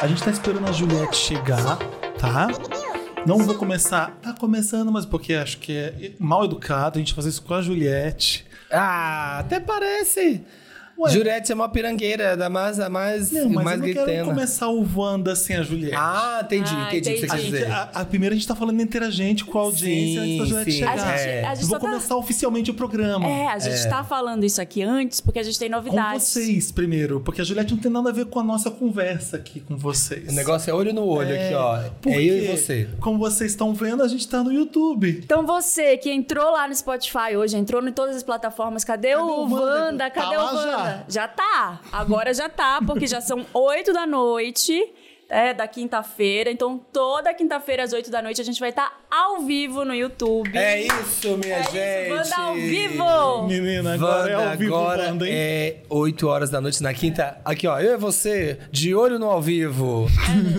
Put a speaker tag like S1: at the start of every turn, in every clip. S1: A gente tá esperando a Juliette chegar, tá? Não vou começar. Tá começando, mas porque acho que é mal educado a gente fazer isso com a Juliette.
S2: Ah, até parece.
S1: Ué.
S2: Juliette é uma pirangueira da mais, da mais,
S1: Não, mas
S2: mais
S1: eu não quero
S2: gritando.
S1: começar ovando assim a Juliette.
S2: Ah, entendi,
S3: Ah,
S2: entendi o que
S3: entendi.
S2: você
S1: a,
S2: quis
S3: quer
S1: gente,
S2: dizer.
S1: a, a primeira a gente tá falando entre a gente, com a audiência, antes da Juliette
S2: sim.
S1: chegar.
S3: A gente, a gente
S1: Vou
S3: só tá...
S1: começar oficialmente o programa.
S3: É, a gente tá falando isso aqui antes porque a gente tem
S1: Com
S3: novidades.
S1: vocês primeiro, porque a Juliette não tem nada a ver com a nossa conversa aqui com vocês.
S2: O negócio é olho no olho aqui, ó.
S1: Porque,
S2: É eu e você.
S1: Como vocês estão vendo, a gente tá no YouTube.
S3: Então você que entrou lá no Spotify hoje, entrou em todas as plataformas, cadê, o
S1: o Wanda?
S3: Wanda?
S1: Tá
S3: Cadê
S1: lá
S3: o Wanda? Já. tá. Agora já tá, porque já são 8 da noite. É, da quinta-feira. Então, toda quinta-feira, às 8 da noite, a gente vai estar ao vivo no YouTube.
S2: É isso, minha
S3: É isso,
S2: gente.
S3: Wanda ao vivo!
S1: Menina, agora
S2: Wanda,
S1: é ao vivo,
S2: agora
S1: Wanda, hein?
S2: é 8 horas da noite na quinta. Aqui, ó, eu e você, de olho no ao vivo.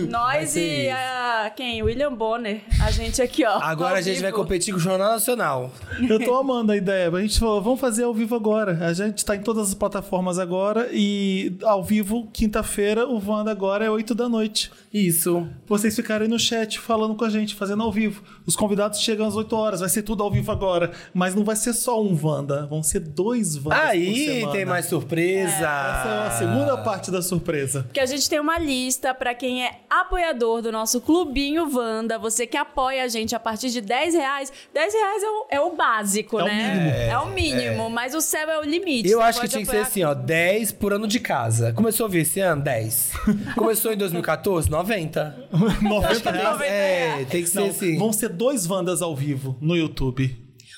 S3: É Nós
S2: ser
S3: e
S2: isso.
S3: a, quem? William Bonner. A gente aqui, ó.
S2: Agora
S3: ao
S2: a gente vai
S3: vivo.
S2: competir com o Jornal Nacional.
S1: Eu tô amando a ideia. A gente falou, vamos fazer ao vivo agora. A gente tá em todas as plataformas agora e ao vivo, quinta-feira, o Wanda agora é 8 da noite.
S2: Isso.
S1: Vocês ficarem no chat falando com a gente, fazendo ao vivo. Os convidados chegam às 8 horas, vai ser tudo ao vivo agora. Mas não vai ser só um Wanda, vão ser dois Wandas por
S2: Aí
S1: semana.
S2: tem mais Ah. surpresa.
S1: Essa é a segunda parte da surpresa.
S3: Porque a gente tem uma lista pra quem é apoiador do nosso clubinho Wanda. Você que apoia a gente a partir de 10 reais. 10 reais é o, é o básico,
S1: É o
S3: né?
S1: mínimo.
S3: É o mínimo, mas o céu é o limite.
S2: Eu
S3: Você
S2: acho que
S3: pode
S2: tinha que ser
S3: apoiar-
S2: assim, ó, 10 por ano de casa. Começou a vir esse ano? 10. Começou em 2014? 90.
S1: 90 reais.
S2: É, tem que ser
S1: Não,
S2: assim.
S1: vão ser dois Wandas ao vivo no YouTube.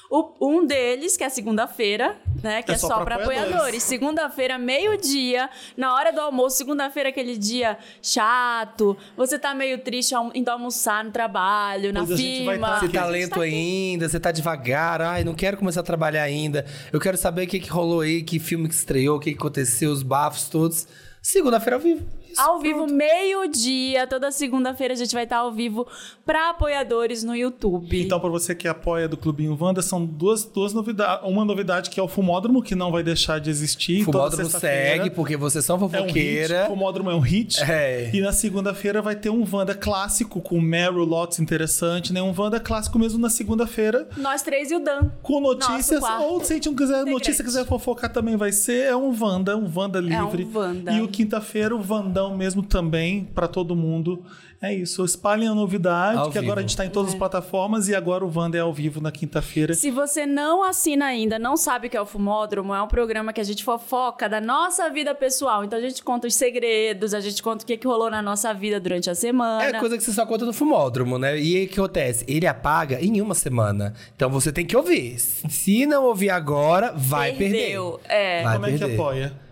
S3: O- um deles, que é segunda-feira, né? Que
S1: É
S3: é,
S1: só
S3: só,
S1: pra
S3: pra
S1: apoiadores.
S3: apoiadores. Segunda-feira, meio-dia, na hora do almoço, segunda-feira, aquele dia chato. Você tá meio triste alm- indo almoçar no trabalho, na
S1: Pois a gente vai tá
S3: firma.
S2: Você
S1: aqui.
S2: tá lento ainda, você tá devagar, ai, não quero começar a trabalhar ainda. Eu quero saber o que, que rolou aí, que filme que estreou, o que, que aconteceu, os bafos todos. Segunda-feira ao vivo. Isso.
S3: Ao vivo, meio-dia, toda segunda-feira a gente vai estar ao vivo para apoiadores no YouTube.
S1: Então, para você que apoia do Clubinho Wanda, são duas, duas novidades. Uma novidade que é o Fumódromo, que não vai deixar de existir. toda
S2: Fumódromo
S1: sexta-feira.
S2: segue, porque vocês são
S1: É um hit.
S2: fofoqueira.
S1: Fumódromo é um hit.
S2: É.
S1: E na segunda-feira vai ter um Wanda clássico, com Meryl Lots interessante, né? Um Wanda clássico mesmo na segunda-feira.
S3: Nós três e o Dan.
S1: Com notícias,
S3: um quarto.
S1: ou se a gente não quiser
S3: Integrante.
S1: notícia, quiser fofocar também vai ser, é um Wanda, um Wanda livre.
S3: Wanda.
S1: E o quinta-feira, o Vandão mesmo também, pra todo mundo. É isso, espalhem a novidade,
S2: Ao
S1: que agora a
S2: vivo.
S1: gente tá em
S3: É.
S1: todas as plataformas e agora o Wanda é ao vivo na quinta-feira.
S3: Se você não assina ainda, não sabe o que é o Fumódromo, é um programa que a gente fofoca da nossa vida pessoal. Então a gente conta os segredos, a gente conta o que, que rolou na nossa vida durante a semana.
S2: É coisa que você só conta no fumódromo, né? E aí o que acontece? Ele apaga em uma semana. Então você tem que ouvir. Se não ouvir agora, vai
S3: Perdeu.
S2: perder.
S3: É.
S2: Vai
S1: Como é que
S2: perder.
S1: apoia?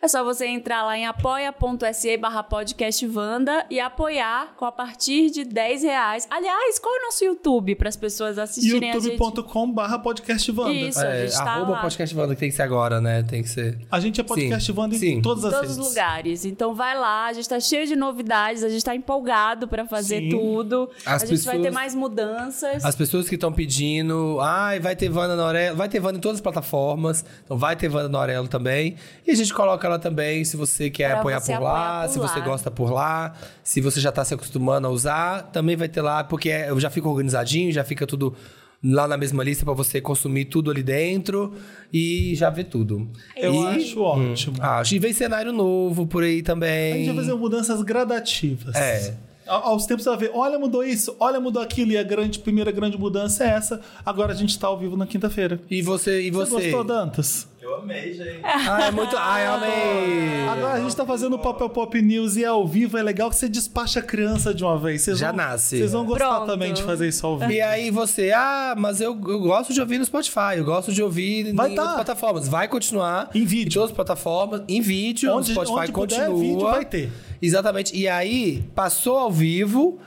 S3: É só você entrar lá em apoia.se barra podcastvanda e apoiar com a partir de 10 reais. Aliás, qual é o nosso YouTube para as pessoas assistirem a gente?
S1: youtube.com barra podcast Wanda.
S3: Isso. a
S2: É,
S3: gente tá
S2: arroba
S3: lá.
S2: podcast Wanda que tem que ser agora, né? Tem que ser.
S1: A gente é podcast
S2: Sim,
S1: Wanda em
S2: sim.
S1: todas as
S3: todos os
S1: redes.
S3: lugares. Então vai lá, a gente tá cheio de novidades, a gente tá empolgado para fazer
S1: Sim.
S3: tudo.
S2: As
S3: a gente vai ter
S2: pessoas-
S3: mais mudanças.
S2: As pessoas que estão pedindo, ai, vai ter Wanda na Aurelo, vai ter Wanda em todas as plataformas, então vai ter Wanda na Aurelo também. E a gente coloca ela também, se você quer
S3: Pra
S2: apoiar
S3: você
S2: por lá,
S3: apoiar por
S2: se você
S3: lá.
S2: gosta por lá, se você já tá se acostumando a usar, também vai ter lá, porque é- eu já fico organizadinho, já fica tudo lá na mesma lista pra você consumir tudo ali dentro e já ver tudo.
S1: Eu
S2: e, hum.
S1: acho ótimo.
S2: Acho. E vem cenário novo por aí também.
S1: A gente vai fazer um mudanças gradativas.
S2: É.
S1: A- Aos tempos você vai ver, olha, mudou isso, olha, mudou aquilo, e a grande, primeira grande mudança é essa. Agora a gente tá ao vivo na quinta-feira.
S2: E você, e você?
S1: Você gostou, Dantas?
S4: Eu amei, gente.
S2: Ai, é muito. Ai,
S1: Ah.
S2: eu amei!
S1: Agora a gente tá fazendo o Papel Pop News e é ao vivo, é legal que você despacha a criança de uma vez. Vocês
S2: Já
S1: vão-
S2: nasce.
S1: Vocês vão gostar
S3: Pronto.
S1: também de fazer isso ao vivo.
S2: E aí você, ah, mas eu, eu gosto de ouvir no Spotify, eu gosto de ouvir
S1: Vai
S2: em
S1: tá.
S2: outras plataformas. Vai continuar.
S1: Em vídeo.
S2: Em todas as plataformas, em vídeo,
S1: Onde-
S2: o é, Spotify
S1: onde puder,
S2: continua.
S1: vídeo vai ter.
S2: Exatamente. E aí, passou ao vivo,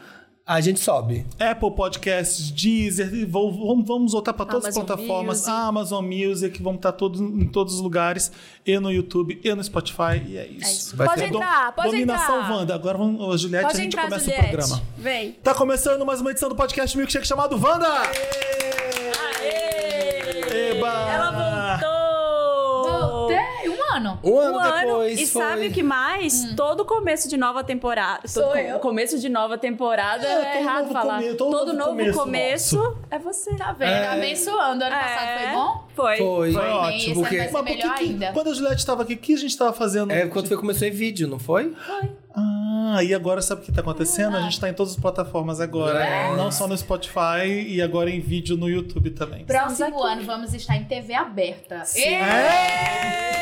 S2: a gente sobe.
S1: Apple Podcasts, Deezer, e vou- vamos, vamos voltar para todas as
S3: Amazon
S1: plataformas,
S3: Music.
S1: Amazon Music, vamos estar todos, em todos os lugares, e no YouTube, e no Spotify, e é isso.
S3: isso.
S2: Vai
S3: Pode
S2: ser-
S3: entrar, pode
S1: Dominação
S3: entrar.
S1: Wanda. Agora vamos, ô, Juliette,
S3: Pode
S1: a gente
S3: entrar,
S1: começa
S3: Juliette.
S1: o programa.
S3: Vem.
S1: Tá começando mais uma edição do podcast Milkshake chamado Wanda!
S3: Aê!
S1: Eba!
S3: Ela voltou!
S5: Voltei! Uma
S4: um ano.
S2: Um ano
S3: um
S2: depois.
S3: ano. E
S2: foi...
S3: sabe o que mais? Todo começo de nova temporada.
S4: Hum. Sou
S3: todo co-
S4: eu.
S3: começo de nova temporada
S1: É,
S3: é,
S1: todo
S3: errado
S1: novo
S3: falar.
S1: come- todo
S3: todo,
S1: novo
S3: novo
S1: começo
S3: começo, é você. É.
S4: Tá vendo?
S2: É.
S4: Abençoando. Ano passado foi bom?
S3: Foi.
S2: Foi.
S1: Foi ótimo.
S2: Foi
S4: Esse ano vai ser
S1: por que
S4: melhor
S1: que-
S4: ainda.
S1: Quando a Juliette estava aqui, o que a gente estava fazendo?
S2: É quando foi, começou em vídeo, não foi?
S1: Ah, e agora sabe o que
S3: Ah.
S1: tá acontecendo? A gente tá em todas as plataformas agora.
S2: É.
S1: Não só no Spotify e agora em vídeo no YouTube também.
S4: Próximo ano vamos estar em TV aberta.
S3: É,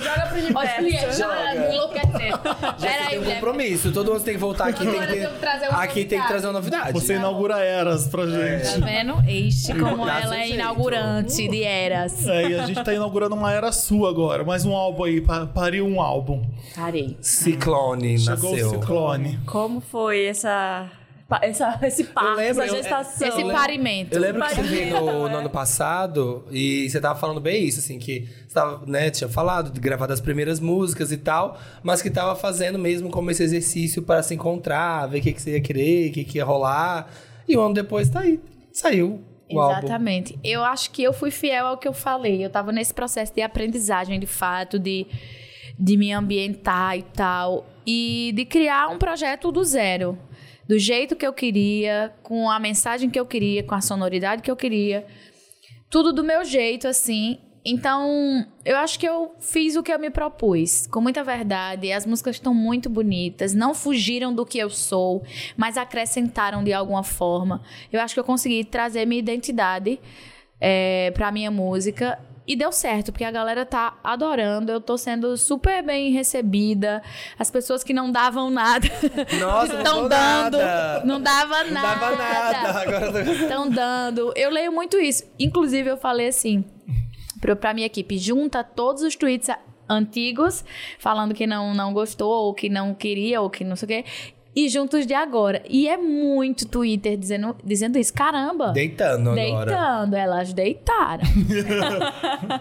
S3: Joga pro
S4: Olha, Juliette,
S3: universo.
S4: já enlouqueceu. Peraí,
S2: Tem um
S4: mulher.
S2: compromisso. Todo mundo tem que voltar aqui. Tem
S4: É, Agora
S2: que ter,
S4: eu vou trazer uma
S2: aqui tem que
S4: novidade.
S2: trazer uma novidade.
S1: Você inaugura eras pra
S4: Tá
S2: É.
S1: gente.
S4: vendo? Este, como
S2: Graças
S4: ela
S2: a
S4: é
S2: Deus.
S4: inaugurante de eras.
S1: É, e a gente tá inaugurando uma era sua agora. Mais um álbum aí, pa- pariu um álbum.
S3: Parei.
S2: Ciclone
S1: Chegou
S2: nasceu.
S1: o ciclone.
S3: Como foi essa, pa- essa, esse parto,
S2: lembro,
S3: essa
S2: eu-
S3: gestação?
S4: Esse parimento.
S2: Eu lembro que você
S3: Imagina,
S2: veio no,
S3: né?
S4: é.
S2: no ano passado e você tava falando bem isso, assim, que você tava, né, tinha falado de gravar das primeiras músicas e tal, mas que tava fazendo mesmo como esse exercício para se encontrar, ver o que, que você ia querer, o que, que ia rolar. E um ano depois tá aí. Saiu. O álbum.
S4: Exatamente. Eu acho que eu fui fiel ao que eu falei. Eu tava nesse processo de aprendizagem, de fato, de, de me ambientar e tal. E de criar um projeto do zero. Do jeito que eu queria, com a mensagem que eu queria, com a sonoridade que eu queria. Tudo do meu jeito, assim. Então, eu acho que eu fiz o que eu me propus, com muita verdade. As músicas estão muito bonitas, não fugiram do que eu sou, mas acrescentaram de alguma forma. Eu acho que eu consegui trazer minha identidade é, pra minha música. E deu certo, porque a galera tá adorando, eu tô sendo super bem recebida. As pessoas que não davam nada
S2: Nossa, não
S4: estão
S2: dou
S4: dando.
S2: nada.
S4: Não dava
S2: Não dava nada. Ah, tá, Agora eu tô-
S4: estão dando. Eu leio muito isso. Inclusive, eu falei assim pra, pra minha equipe: junta todos os tweets a- antigos, falando que não, não gostou, ou que não queria, ou que não sei o quê. E juntos de agora. E é muito Twitter dizendo, dizendo isso. Caramba!
S2: Deitando agora.
S4: Deitando, elas deitaram.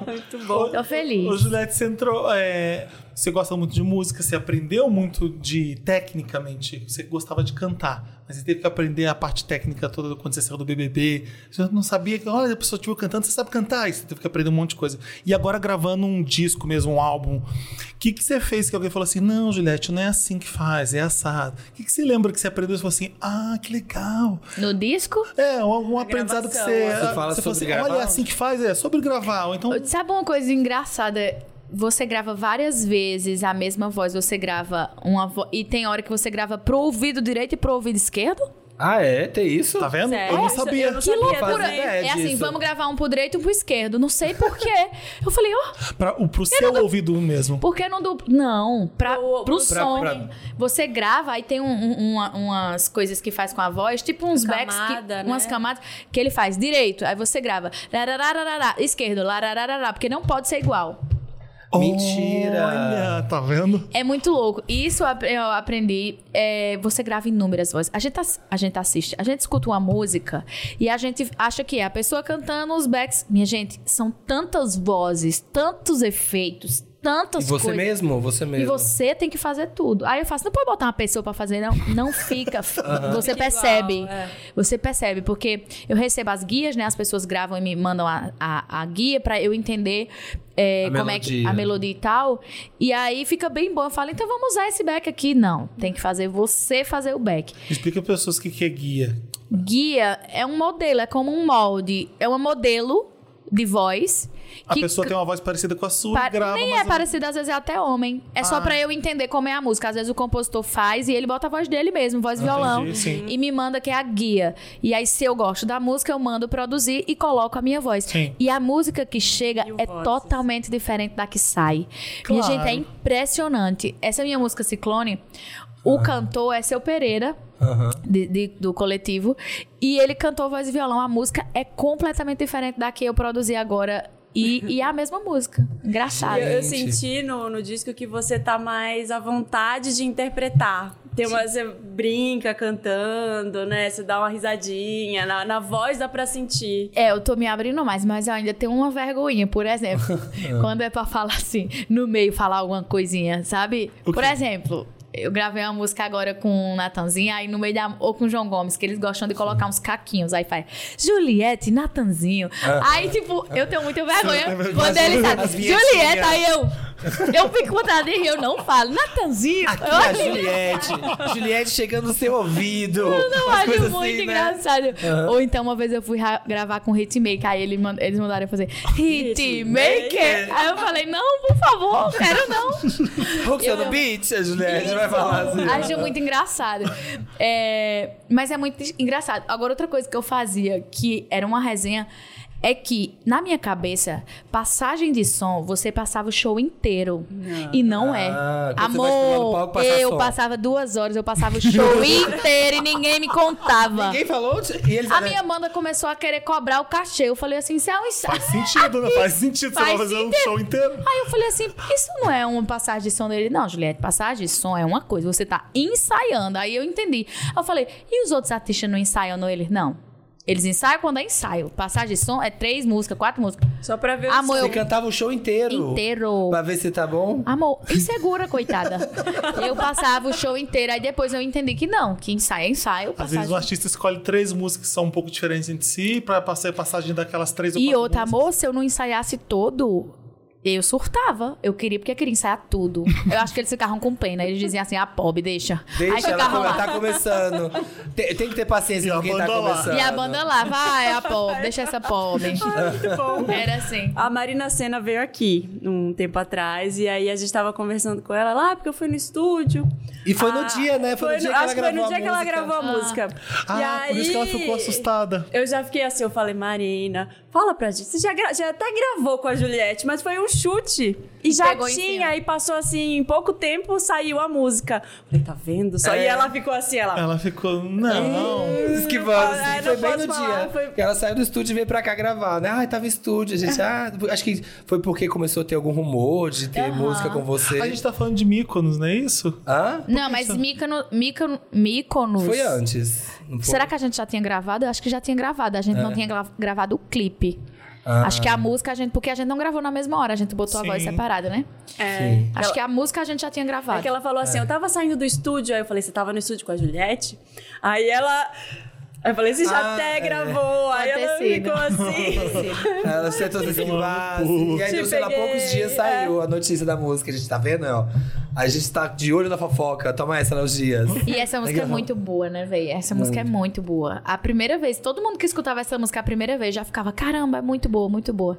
S3: Muito bom.
S4: Tô
S1: Ô,
S4: feliz.
S1: Juliette, você entrou. é, você gosta muito de música, você aprendeu muito de tecnicamente. Você gostava de cantar, mas você teve que aprender a parte técnica toda quando você saiu do BBB. Você não sabia que, olha, a pessoa te viu cantando, você sabe cantar. E você teve que aprender um monte de coisa. E agora gravando um disco mesmo, um álbum. O que, que você fez que alguém falou assim: não, Juliette, não é assim que faz, é assado. O que, que você lembra que você aprendeu? Você falou assim: ah, que legal.
S4: No disco?
S1: É, ou algum aprendizado que
S3: gravação,
S1: você.
S3: né?
S2: Você fala
S1: você falou
S2: sobre
S1: assim, Olha,
S2: gravar?
S1: é assim que faz, é sobre gravar. Ou então,
S4: Sabe uma coisa engraçada? Você grava várias vezes a mesma voz, você grava uma voz. E tem hora que você grava pro ouvido direito e pro ouvido esquerdo?
S2: Ah, é? Tem isso?
S1: tá vendo?
S3: Sério?
S1: Eu não sabia.
S3: Eu não
S4: Que
S3: sabia
S4: loucura!
S3: também.
S4: É,
S2: É
S4: assim,
S2: disso.
S4: vamos gravar um pro direito e um pro esquerdo. Não sei por quê. Eu falei, ó,
S1: Pra, o, pro seu ouvido mesmo.
S4: por que não duplo? Não, pra,
S3: Pro-
S4: pro
S3: pro-
S4: som.
S2: pra-
S4: Você grava, aí tem um- um- uma- umas coisas que faz com a voz, tipo uns
S3: Camada,
S4: backs, que-
S3: né?
S4: umas camadas, que ele faz direito, aí você grava, lararararará, esquerdo, larararará, porque não pode ser igual.
S2: Mentira.
S1: Olha, tá vendo?
S4: É muito louco. E Isso eu ap- eu aprendi. é, você grava inúmeras vozes. A gente, ass- a gente assiste, a gente escuta uma música e a gente acha que é a pessoa cantando os backs. Minha gente, são tantas vozes, tantos efeitos,
S2: E
S4: tantas
S2: você
S4: coisas.
S2: mesmo? Você mesmo.
S4: E você tem que fazer tudo. Aí eu faço, não pode botar uma pessoa pra fazer, não. Não fica. Você
S3: Fica
S4: percebe.
S3: igual, é.
S4: Você percebe, porque eu recebo as guias, né? As pessoas gravam e me mandam a, a, a guia pra eu entender é,
S2: A
S4: como é que
S2: melodia.
S4: a melodia e tal. E aí fica bem bom. Eu falo, então vamos usar esse back aqui. Não, tem que fazer você fazer o back.
S1: Explica para pessoas o que, que é guia.
S4: Guia é um modelo, é como um molde. É um modelo de voz.
S1: A
S4: que
S1: pessoa tem uma voz parecida com a sua
S4: Pa-
S1: e grava.
S4: nem
S1: mas
S4: é parecido, às vezes é até homem. É
S1: Ah.
S4: só pra eu entender como é a música. Às vezes o compositor faz e ele bota a voz dele mesmo, voz e
S1: Ah, Entendi,
S4: violão.
S1: sim.
S4: E me manda que é a guia. E aí, se eu gosto da música, eu mando produzir e coloco a minha voz.
S1: Sim.
S4: E a música que chega
S3: E o
S4: é
S3: vozes.
S4: totalmente diferente da que sai. Minha
S1: Claro.
S4: gente, é impressionante. Essa é minha música Ciclone,
S1: Ah.
S4: o cantor é seu Pereira.
S2: Aham.
S4: de- de- do coletivo. E ele cantou voz e violão. A música é completamente diferente da que eu produzi agora. E, e é a mesma música. Engraçado.
S3: Eu, eu
S2: Gente.
S3: senti no, no disco que você tá mais à vontade de interpretar. Tem uma, você brinca cantando, né? Você dá uma risadinha. Na, na voz dá pra sentir.
S4: É, eu tô me abrindo mais, mas eu ainda tenho uma vergonhinha, por exemplo.
S2: Ah.
S4: quando é pra falar assim, no meio, falar alguma coisinha, sabe? Por exemplo, eu gravei uma música agora com o Natanzinho, aí no meio da. ou com o João Gomes, que eles gostam de colocar uns caquinhos. Aí faz Juliette,
S2: Ah.
S4: Natanzinho. Aí, tipo, eu tenho muita vergonha quando
S2: é
S4: ele
S2: as
S4: tá.
S2: vinhetinhas.
S4: Juliette, aí eu. Eu fico com vontade de rir, eu não falo. Natanzinho!
S2: Aqui
S4: eu
S2: a
S4: acho-
S2: Juliette. Juliette chegando no seu ouvido.
S4: Eu
S2: umas
S4: acho
S2: coisas
S4: muito
S2: assim, né?
S4: engraçado. Ou então, uma vez eu fui ra- gravar com Hitmaker, aí ele mand- eles mandaram eu fazer Hitmaker. Aí eu falei, não, por favor, quero não.
S2: Roxana
S4: Eu-
S2: Beach, a Juliette vai falar assim.
S4: Acho muito engraçado. É, mas é muito engraçado. Agora, outra coisa que eu fazia, que era uma resenha, é que, na minha cabeça, passagem de som, você passava o show inteiro. E não é.
S2: Ah, quando você vai pular no
S4: Amor,
S2: palco, passa
S4: eu
S2: som.
S4: passava duas horas, eu passava o show inteiro e ninguém me contava.
S2: Ninguém falou? E eles
S4: A minha banda começou a querer cobrar o cachê. Eu falei assim, isso é um ensaio.
S1: Faz sentido, né? Faz sentido. Você vai
S4: Faz
S1: fazer um
S4: sentido.
S1: show inteiro.
S4: Aí eu falei assim, isso não é uma passagem de som dele. Não, Juliette, passagem de som é uma coisa, você tá ensaiando. Aí eu entendi. Aí eu falei, e os outros artistas não ensaiam, não? Eles, não. Eles ensaiam quando é ensaio. Passagem de som é três músicas, quatro músicas.
S3: Só pra ver
S4: Amor,
S2: Você
S4: eu...
S2: cantava o show inteiro.
S4: Inteiro.
S2: Pra ver se tá bom.
S4: Amor, insegura, coitada. eu passava o show inteiro. Aí depois eu entendi que não, que ensaio é ensaio.
S1: Às
S4: Passagem...
S1: vezes um artista escolhe três músicas que são um pouco diferentes entre si pra passar a passagem daquelas três ou
S4: E
S1: quatro
S4: outra,
S1: músicas.
S4: amor, se eu não ensaiasse todo, eu surtava. Eu queria, porque eu queria ensaiar tudo. Eu acho que eles ficavam com pena. Eles diziam assim, ah, pobre, deixa.
S2: Deixa ela
S4: ficavam
S2: começar,
S4: lá.
S2: tá começando. Tem, tem que ter paciência
S1: E
S2: com
S1: a
S2: quem tá
S1: banda lá.
S2: começando.
S4: E a banda lá, vai, a pobre, deixa essa pobre.
S3: Ah, Muito bom.
S2: É.
S4: Era assim.
S3: A Marina Senna veio aqui um tempo atrás e aí a gente tava conversando com ela lá, porque eu fui no estúdio.
S2: E foi no
S3: Ah,
S2: dia, né? Foi, no dia que ela
S3: acho que foi
S2: gravou
S3: no
S2: a
S3: dia que ela
S2: música.
S3: gravou a música.
S1: Ah,
S3: e
S1: por isso que ela
S3: aí-
S1: ficou assustada.
S3: Eu já fiquei assim, eu falei, Marina, fala pra gente. Você já, gra- já até gravou com a Juliette, mas foi um chute. E já
S4: Pegou em
S3: tinha,
S4: cima.
S3: e passou assim, em pouco tempo saiu a música. Falei, tá vendo? Só...
S2: É.
S3: E ela ficou assim, ela.
S1: Ela ficou, não.
S4: É.
S2: Esquivando.
S3: Ah,
S2: assim,
S3: eu
S2: foi
S3: não
S2: bem
S3: posso
S2: no
S3: falar,
S2: dia.
S3: foi- É.
S2: que Ela saiu do estúdio e veio pra cá gravar, né? Ai, tava em estúdio, gente. Ah, acho que foi porque começou a ter algum rumor de ter
S4: Aham.
S2: música com você.
S1: A gente tá falando de Míconos, não é isso?
S2: Hã?
S4: Não, mas Mícono, Mícono, Míconos...
S2: Foi antes. um não foi? É.
S4: Será que a gente já tinha gravado? Eu acho que já tinha gravado. A gente não tinha gra- gravado o clipe.
S2: Ah.
S4: Acho que a música a gente... Porque a gente não gravou na mesma hora. A gente botou
S1: Sim.
S4: a voz separada, né?
S3: É.
S4: Acho que a música a gente já tinha gravado.
S3: É que ela falou assim, eu tava saindo do estúdio, aí eu falei, você tava no estúdio com a Juliette? Aí ela. Aí eu falei, você já
S2: Ah,
S3: até
S2: é.
S3: gravou. Aí
S4: Pode
S3: ela
S4: ter sido.
S3: ficou assim.
S2: Ela sentou se esquivar.
S1: Pô.
S2: E aí,
S3: Te
S2: deu, sei lá,
S3: peguei,
S2: poucos dias
S3: é.
S2: saiu a notícia da música. A gente tá vendo, ó. A gente tá de olho na fofoca. Toma essa, Léo Dias.
S4: E essa música é
S2: Legal.
S4: muito boa, né, véi? Essa música é muito boa. A primeira vez, todo mundo que escutava essa música a primeira vez já ficava, caramba, é muito boa, muito boa.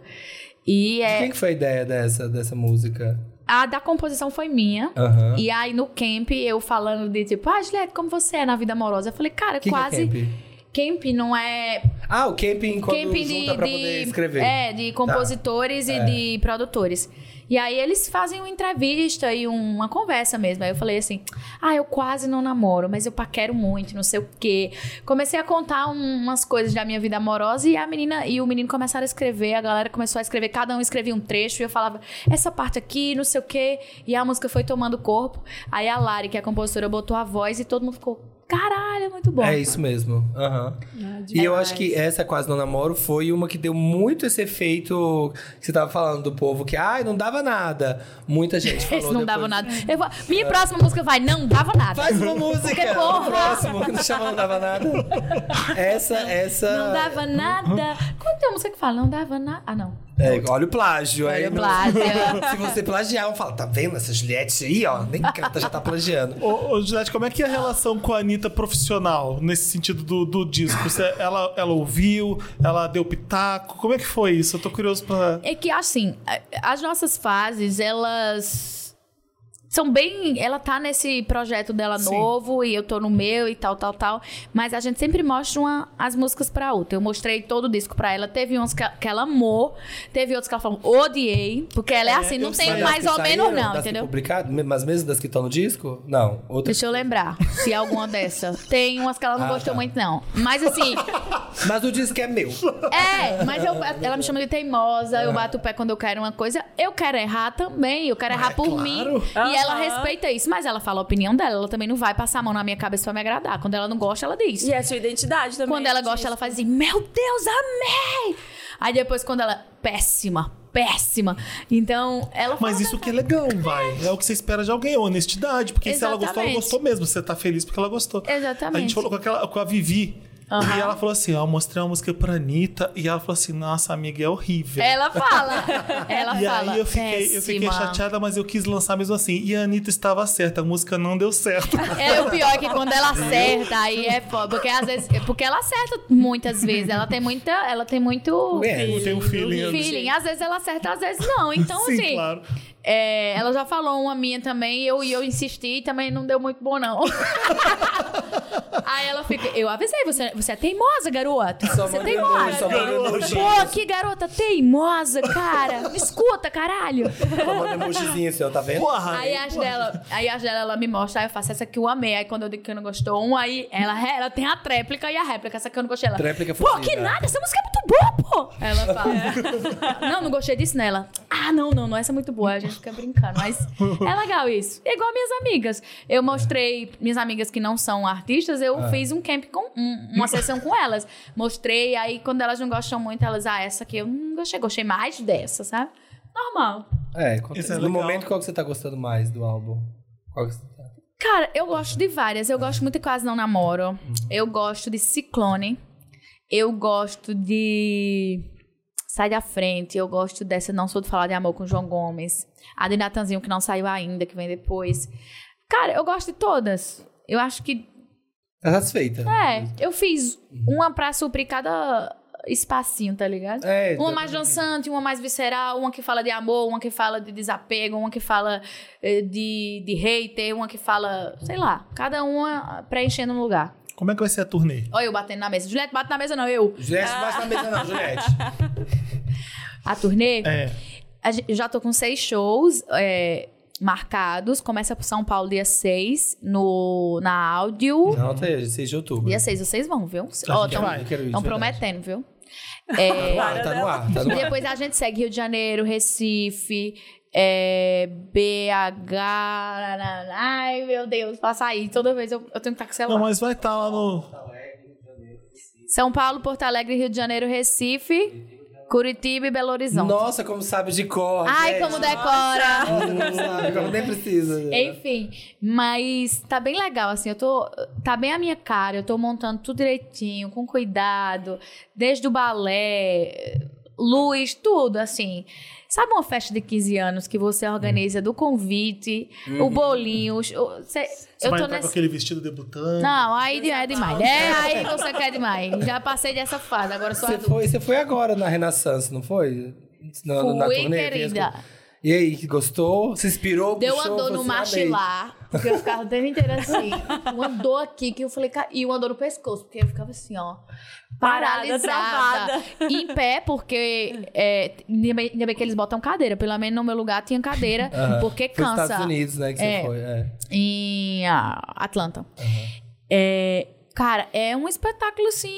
S4: E
S2: De
S4: é,
S2: Quem que foi a ideia dessa, dessa música?
S4: a da composição foi minha.
S2: Aham.
S4: E aí no camp, eu falando de tipo, ah, Juliette, como você é na vida amorosa? Eu falei,
S2: Quem
S4: cara,
S2: que é
S4: quase.
S2: camp?
S4: camp? não é.
S2: Ah, o camping quando
S4: camping
S2: junta
S4: de.
S2: pra poder
S4: de-
S2: escrever. Tá. É.
S4: É, de compositores e de produtores. E aí eles fazem uma entrevista e um, uma conversa mesmo. Aí eu falei assim: ah, eu quase não namoro, mas eu paquero muito, não sei o quê. Comecei a contar um- umas coisas da minha vida amorosa e a menina e o menino começaram a escrever, a galera começou a escrever, cada um escrevia um trecho e eu falava essa parte aqui, não sei o quê. E a música foi tomando corpo. Aí a Lari, que é a compositora, botou a voz e todo mundo ficou: caralho, é muito bom. Ah,
S2: É isso mesmo. Aham. E eu acho que essa Quase Não Namoro foi uma que deu muito esse efeito que você tava falando do povo que, ai, não dava nada. Muita gente falou.
S4: Esse não dava
S2: depois,
S4: nada. Eu vou- minha próxima música vai, não dava nada.
S2: Faz uma música!
S4: Porque, é
S2: no
S4: porra!
S2: Próximo, que não chama Não Dava Nada. Essa, essa...
S4: Não dava nada. Qual tem uma música que fala? Não dava nada. Ah, não.
S2: É, olha o plágio. aí
S4: Olha o
S2: não-
S4: plágio.
S2: Se você plagiar, eu falo, tá vendo essa Juliette aí, ó? Nem canta, já tá plagiando.
S1: Ô, ô, Juliette, como é que é a relação com a Anitta profissional, nesse sentido do, do disco? Você, ela, ela ouviu, ela deu pitaco, como é que foi isso? Eu tô curioso pra...
S4: É que, assim, a- as nossas fases, elas são bem... Ela tá nesse projeto dela
S1: Sim.
S4: novo e eu tô no meu e tal, tal, tal. Mas a gente sempre mostra uma- as músicas pra outra. Eu mostrei todo o disco pra ela. Teve uns que, que ela amou, teve outros que ela falou odiei. Porque ela é, assim, não
S1: eu
S4: tem
S1: sei.
S4: mais
S2: das
S4: ou
S2: que
S4: menos
S2: saíram,
S4: não,
S2: das que
S4: entendeu?
S2: Publicado, me- mas mesmo das que estão no disco? Não. Outras.
S4: Deixa eu lembrar se é alguma dessa. Tem umas que ela não
S2: Ah,
S4: gostou
S2: tá.
S4: muito, não. Mas assim,
S2: Mas o disco é meu.
S4: É, mas eu- ela me chama de teimosa,
S1: Ah.
S4: eu bato o pé quando eu quero uma coisa. Eu quero errar também, eu quero
S1: é
S4: errar por
S2: claro.
S4: mim.
S3: Aham.
S4: E ela respeita isso, mas ela fala a opinião dela, ela também não vai passar a mão na minha cabeça pra me agradar. Quando ela não gosta, ela diz.
S3: E é a sua identidade também.
S4: Quando ela
S3: disso.
S4: gosta, ela faz assim: Meu Deus, amei! Aí depois, quando ela. Péssima, péssima. Então, ela fala.
S1: Mas isso que é legal, vai. É o que você espera de alguém, honestidade. Porque se ela gostou, ela
S4: Exatamente.
S1: gostou mesmo. Você tá feliz porque ela gostou.
S4: Exatamente.
S1: A gente falou com, aquela, com a Vivi. E ela falou assim: ó, eu mostrei uma música pra Anitta. E ela falou assim: nossa, amiga, é horrível.
S4: Ela fala. Ela
S1: e
S4: fala.
S1: aí eu fiquei, eu fiquei
S4: "Péssima."
S1: chateada, mas eu quis lançar mesmo assim. E a Anitta estava certa, a música não deu certo.
S4: É, o pior é que quando ela acerta, aí é foda. Porque às vezes. Porque ela acerta muitas vezes. Ela tem muita. Ela tem muito.
S2: É,
S1: Tem um feeling. ali.
S4: Feeling, às vezes ela acerta, às vezes não. Então,
S1: Sim,
S4: assim,
S1: claro.
S4: é, ela já falou uma minha também, eu, e eu insisti e também não deu muito bom, não. Aí ela fica, eu avisei, você, você é teimosa, garota.
S2: Só
S4: você é
S2: manda emoji,
S4: teimosa.
S2: só um manda emoji.
S4: Pô, que garota teimosa, cara. Me escuta, caralho.
S2: só manda emojizinho assim, ó, tá vendo?
S1: Porra!
S4: Aí acho dela, aí acho dela, ela me mostra, aí eu faço essa que eu amei. Aí quando eu digo que eu não gostou um, aí ela, ela tem a tréplica e a réplica, essa que eu não gostei. Ela,
S2: Tréplica
S4: pô,
S2: fodida.
S4: que nada, essa música é muito boa, pô! Ela fala. "É." não, não gostei disso nela. Ah, não, não, não, essa é muito boa. A gente fica brincando, mas é legal isso. É igual minhas amigas. Eu mostrei, minhas amigas que não são artistas, eu
S2: Ah.
S4: fiz um camp com, um- uma sessão com elas. Mostrei, aí quando elas não gostam muito, elas, ah, essa aqui eu não gostei, gostei mais dessa, sabe? Normal.
S2: É, acontece.
S1: Isso é
S2: no
S1: legal.
S2: momento, qual que você tá gostando mais do álbum? Qual que você tá?
S4: Cara, eu gosto de várias. Eu gosto muito de Quase Não Namoro. Eu gosto de Ciclone. Eu gosto de Sai da Frente. Eu gosto dessa Não Sou de Falar de Amor com João Gomes. A de Natanzinho, que não saiu ainda, que vem depois. Cara, eu gosto de todas. Eu acho que.
S2: Tá satisfeita?
S4: É, eu fiz uma pra suprir cada espacinho, tá ligado?
S2: É,
S4: Uma
S2: tá-
S4: mais dançante, uma mais visceral, uma que fala de amor, uma que fala de desapego, uma que fala eh, de, de hater, uma que fala, sei lá, cada uma preenchendo um lugar.
S1: Como é que vai ser a turnê?
S4: Olha eu batendo na mesa. Juliette, bate na mesa não, eu.
S2: Juliette, não bate na mesa não, Juliette.
S4: Ah. A turnê,
S1: É.
S4: a gen- eu já tô com seis shows eh, marcados. Começa por São Paulo dia 6, no, na áudio.
S2: Não, tá até hoje, 6 de outubro.
S4: Dia 6, vocês vão, viu?
S1: A gente
S4: tão,
S1: vai.
S2: Eu quero ir,
S4: tão
S2: de verdade.
S4: prometendo, viu? É,
S2: Ah, tá no ar, tá no ar.
S4: Depois a gente segue Rio de Janeiro, Recife, é, BH. nananá. Ai, meu Deus, passa aí. Toda vez eu, eu tenho que estar com o celular.
S1: Não, mas vai estar lá no.
S4: São Paulo, Porto Alegre, Rio de Janeiro, Recife, Curitiba e Belo Horizonte.
S2: Nossa, como sabe de cor.
S4: Ai,
S2: gente.
S4: como decora!
S2: Nossa, como sabe, como nem precisa.
S4: Enfim, mas tá bem legal, assim, eu tô. Tá bem a minha cara, eu tô montando tudo direitinho, com cuidado, desde o balé, luz, tudo, assim. Sabe uma festa de 15 anos que você organiza do convite, o bolinho, os- o- cê-
S1: Você
S4: eu
S1: vai
S4: tô
S1: entrar com
S4: nesse.
S1: aquele vestido debutante.
S4: Não, aí de- é demais. É, aí você quer demais. Já passei dessa fase, agora sou
S2: Você
S4: adulta.
S2: foi, você foi agora na Renaissance, não foi? Na, na
S4: Fui,
S2: turnê, que as
S4: querida.
S2: co- E aí, que gostou? Se inspirou?
S4: Deu uma
S2: puxou,
S4: dor
S2: falou
S4: no
S2: assim, amei.
S4: maxilar, porque eu ficava o tempo inteiro assim. Uma dor aqui que eu falei, "Ca- e uma dor no pescoço, porque eu ficava assim, ó.
S3: Parada,
S4: Paralisada.
S3: travada.
S4: Em pé, porque é, ainda bem ainda bem que eles botam cadeira. Pelo menos no meu lugar tinha cadeira,
S2: Aham.
S4: porque
S2: Foi nos
S4: cansa.
S2: Estados Unidos, né, que
S4: É.
S2: você foi. É.
S4: Em ah, Atlanta. É, cara, é um espetáculo assim.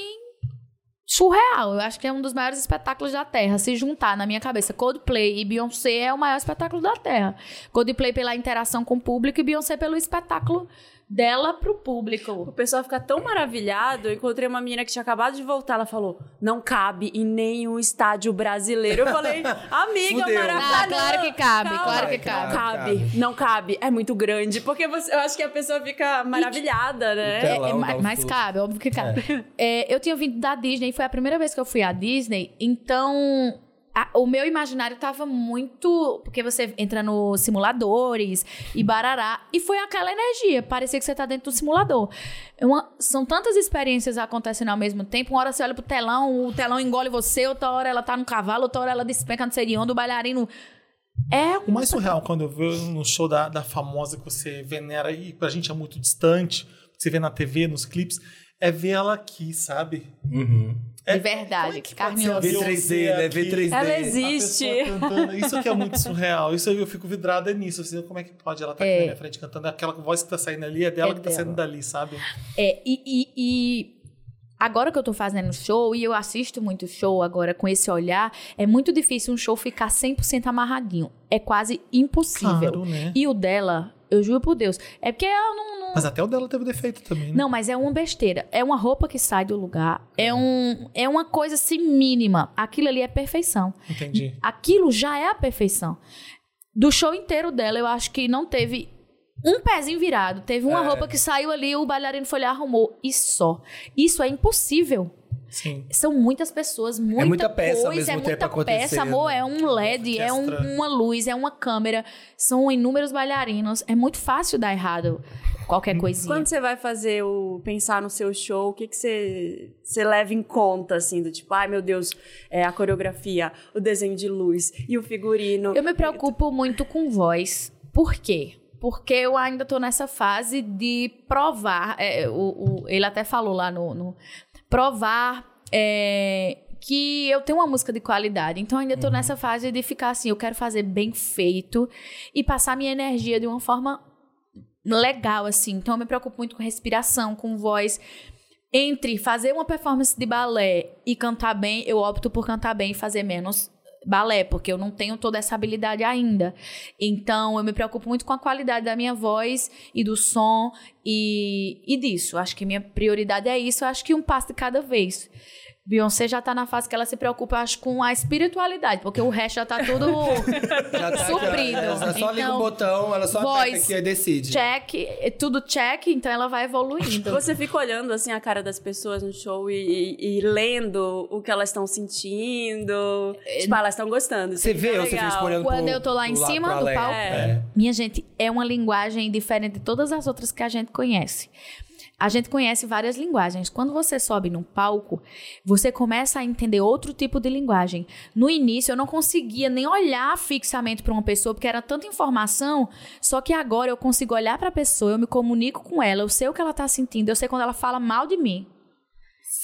S4: Surreal, eu acho que é um dos maiores espetáculos da Terra. Se juntar na minha cabeça Coldplay e Beyoncé é o maior espetáculo da Terra. Coldplay pela interação com o público e Beyoncé pelo espetáculo dela pro
S3: O
S4: público.
S3: pessoal fica tão maravilhado. Eu encontrei uma menina que tinha acabado de voltar. Ela falou: não cabe em nenhum estádio brasileiro. Eu falei, amiga,
S2: Fudeu.
S3: Maracanã.
S4: Ah, claro que cabe,
S3: calma.
S4: claro que
S3: Não
S4: cabe.
S3: cabe, não cabe. É muito grande. Porque você- eu acho que a pessoa fica maravilhada, né?
S2: Então- Ela
S4: É,
S2: dá
S4: ma-
S2: um
S4: mas
S2: susto.
S4: cabe, óbvio que cabe. É, eu tinha vindo da Disney, foi a primeira vez que eu fui à Disney, então a- o meu imaginário tava muito. Porque você entra nos simuladores e barará, e foi aquela energia, parecia que você tá dentro do simulador. É uma- são tantas experiências acontecendo ao mesmo tempo, uma hora você olha pro telão, o telão engole você, outra hora ela tá no cavalo, outra hora ela despenca não sei de onde, o bailarino. É
S1: O mais surreal quando eu vejo no show da, da famosa que você venera e pra gente é muito distante, que você vê na TV, nos clipes, é ver ela aqui, sabe? É-
S4: de verdade,
S1: como é que
S4: que
S1: pode ser
S4: carminhoso.
S1: a
S2: V3D, né?
S1: aqui?
S2: V3D.
S3: Ela
S1: A
S3: existe.
S1: pessoa cantando, Isso que é muito surreal. Isso eu fico vidrada nisso. Assim, como é que pode ela estar aqui
S4: É.
S1: na minha frente cantando? Aquela voz que tá saindo ali é dela
S4: É
S1: que tá
S4: dela.
S1: saindo dali, sabe?
S4: É, e, e- e agora que eu tô fazendo show, e eu assisto muito show agora com esse olhar, é muito difícil um show ficar 100% amarradinho. É quase impossível.
S1: Claro, né?
S4: E o dela, eu juro por Deus, é porque eu não,
S1: Mas até o dela teve defeito também, né?
S4: não, mas é uma besteira. É uma roupa que sai do lugar. É, um, é uma coisa assim mínima. Aquilo ali é perfeição.
S1: Entendi.
S4: Aquilo já é a perfeição. Do show inteiro dela, eu acho que não teve um pezinho virado. Teve uma
S2: É.
S4: roupa que saiu ali, o bailarino foi lá, arrumou. E só. Isso é impossível.
S1: Sim.
S4: São muitas pessoas, muita,
S2: muita peça ao
S4: coisa,
S2: mesmo
S4: é muita
S2: tempo acontecendo.
S4: peça, amor, é um LED, é um-
S1: Orquestra.
S4: uma luz, é uma câmera, são inúmeros bailarinos, é muito fácil dar errado qualquer coisinha.
S3: Quando você vai fazer o pensar no seu show, o que, que você, você leva em conta, assim, do tipo, ai meu Deus, é, a coreografia, o desenho de luz e o figurino.
S4: Eu me preocupo muito com voz. Por quê? Porque eu ainda tô nessa fase de provar. é, o- o- ele até falou lá no. no- provar é, que eu tenho uma música de qualidade. Então ainda tô nessa fase de ficar assim, eu quero fazer bem feito e passar minha energia de uma forma legal, assim. Então eu me preocupo muito com respiração, com voz. Entre fazer uma performance de balé e cantar bem, eu opto por cantar bem e fazer menos balé, porque eu não tenho toda essa habilidade ainda. Então eu me preocupo muito com a qualidade da minha voz e do som e, e disso. Acho que minha prioridade é isso, acho que um passo de cada vez. Beyoncé já tá na fase que ela se preocupa, eu acho, com a espiritualidade, porque o resto já tá tudo
S2: Já tá aqui, ó,
S4: suprido.
S2: Ela só liga o
S4: Então,
S2: botão, ela só aperta
S4: voz,
S2: aqui e decide.
S4: check, é tudo check, então ela vai evoluindo.
S3: Você fica olhando assim a cara das pessoas no show e, e- e lendo o que elas estão sentindo.
S4: É,
S3: Tipo, ah, elas estão gostando. isso
S2: Você
S3: aqui tá
S2: vê ou você
S3: legal.
S2: fica olhando
S4: Quando
S2: pro-
S4: eu tô lá em
S2: pro lado,
S4: cima
S2: pro
S4: do
S2: além?
S4: palco.
S2: É.
S4: Minha gente, é uma linguagem diferente de todas as outras que a gente conhece. A gente conhece várias linguagens. Quando você sobe num palco, você começa a entender outro tipo de linguagem. No início, eu não conseguia nem olhar fixamente para uma pessoa, porque era tanta informação. Só que agora eu consigo olhar para a pessoa, eu me comunico com ela, eu sei o que ela tá sentindo, eu sei quando ela fala mal de mim.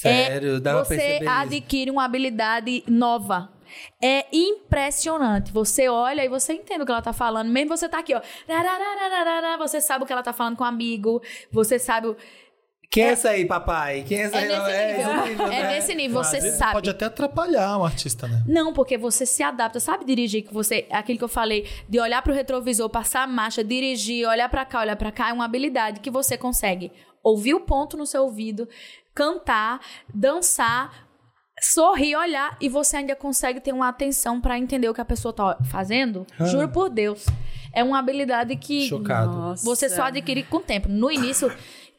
S2: Sério, dá pra
S4: É, Você
S2: perceber isso.
S4: adquire uma habilidade nova. É impressionante. Você olha e você entende o que ela tá falando. Mesmo você tá aqui, ó. Rararararara, Você sabe o que ela tá falando com um amigo. Você sabe. o-
S2: Quem é essa aí, papai? Quem é essa
S4: É
S2: aí?
S4: nesse nível. É
S2: né?
S4: nesse nível.
S1: Às
S4: Você
S1: vezes
S4: sabe.
S1: Pode até atrapalhar o artista, né?
S4: Não, porque você se adapta, sabe dirigir que você, aquilo que eu falei, de olhar pro retrovisor, passar a marcha, dirigir, olhar pra cá, olhar pra cá, é uma habilidade que você consegue ouvir o ponto no seu ouvido, cantar, dançar, sorrir, olhar e você ainda consegue ter uma atenção pra entender o que a pessoa tá fazendo. Juro por Deus. É uma habilidade que
S2: Chocado.
S3: Nossa.
S4: você só adquire com o tempo. No início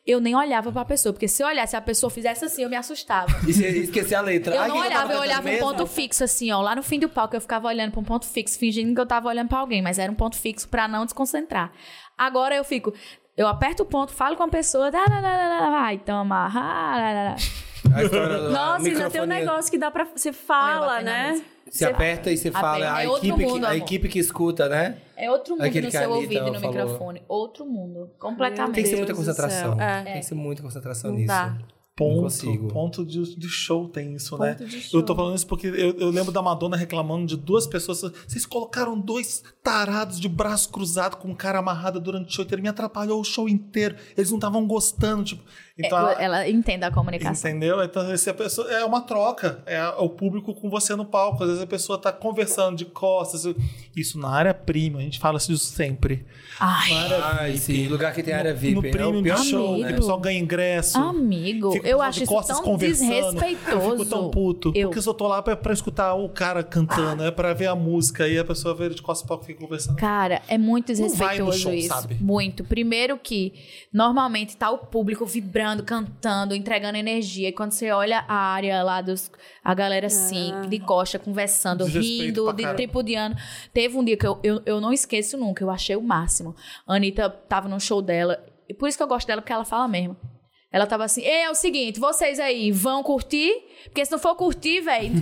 S4: eu nem olhava pra pessoa, porque se eu olhasse, a pessoa fizesse assim, eu me assustava.
S2: E você esquecer a letra.
S4: Eu
S2: Ai,
S4: não
S2: quem que tava
S4: olhava, eu
S2: cantando
S4: olhava um
S2: mesmo?
S4: ponto fixo, assim, ó. Lá no fim do palco, eu ficava olhando pra um ponto fixo, fingindo que eu tava olhando pra alguém, mas era um ponto fixo pra não desconcentrar. Agora eu fico, eu aperto o ponto, falo com a pessoa, dá, dá, dá, dá, dá, vai, toma. ah, dá, dá, dá.
S2: A história da
S3: Nossa, ainda tem um
S2: microfonia.
S3: negócio que dá pra. Você
S4: Olha,
S3: fala,
S4: eu bati na
S3: né?
S4: mesa.
S2: Você aperta e você fala. "Ah, A
S4: é outro
S2: equipe, que,
S4: mundo,
S2: a
S4: amor.
S2: equipe que escuta, né?
S4: É outro mundo
S2: Aquele
S4: no
S2: que a
S4: seu
S2: Anitta
S4: ouvido e no
S2: falou.
S4: microfone. Outro mundo.
S2: Tem que
S4: Completamente.
S2: ser muita
S3: Deus do
S2: concentração.
S3: céu. É.
S2: Tem que ser muita concentração
S3: Não
S2: nisso.
S3: dá.
S1: Ponto,
S2: consigo.
S1: ponto de, de show tem isso, né?
S4: Ponto de show.
S1: Eu tô falando isso porque eu, eu lembro da Madonna reclamando de duas pessoas. Vocês colocaram dois tarados de braço cruzado com o cara amarrado durante o show inteiro. Me atrapalhou o show inteiro. Eles não estavam gostando, tipo.
S4: É,
S1: Então, ela-
S4: ela entende a comunicação.
S1: Entendeu? Então, essa pessoa é uma troca. É a- o público com você no palco. Às vezes a pessoa tá conversando de costas. Isso na área prima, a gente fala isso sempre.
S4: Ai,
S1: Na área
S2: Ai, sim. Lugar que tem área VIP.
S1: no
S2: né? É o
S1: premium
S2: pior
S1: de show,
S4: amigo.
S1: o pessoal ganha ingresso.
S4: amigo,
S1: Fica
S4: eu
S1: com
S4: acho
S1: de
S4: isso
S1: costas
S4: tão
S1: conversando.
S4: desrespeitoso.
S1: Eu fico Tipo, tão puto.
S4: Eu-
S1: Porque se eu tô lá pra, pra escutar o cara cantando, é pra ver a música, e a pessoa vê ele de costas pro palco e fica conversando.
S4: Cara, é muito
S1: Não vai no
S4: desrespeitoso
S1: Um show,
S4: isso.
S1: sabe?
S4: Muito. Primeiro que normalmente tá o público vibrando, cantando, entregando energia. E quando você olha a área lá dos. A galera assim, de costa, conversando,
S1: Desrespeito
S4: rindo,
S1: pra
S4: de
S1: caramba.
S4: tripudiano. Teve um dia que eu, eu, eu não esqueço nunca, eu achei o máximo. A Anitta tava num show dela. E por isso que eu gosto dela, porque ela fala mesmo. Ela tava assim, "Ei, é o seguinte, vocês aí vão curtir? Porque se não for curtir, velho,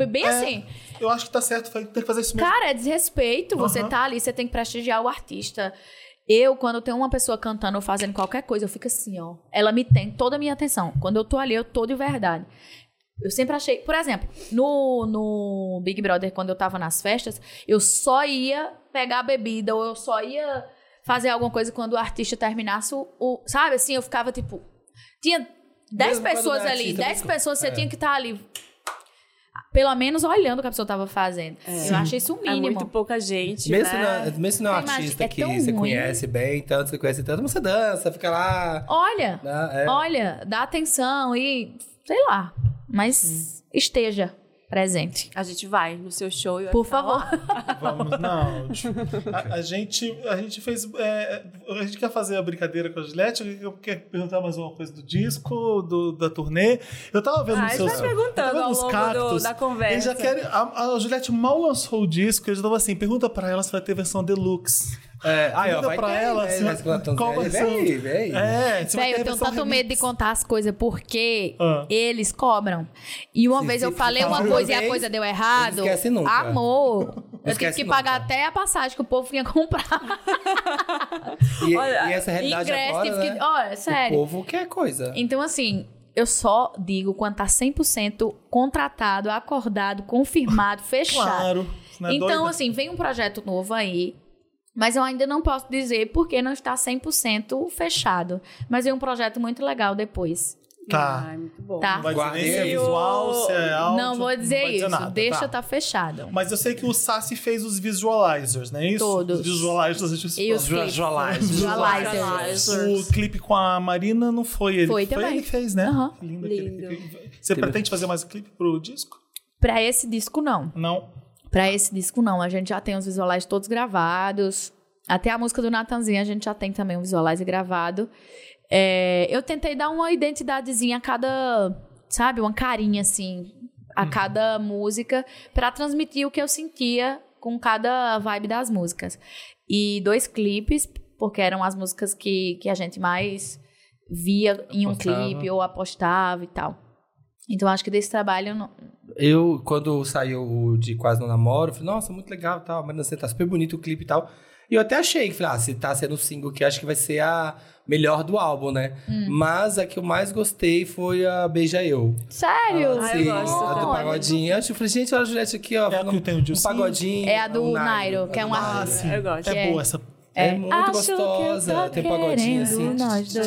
S1: É.
S4: bem assim.
S1: Eu acho que tá certo, falei, tem que fazer isso mesmo.
S4: Cara, é desrespeito. Você
S1: Aham.
S4: tá ali, você tem que prestigiar o artista. Eu, quando tem uma pessoa cantando ou fazendo qualquer coisa, eu fico assim, ó. Ela me tem toda a minha atenção. Quando eu tô ali, eu tô de verdade. Eu sempre achei. Por exemplo, no, no Big Brother, quando eu tava nas festas, eu só ia pegar a bebida ou eu só ia fazer alguma coisa quando o artista terminasse o. o- sabe assim? Eu ficava tipo. Tinha 10
S2: Mesmo quando
S4: pessoas
S2: não é
S4: ali,
S2: artista,
S4: 10
S2: mas-
S4: pessoas, você
S2: é.
S4: tinha que estar ali pelo menos olhando o que a pessoa tava fazendo. Eu achei isso o
S3: É
S4: mínimo.
S3: muito pouca gente.
S2: Mesmo,
S3: né?
S2: na, mesmo na
S4: Você imagina,
S2: artista
S4: é
S2: que
S4: tão
S2: você
S4: ruim.
S2: conhece bem, tanto, você conhece tanto, mas você dança, fica lá.
S4: Olha,
S2: né? É. Hum.
S4: olha, dá atenção e sei lá, mas esteja. presente.
S3: A gente vai no seu show e vai
S2: Tá
S4: Por
S3: ficar lá.
S4: favor.
S1: Vamos, não. tipo, A, a gente, a gente fez. é, a gente quer fazer a brincadeira com a Gillette. Eu quero perguntar mais uma coisa do disco, do, da turnê. Eu tava vendo
S3: Ah,
S1: os
S3: a gente
S1: seus.
S3: vai perguntando
S1: eu tava vendo
S3: ao
S1: os
S3: longo do-
S1: cactos,
S3: da conversa.
S1: Eles já querem, a, a Juliette mal lançou o disco, eles estavam assim: pergunta pra ela se vai ter versão deluxe.
S2: É, aí, ó,
S1: Pergunta
S2: vai
S1: pra
S2: ter,
S1: ela
S2: né,
S1: se
S2: mas quando eu tô
S1: qual vai
S2: velho,
S1: ser o-
S2: vem, vem.
S1: É, se vai
S4: Véi,
S1: ter
S4: eu tenho um
S1: versão
S4: tanto
S1: remix.
S4: medo de contar as coisas porque
S1: Ah.
S4: eles cobram. E uma vez eu falei uma
S2: falar
S4: coisa e
S2: uma
S4: a
S2: vez,
S4: coisa deu errado.
S2: Tá não esquece nunca.
S4: Amor. Eu tive
S2: esquece
S4: que
S2: nunca.
S4: pagar até a passagem que o povo vinha comprar.
S2: E,
S3: Olha,
S2: e essa realidade
S4: Ingresso,
S2: agora,
S4: tive que.
S2: né?
S4: Olha, sério.
S2: O povo quer coisa.
S4: Então, assim, eu só digo quando tá 100% contratado, acordado, confirmado, fechado.
S1: Claro. não é
S4: então,
S1: doida?
S4: assim, vem um projeto novo aí. Mas eu ainda não posso dizer porque não está 100% fechado. Mas é um projeto muito legal depois.
S1: Tá.
S3: Ai, muito bom.
S4: Tá?
S1: Não vai dizer nem se é
S2: Guardei.
S1: visual, se é áudio.
S4: não vou dizer
S1: vai
S4: isso.
S1: nada,
S4: Deixa
S1: tá.
S4: tá, fechado.
S1: Mas eu sei que o Sassi fez os visualizers, não é isso?
S4: Todos.
S1: Os visualizers. a gente
S4: E os
S2: Ju-
S4: clipes.
S2: Jualizers.
S4: Jualizers.
S1: O clipe com a Marina não foi ele.
S4: Foi também.
S1: ele que fez, né?
S4: Aham.
S1: Que Lindo, aquele
S3: Lindo.
S1: clipe. Você pretende fazer mais um clipe pro disco?
S4: Pra esse disco, não.
S1: Não.
S4: Pra esse disco, não. A gente já tem os visuais todos gravados. Até a música do Natanzinho a gente já tem também um visualize gravado. É, eu tentei dar uma identidadezinha a cada, sabe, uma carinha assim,
S2: Uhum.
S4: a cada música, pra transmitir o que eu sentia com cada vibe das músicas. E dois clipes, porque eram as músicas que, que a gente mais via em um
S2: Apostava.
S4: clipe ou apostava e tal. Então acho que desse trabalho eu não-
S2: Eu, quando saiu o de Quase Não Namoro, eu falei, nossa, muito legal e tal, mas você tá super bonito o clipe e tal. E eu até achei, que falei, ah, se tá sendo o single que acho que vai ser a melhor do álbum, né?
S4: Hum.
S2: Mas a que eu mais gostei foi a Beija Eu.
S4: Sério?
S3: Ah, eu
S2: Sim,
S3: gosto
S2: a do
S3: também.
S2: pagodinho. Eu falei, gente, olha a Juliette aqui, ó.
S1: É a que tem o
S2: um
S1: Dilcinho?
S2: pagodinho.
S4: É a do
S2: um
S4: Nairo, que é um
S2: Ah,
S4: artista.
S2: sim.
S3: Eu gosto.
S1: É
S4: É.
S1: boa essa.
S2: É,
S4: É.
S2: muito
S4: Acho que eu
S2: gostosa.
S4: tô
S2: Tem um pagodinho assim.
S4: querendo nós dois.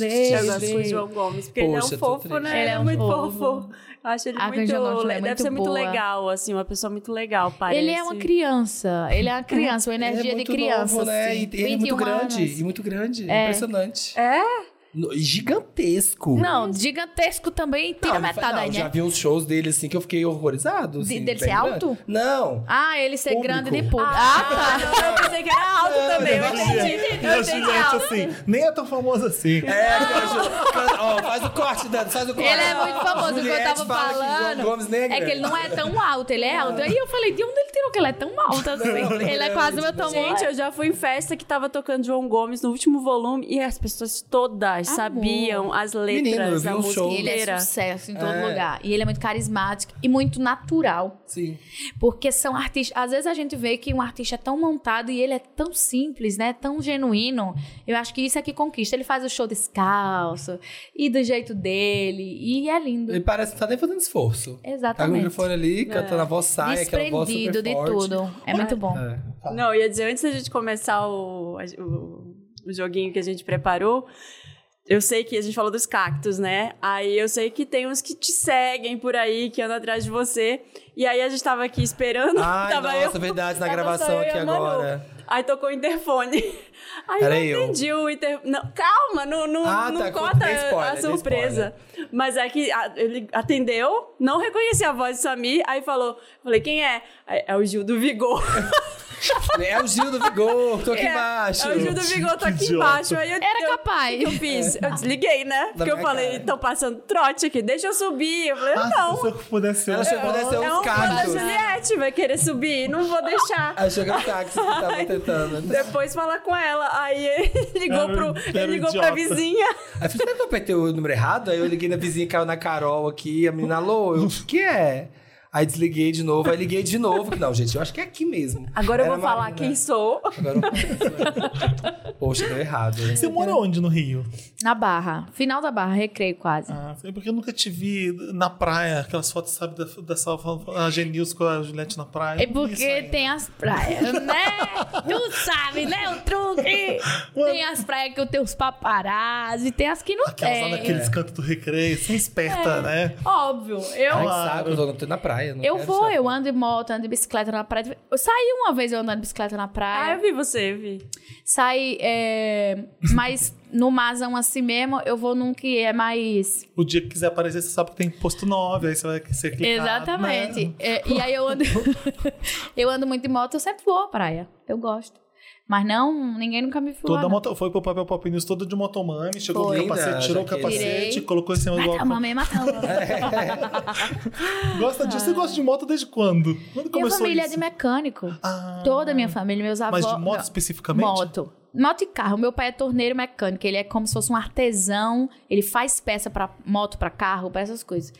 S3: Eu gosto com o João Gomes, porque ele é um
S2: Poxa, tô
S3: fofo,
S2: triste.
S3: né?
S4: Ele é um
S3: muito
S4: fofo.
S3: fofo. Eu acho ele
S4: A
S3: muito,
S4: Angela Johnson é
S3: Deve
S4: muito
S3: ser muito
S4: boa.
S3: legal, assim, uma pessoa muito legal, parece.
S4: Ele é uma criança. Ele é uma criança, uma energia de
S2: muito
S4: criança.
S2: novo, né?
S4: assim.
S2: E ele é
S4: 21
S2: muito grande,
S4: anos.
S2: e muito grande.
S4: É.
S2: Impressionante.
S3: É?
S2: No- e Gigantesco.
S4: Não, gigantesco também, tira
S2: Não,
S4: metade
S2: não,
S4: aí, né?
S2: já vi uns shows dele, assim, que eu fiquei horrorizado.
S4: De-
S2: assim,
S4: dele
S2: bem
S4: ser
S2: grande.
S4: alto?
S2: Não.
S4: Ah, ele ser
S2: Público.
S4: grande de público.
S3: Ah,
S4: Ah, tá.
S3: não, eu pensei que era alto também. Eu entendi,
S1: E
S3: eu
S1: a
S3: entendi
S1: Juliette,
S3: alto.
S1: assim, nem é tão famosa assim.
S2: É, aquela Ju- aquela- ó, faz o corte, Dani, faz o corte.
S4: Ah. Ele é muito famoso, o que eu
S2: Juliette
S4: tava
S2: fala que
S4: falando.
S2: João Gomes nem
S4: É que ele não é tão alto, ele é alto. Aí eu falei, de onde ele tirou que ele é tão alto assim? ele é quase meu tamanho.
S3: Gente, eu já fui em festa que tava tocando João Gomes no último volume e as pessoas todas
S4: Amor.
S3: sabiam as
S2: Menino, eu
S3: letras
S2: vi
S3: da
S2: um
S3: música
S2: show.
S4: ele
S3: inteira.
S4: é sucesso em todo
S2: É.
S4: lugar. E ele é muito carismático e muito natural.
S2: Sim.
S4: Porque são artistas. Às vezes a gente vê que um artista é tão montado e ele é tão simples, né? Tão genuíno. Eu acho que isso é que conquista. Ele faz o show descalço e do jeito dele. E é lindo.
S2: Ele parece que não tá nem fazendo esforço. Tá com o
S4: Exatamente. É.
S2: microfone ali, cantando a voz sai, aquela voz
S4: Desprendido
S2: super
S4: de
S2: forte.
S4: tudo. É muito bom.
S2: É.
S3: Não, eu ia dizer, antes da gente começar o, a- o, o joguinho que a gente preparou, eu sei que a gente falou dos cactos, né? Aí eu sei que tem uns que te seguem por aí, que andam atrás de você. E aí a gente tava aqui esperando.
S2: Ai,
S3: tava
S2: nossa,
S3: eu,
S2: verdade, na
S3: tava
S2: gravação
S3: só eu e
S2: aqui
S3: a Manu.
S2: agora.
S3: Aí tocou o interfone. Aí
S2: Era
S3: eu não
S2: eu.
S3: entendi o interfone. Calma, não, não,
S2: Ah,
S3: não
S2: tá,
S3: conta
S2: dei spoiler,
S3: a
S2: dei
S3: surpresa. Mas é que a- ele atendeu, não reconhecia a voz do Samir, aí falou, falei, quem é? Aí, É o Gil do Vigor.
S2: É o Gil do Vigor, tô aqui
S3: É,
S2: embaixo.
S3: Eu juro, o Vigor tá aqui
S1: Idiota.
S3: embaixo. Aí eu,
S4: Era
S3: eu,
S4: capaz.
S3: eu fiz. Eu desliguei, né? Porque eu
S2: É. minha
S3: falei,
S2: cara.
S3: estão passando trote aqui, deixa eu subir. Eu falei,
S1: Ah,
S3: não.
S1: se eu pudesse ser
S2: Ela chegou a descer
S3: É
S2: uns né?
S3: um fã da
S2: cactos.
S3: Juliette, vai querer subir, não vou deixar.
S2: Aí chegou o táxi que tava tentando.
S3: Depois falar com ela. Aí ele ligou,
S1: Era um-
S3: pro,
S1: era um
S3: ele ligou pra
S1: idiota.
S3: vizinha.
S2: Aí eu falei, será que eu apertei o número errado? Aí eu liguei na vizinha, caiu na Carol aqui, a menina, alô, eu, o que é? Aí desliguei de novo, aí liguei de novo. Não, gente, eu acho que é aqui mesmo.
S3: Agora eu
S2: Era
S3: vou falar
S2: Marina.
S1: né.
S3: quem sou.
S2: Agora eu- Poxa, deu errado. né?
S1: Você mora onde no Rio?
S4: Na barra. Final da barra, recreio quase.
S1: Ah, é porque eu nunca te vi na praia, aquelas fotos, sabe, da, da salva, a Genilson com a Juliette na praia.
S4: É
S1: Eu não vi isso
S4: porque
S1: ainda.
S4: tem as praias, né? tu sabe, né? O truque. Tem as praias que eu tenho os paparazzi, tem as que não
S1: Aquelas lá
S4: tem.
S1: naqueles cantos do recreio, sem
S4: É.
S1: esperta, né?
S4: Óbvio. Eu,
S2: Ai, que
S1: Claro.
S2: saco, eu tô- eu tô na praia. não
S4: eu
S2: quero
S4: vou,
S2: saber.
S4: eu ando de moto, ando de bicicleta na praia. Eu saí Ah, é. uma vez eu andando de bicicleta na
S3: Ah, eu
S4: praia.
S3: vi você, vi.
S4: Saí, é, mas no Mazão assim mesmo, eu vou num que é mais.
S1: O dia que quiser aparecer, você sabe que tem posto 9, aí você vai ser clicado.
S4: Exatamente.
S1: Né?
S4: É, e aí eu ando. eu ando muito de moto, eu sempre vou à praia. Eu gosto. Mas não, ninguém nunca me falou.
S1: Toda
S4: não.
S1: moto, foi pro papel Pop News todo de motomami, chegou
S2: Foi.
S1: o capacete,
S2: Linda,
S1: tirou o
S2: Jaqueline.
S1: capacete,
S4: Tirei.
S1: colocou em cima do
S4: Mata,
S1: óculos.
S4: mamãe, mata.
S1: É, Gosta disso? Você gosta de moto desde quando? Quando
S4: Minha
S1: começou
S4: família é
S1: isso?
S4: de mecânico.
S1: Ah.
S4: Toda a minha família, meus avós.
S1: Mas de moto
S4: não.
S1: especificamente?
S4: Moto. Moto e carro. Meu pai é torneiro mecânico. Ele é como se fosse um artesão. Ele faz peça para moto, para carro, para essas coisas.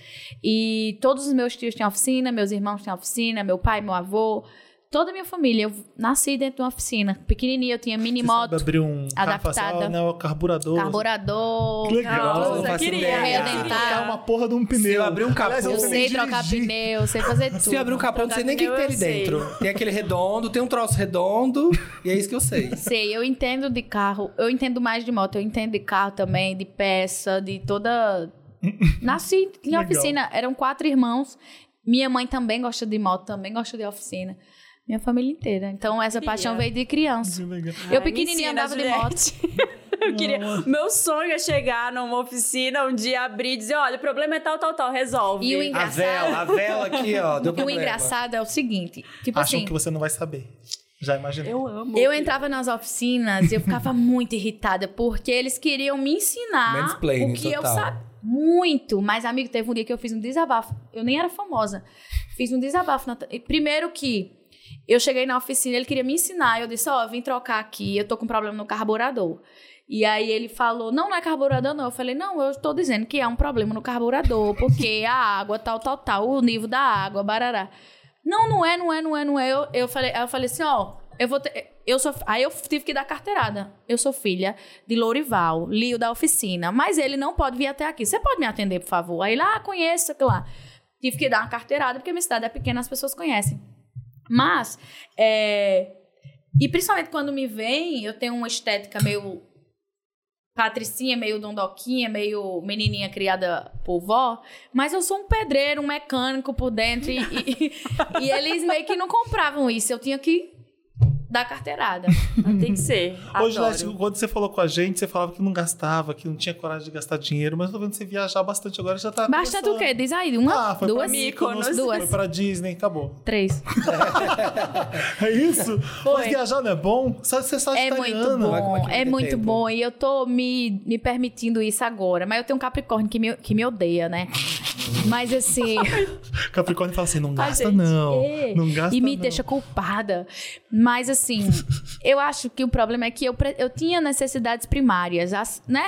S4: E todos os meus tios têm oficina, meus irmãos têm oficina, meu pai, meu avô. Toda a minha família. Eu nasci dentro de uma oficina. Pequenininha, eu tinha mini
S1: Você
S4: moto,
S1: sabe abrir um carro e falar assim,
S4: adaptada.
S1: ah, não, é o carburador.
S4: carburador.
S1: Que legal.
S2: Nossa,
S3: Nossa,
S2: não faço
S3: queria.
S2: ideia.
S4: Eu
S1: Você
S4: dentro.
S1: trocar uma porra de um pneu.
S2: eu abrir um capô-
S1: Aliás,
S4: Eu
S1: não
S4: Tá. sei trocar
S1: dirigir.
S4: pneu, sei fazer tudo.
S2: Se abrir um capão, não sei nem o que, que tem ali
S3: Eu sei.
S2: dentro. Tem aquele redondo, tem um troço redondo, e é isso que eu sei.
S4: Sei, eu entendo de carro, eu entendo mais de moto, eu entendo de carro também, de peça, de toda. Nasci em
S1: Legal.
S4: oficina, eram quatro irmãos. Minha mãe também gosta de moto, também gosta de oficina. Minha família inteira. Então essa
S3: Queria.
S4: paixão veio de criança.
S1: Que legal.
S4: Eu
S3: Ai, é. Ah, me
S4: pequenininha
S3: ensina,
S4: andava de moto.
S3: Eu queria. Meu sonho é chegar numa oficina um dia abrir e dizer: olha, o problema é tal, tal, tal, resolve.
S4: E o
S2: A
S4: engraçado,
S2: vela, a vela aqui, ó. Deu
S4: e o
S2: problema.
S4: engraçado é o seguinte, tipo
S1: Acham
S4: assim,
S1: que você não vai saber. Já imaginei.
S3: Ah, Eu amo.
S4: eu entrava nas oficinas e eu ficava muito irritada, porque eles queriam me ensinar o
S2: Mansplaining
S4: que eu
S2: total.
S4: sabia. Muito, mas amigo, teve um dia que eu fiz um desabafo. Eu nem era famosa. Fiz um desabafo. na- e Primeiro que eu cheguei na oficina, ele queria me ensinar. Eu disse, ó, eu vim trocar aqui, eu tô com problema no carburador. E aí ele falou, não, não é carburador não. Eu falei, não, eu tô dizendo que há um problema no carburador, porque a água, tal, tal, tal, o nível da água, barará. Não, não é, não é, não é, não é. Eu, eu falei, aí eu falei assim, ó, eu vou ter, eu sou, aí eu tive que dar carteirada. Eu sou filha de Lourival, Lio da oficina, mas ele não pode vir até aqui. Você pode me atender, por favor? Aí lá, ah, conheço, sei lá. Tive que dar uma carteirada, porque minha cidade é pequena, as pessoas conhecem. Mas, é, e principalmente quando me vem, eu tenho uma estética meio patricinha, é meio dondoquinha, meio menininha criada por vó, mas eu sou um pedreiro, um mecânico por dentro e, e- e eles meio que não compravam isso, eu tinha que dar carteirada.
S3: Tem que ser.
S1: Hoje,
S3: Adoro.
S1: Léo, quando você falou com a gente, você falava que não gastava, que não tinha coragem de gastar dinheiro, mas eu tô vendo você viajar bastante agora, já tá.
S4: Bastante o
S1: começando.
S4: quê? Diz aí, uma,
S1: Ah, foi pra
S4: duas,
S1: Mykonos, Foi
S4: duas,
S1: pra Disney, acabou.
S4: três.
S1: É isso?
S4: Foi.
S1: Mas viajar não é bom? Só você sabe
S4: É muito
S1: italiana.
S2: Vai com uma
S4: bom,
S2: equipe
S4: é
S2: de
S4: muito
S2: tempo.
S4: bom. E eu tô me, me permitindo isso agora. Mas eu tenho um Capricórnio que me, que me odeia, né? Mas assim.
S1: Capricórnio fala assim: não
S4: a
S1: gasta,
S4: gente-
S1: não.
S4: é,
S1: Não gasta.
S4: E me
S1: não.
S4: deixa culpada. Mas assim, eu acho que o problema é que eu, pre- eu tinha necessidades primárias, as- né?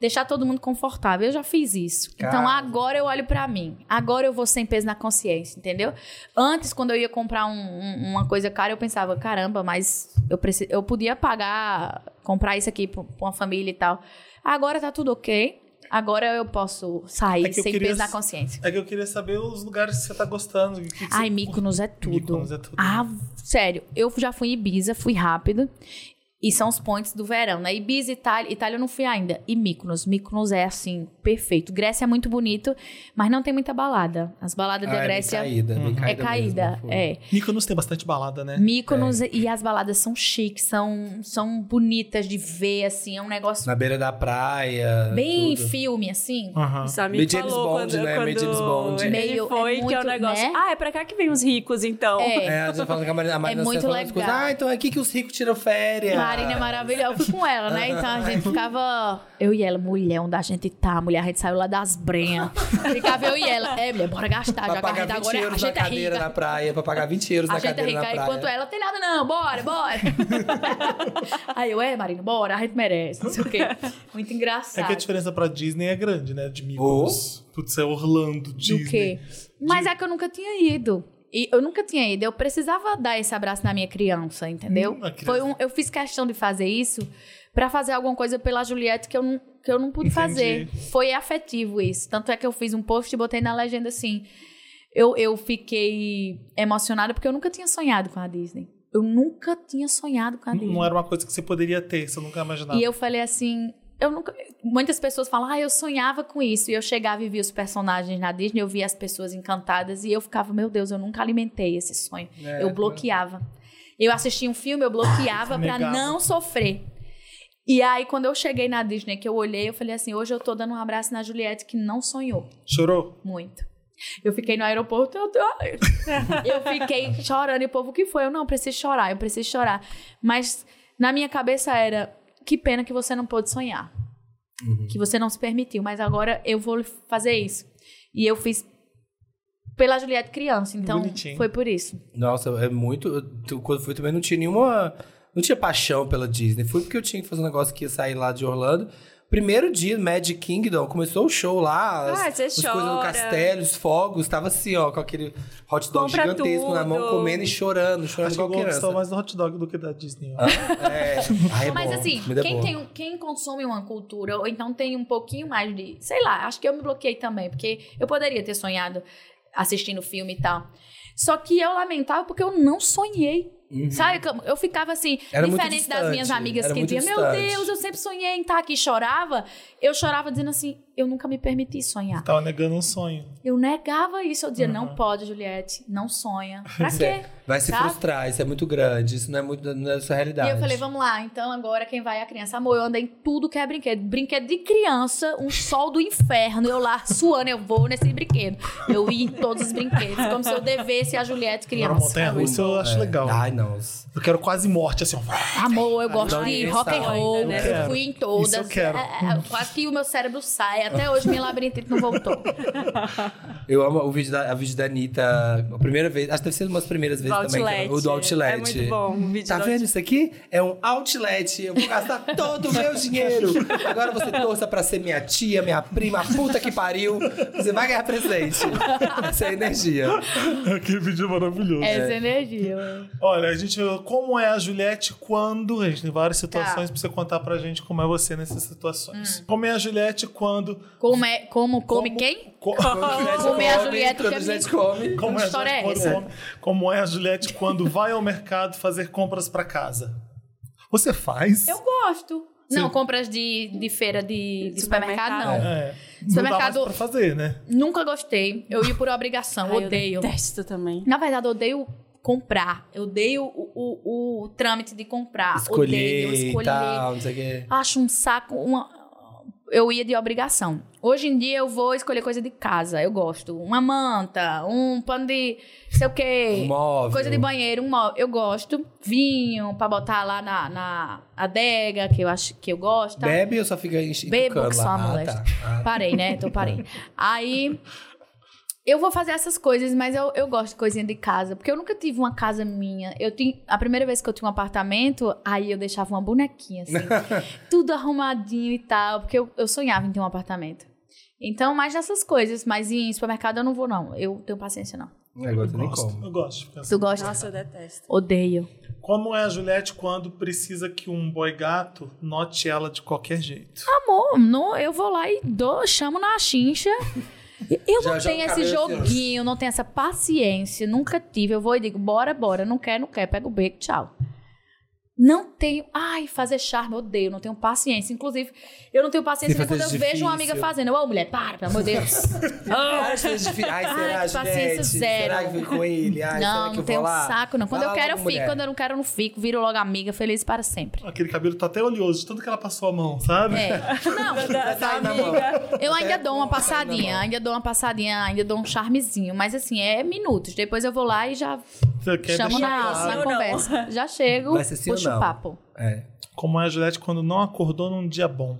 S4: Deixar todo mundo confortável. Eu já fiz isso. Então
S2: Cara.
S4: agora eu olho pra mim. Agora eu vou sem peso na consciência, entendeu? Antes, quando eu ia comprar um- um- uma coisa cara, eu pensava, caramba, mas eu, preci- eu podia pagar, comprar isso aqui pra pra uma família e tal. Agora tá tudo ok. Agora eu posso sair
S1: É que eu
S4: sem
S1: queria-
S4: peso na consciência.
S1: É que eu queria saber os lugares que você tá gostando. o que que
S4: Ai,
S1: você-
S4: Mykonos é tudo.
S1: Mykonos é tudo.
S4: Ah,
S2: né?
S4: sério. Eu já fui em Ibiza, fui rápido. E são os pontes do verão, né? Ibiza, Itália, Itália eu não fui ainda. E Mykonos. Mykonos é, assim, perfeito. Grécia é muito bonito, mas não tem muita balada. As baladas
S2: Ah,
S4: da
S2: é bem
S4: Grécia...
S2: caída, bem
S4: É
S2: caída
S4: caída,
S2: mesmo, foi. É.
S4: é.
S1: Mykonos tem bastante balada, né?
S4: Mykonos e as baladas são chiques, são, são bonitas de ver, assim. É um negócio
S2: Na beira da praia.
S4: bem
S2: tudo. Ah,
S4: filme, assim.
S1: Aham.
S3: O Samir
S2: Meio James
S3: falou
S2: Bond,
S3: quando,
S2: né?
S3: quando
S2: Meio James Bond.
S3: ele
S4: Meio- é
S3: foi, que é o
S4: muito,
S3: negócio.
S4: né?
S3: Ah, é pra cá que vem os ricos, então.
S4: É.
S2: É, você fala que a Marina, a Marina
S4: muito
S2: Sena fala as
S4: legal.
S2: coisas, Ah, então é aqui que os ricos tiram férias.
S4: Marina é maravilhosa. Eu fui com ela, né? Então a gente ficava. Eu e ela, mulher, onde a gente tá, mulher, a gente saiu lá das brenhas. Ficava eu e ela. É, mulher, bora gastar,
S2: Pra
S4: já que a
S2: pagar
S4: gente
S2: 20
S4: agora é- a
S2: euros na
S4: gente é
S2: cadeira na
S4: rica.
S2: praia. Pra pagar 20 euros
S4: A
S2: na
S4: gente é
S2: cadeira na
S4: rica.
S2: praia.
S4: Enquanto ela, tem nada não, bora, bora. Aí eu, é, Marina, bora, a gente merece, não sei o quê. Muito
S1: É
S4: engraçado.
S1: que a diferença pra Disney é grande, né? De Mykonos. Putz, é Orlando, Disney.
S4: do que. Mas é que eu nunca tinha ido. E eu nunca tinha ido. Eu precisava dar esse abraço na minha criança, entendeu?
S1: Hum, a criança.
S4: Foi um, eu fiz questão de fazer isso pra fazer alguma coisa pela Juliette que eu não, que eu não pude
S1: Entendi.
S4: fazer. Foi afetivo isso. Tanto é que eu fiz um post e botei na legenda assim. Eu, eu fiquei emocionada porque eu nunca tinha sonhado com a Disney. Eu nunca tinha sonhado com a
S1: Não
S4: Disney.
S1: não era uma coisa que você poderia ter, você nunca imaginava.
S4: E eu falei assim, eu nunca. Muitas pessoas falam, ah, eu sonhava com isso. E eu chegava e via os personagens na Disney, eu via as pessoas encantadas e eu ficava, meu Deus, eu nunca alimentei esse sonho.
S2: É,
S4: eu bloqueava. Eu assistia um filme, eu bloqueava pra
S1: Negava.
S4: não sofrer. E aí, quando eu cheguei na Disney, que eu olhei, eu falei assim: hoje eu tô dando um abraço na Juliette que não sonhou
S1: Chorou?
S4: muito. Eu fiquei no aeroporto, eu, tô- eu fiquei chorando. E o povo, o que foi? Eu não preciso chorar, eu preciso chorar. Mas na minha cabeça era: que pena que você não pôde sonhar. Que você não se permitiu. Mas agora eu vou fazer isso. E eu fiz pela Juliette criança. Então
S1: Bonitinho.
S4: foi por isso.
S2: Nossa, é muito. eu- tu- Quando fui também não tinha nenhuma. Não tinha paixão pela Disney. Fui porque eu tinha que fazer um negócio que ia sair lá de Orlando. Primeiro dia, Magic Kingdom, começou o show lá. As,
S3: Ah, você
S2: as coisas no
S3: chora.
S2: castelo, os fogos. Tava assim, ó, com aquele hot dog
S3: Compra
S2: gigantesco na mão,
S3: tudo.
S2: comendo e chorando,
S1: Eu
S2: chorando
S1: acho que eu
S2: igual criança.
S1: gosto mais do hot dog do que da Disney. ó.
S2: É. Ah, é
S4: Mas
S2: bom,
S4: assim,
S2: comida é
S4: quem,
S2: boa.
S4: tem, um- quem consome uma cultura, ou então tem um pouquinho mais de. Sei lá, acho que eu me bloqueei também, porque eu poderia ter sonhado assistindo filme e tal. Só que eu lamentava porque eu não sonhei. Sabe? que eu- Eu ficava assim,
S2: Uhum. Era muito
S4: diferente das
S2: distante,
S4: minhas amigas
S2: era
S4: que
S2: muito
S4: diziam, meu
S2: distante."
S4: Deus, eu sempre sonhei em estar aqui, chorava. Eu chorava dizendo assim, eu nunca me permiti sonhar.
S1: Tava negando um sonho.
S4: Eu negava isso, eu dizia, não pode, Juliette, não sonha. Pra
S2: Isso
S4: quê?
S2: Uhum. é- Vai se
S4: Sabe?
S2: frustrar, isso é muito grande, isso não é muito não é da sua realidade.
S4: E eu falei, vamos lá, então agora quem vai é a criança. Amor, eu andei em tudo que é brinquedo. Brinquedo de criança, um sol do inferno. Eu lá suando, eu vou nesse brinquedo. Eu ia em todos os brinquedos, como se eu devesse a Juliette
S1: Agora montanha
S4: criança.
S1: russa eu acho legal.
S2: É. Ai, não. isso-
S1: Eu quero quase morte, assim, ó.
S4: Amor, eu
S2: Ah,
S4: gosto
S2: não,
S4: de
S2: isso
S4: rock and
S2: ainda,
S4: roll,
S1: né?
S4: eu
S1: Quero.
S4: fui em todas.
S1: Isso eu quero.
S4: É, é, quase que o meu cérebro sai. Até hoje minha labirintite não voltou.
S2: Eu amo o vídeo da, a vídeo da Anitta, a primeira vez, acho que deve ser umas primeiras
S3: Do
S2: vezes também. que ela-
S3: Outlet.
S2: o do Outlet.
S3: É muito bom. O vídeo
S2: Tá
S3: do
S2: vendo isso aqui? É um outlet. Eu vou gastar todo o meu dinheiro. Agora você torça pra ser minha tia, minha prima, a puta que pariu. Você vai ganhar presente. Essa é a energia.
S1: Aquele vídeo é maravilhoso.
S4: Essa energia. ué.
S1: Olha, a gente como é a Juliette quando. A gente tem várias
S4: Tá.
S1: situações pra você contar pra gente como é você nessas situações. Como é a Juliette quando.
S4: Como, é, como Hum. come quem?
S1: co-
S4: Como é a Juliette
S2: Quando
S4: que
S2: a
S4: é
S2: Juliette
S4: minha-
S2: come.
S1: como
S4: Que
S1: é a
S4: história
S1: Juliette
S4: é
S1: quando
S4: essa?
S1: come- como é a Juliette quando vai ao mercado fazer compras pra casa? Você faz?
S4: Eu gosto. Não,
S1: Sim.
S4: compras de, de feira de, de
S3: Supermercado.
S4: supermercado, não.
S1: É. Não dá mais
S4: Supermercado-
S1: pra fazer, né?
S4: Nunca gostei. Eu ia por obrigação.
S3: Ai, eu
S4: odeio.
S3: detesto também.
S4: Na verdade, eu odeio comprar. Eu odeio o, o, Ah, o trâmite de comprar.
S2: Escolher
S4: odeio escolher.
S2: e tal, não sei o quê.
S4: Acho um saco. Uma... Eu ia de obrigação. Hoje em dia eu vou escolher coisa de casa. Eu gosto. Uma manta, um pano de sei o quê.
S2: Um móvel.
S4: Coisa de banheiro, um móvel. Eu gosto. Vinho pra botar lá na, na adega, que eu acho que eu gosto. tal.
S2: Bebe ou só fica enchendo?
S4: Tá. Bebo que sou a
S2: ah,
S4: mulher.
S2: tá. Ah,
S4: Parei, né? Então parei. Aí. Eu vou fazer essas coisas, mas eu, eu gosto de coisinha de casa. Porque eu nunca tive uma casa minha. Eu tinha, a primeira vez que eu tinha um apartamento, aí eu deixava uma bonequinha, assim. tudo arrumadinho e tal. Porque eu, eu sonhava em ter um apartamento. Então, mais nessas coisas. Mas em supermercado eu não vou, não. Eu tenho paciência, não.
S2: Agora
S1: Eu
S2: nem
S1: gosto,
S2: como.
S1: eu gosto de ficar assim.
S4: Tu gosta?
S3: Nossa, eu detesto.
S4: Odeio.
S1: Como é a Juliette quando precisa que um boy gato note ela de qualquer jeito?
S4: Amor, não, eu vou lá e dou, chamo na chincha. Eu
S2: Já joga
S4: não tenho
S2: o
S4: esse
S2: cabelo assim, ó.
S4: joguinho, não tenho essa paciência, nunca tive. Eu vou e digo, bora, bora, não quer, não quer, pega o beco, tchau. Não tenho. Ai, fazer charme, odeio, não tenho paciência. Inclusive, eu não tenho paciência
S2: Se
S4: nem quando eu
S2: fazer
S4: vejo uma amiga
S2: difícil.
S4: fazendo. Ô, mulher, para, pelo amor de Deus.
S3: Ah!
S2: Ai,
S3: é
S2: será, Juliette? Ai,
S4: Ai,
S2: será,
S4: paciência
S2: Juliette?
S4: zero.
S2: Será que eu fico com ele? Ai, será
S4: não,
S2: que
S4: não
S2: eu vou
S4: tenho
S2: lá?
S4: saco, não. Quando
S2: Vai lá
S4: eu quero, eu
S2: logo,
S4: fico.
S2: mulher.
S4: Quando eu não quero, eu não fico. Viro logo amiga, feliz para sempre.
S1: Aquele cabelo tá até oleoso, de tanto que ela passou a mão, sabe?
S4: É. Não,
S2: Sai na mão.
S4: Eu ainda
S2: Até
S4: dou uma
S2: com- sai na
S4: passadinha,
S2: mão.
S4: ainda dou uma passadinha, ainda dou um charmezinho, mas assim, é minutos. Depois eu vou lá e já
S1: Você quer
S4: chamo
S1: deixar
S4: na,
S1: claro.
S4: na
S3: Sim ou não?
S4: conversa. Já chego,
S2: Vai ser sim ou
S4: puxo
S2: não?
S4: o papo.
S2: É.
S1: Como é a Juliette quando não acordou num dia bom?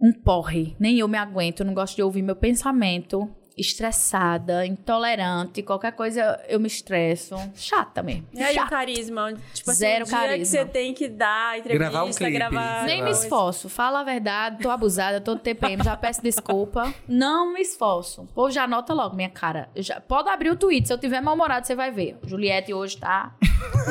S4: Um porre, nem eu me aguento, eu não gosto de ouvir meu pensamento. Estressada, intolerante, qualquer coisa eu me estresso. Chata mesmo.
S3: E aí tá, o
S4: Chata.
S3: carisma? Tipo, assim,
S4: Zero
S3: o dia
S4: carisma.
S3: que você tem que dar entrevista,
S2: Gravar um clipe,
S3: gravar-
S2: sei
S4: Nem
S2: lá.
S4: me esforço, fala a verdade, tô abusada, tô de TPM, já peço desculpa. Não me esforço. Pô, já anota logo, minha cara. Eu já- pode abrir o tweet, se eu tiver mal-humorado, você vai ver. Juliette hoje tá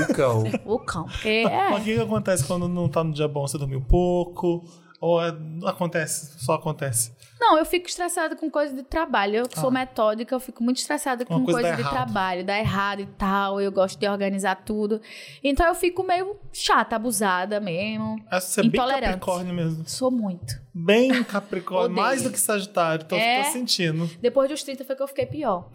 S2: O cão.
S4: o cão. Porque
S1: Mas o
S4: é.
S1: que, que acontece quando não tá no dia bom? Você dormiu pouco? Ou é- acontece, só acontece?
S4: Não, eu fico estressada com coisa de trabalho. Eu que sou metódica, eu fico muito estressada com
S1: Ah. Uma coisa
S4: coisa,
S1: dá
S4: de
S1: errado.
S4: trabalho, dá errado e tal. Eu gosto de organizar tudo. Então eu fico meio chata, abusada mesmo.
S1: Essa Você é bem
S4: Intolerante.
S1: capricórnio mesmo.
S4: Sou muito.
S1: Bem capricórnio,
S4: Odeio.
S1: mais do que sagitário. Tô,
S4: É.
S1: tô sentindo.
S4: Depois dos 30 foi que eu fiquei pior.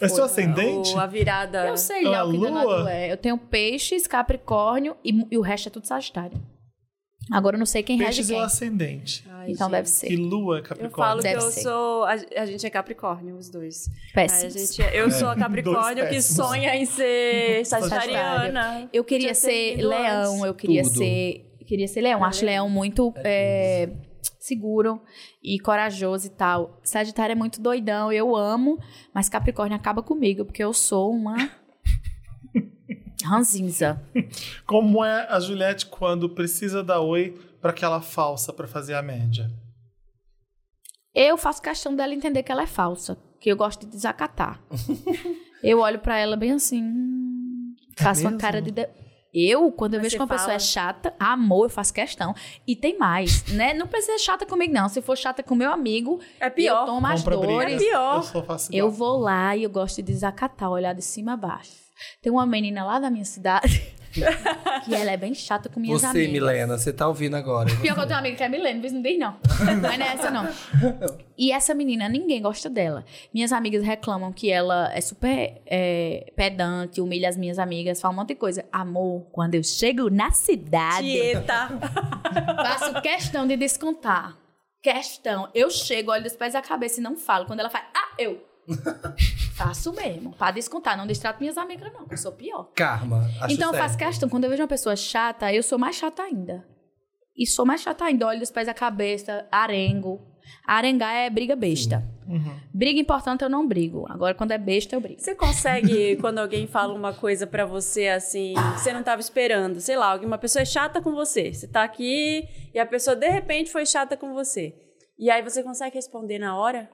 S1: É seu ascendente?
S3: Ou a virada.
S4: Eu sei
S1: É
S4: lá
S1: a
S4: o que
S1: lua?
S4: danado é. Eu tenho peixes, capricórnio e, e o resto é tudo sagitário. Agora eu não sei quem rege
S1: Peixes é
S4: quem.
S1: o ascendente.
S3: Ai,
S4: Então
S3: gente.
S4: deve
S1: E
S4: ser.
S1: Lua é
S3: Eu falo
S1: Capricórnio.
S4: Deve
S3: que eu
S4: ser.
S3: sou. A, a gente é Capricórnio, os dois. Aí a
S4: Péssimo.
S3: gente, é- eu sou a Capricórnio que
S1: péssimos.
S3: sonha em ser
S4: Sagitário.
S3: Sagitariana.
S4: Eu queria
S3: Podia ter
S4: ser
S3: ido
S4: leão,
S3: antes.
S4: eu queria
S2: Tudo.
S4: ser. Queria ser leão.
S3: É
S4: Acho leão muito é, seguro e corajoso e tal. Sagitário é muito doidão, eu amo, mas Capricórnio acaba comigo, porque eu sou uma. ranzinza.
S1: Como é a Juliette quando precisa dar oi para aquela falsa para fazer a média?
S4: Eu faço questão dela entender que ela é falsa, que eu gosto de desacatar. eu olho pra ela bem assim, hum, faço uma
S1: mesmo?
S4: cara de. de- Eu, quando eu
S3: É Mas
S4: vejo que
S3: você
S4: uma pessoa
S3: fala?
S4: é chata, amor, eu faço questão. E tem mais, né? Não precisa ser chata comigo, não. Se for chata com meu amigo,
S3: É
S4: eu
S3: pior.
S4: tomo as
S1: Compra briga.
S4: dores.
S3: É pior.
S1: Eu só faço igual.
S4: Eu vou lá e eu gosto de desacatar, olhar de cima a baixo. Tem uma menina lá da minha cidade que ela é bem chata com minhas
S2: Você,
S4: amigas.
S2: Milena, você tá ouvindo agora.
S4: Pior que eu tenho uma amiga que é Milene, mas não diz não. Mas não é essa, não. E essa menina, ninguém gosta dela. Minhas amigas reclamam que ela é super é, pedante, humilha as minhas amigas, fala um monte de coisa. Amor, quando eu chego na cidade,
S3: Dieta.
S4: faço questão de descontar. Questão. Eu chego, olho dos pés à cabeça e não falo. Quando ela faz, ah, eu. faço mesmo, pra descontar. Não distrato minhas amigas, não, que eu sou pior
S2: Karma. Acho
S4: então eu
S2: certo.
S4: faço questão, quando eu vejo uma pessoa chata, eu sou mais chata ainda. E sou mais chata ainda, olho dos pés à cabeça, arengo. Arengar é briga besta.
S2: Uhum.
S4: Briga importante eu não brigo. Agora, quando é besta, eu brigo.
S3: Você consegue, quando alguém fala uma coisa pra você assim, que você não tava esperando, sei lá, alguma pessoa é chata com você. Você tá aqui e a pessoa de repente foi chata com você. E aí você consegue responder na hora?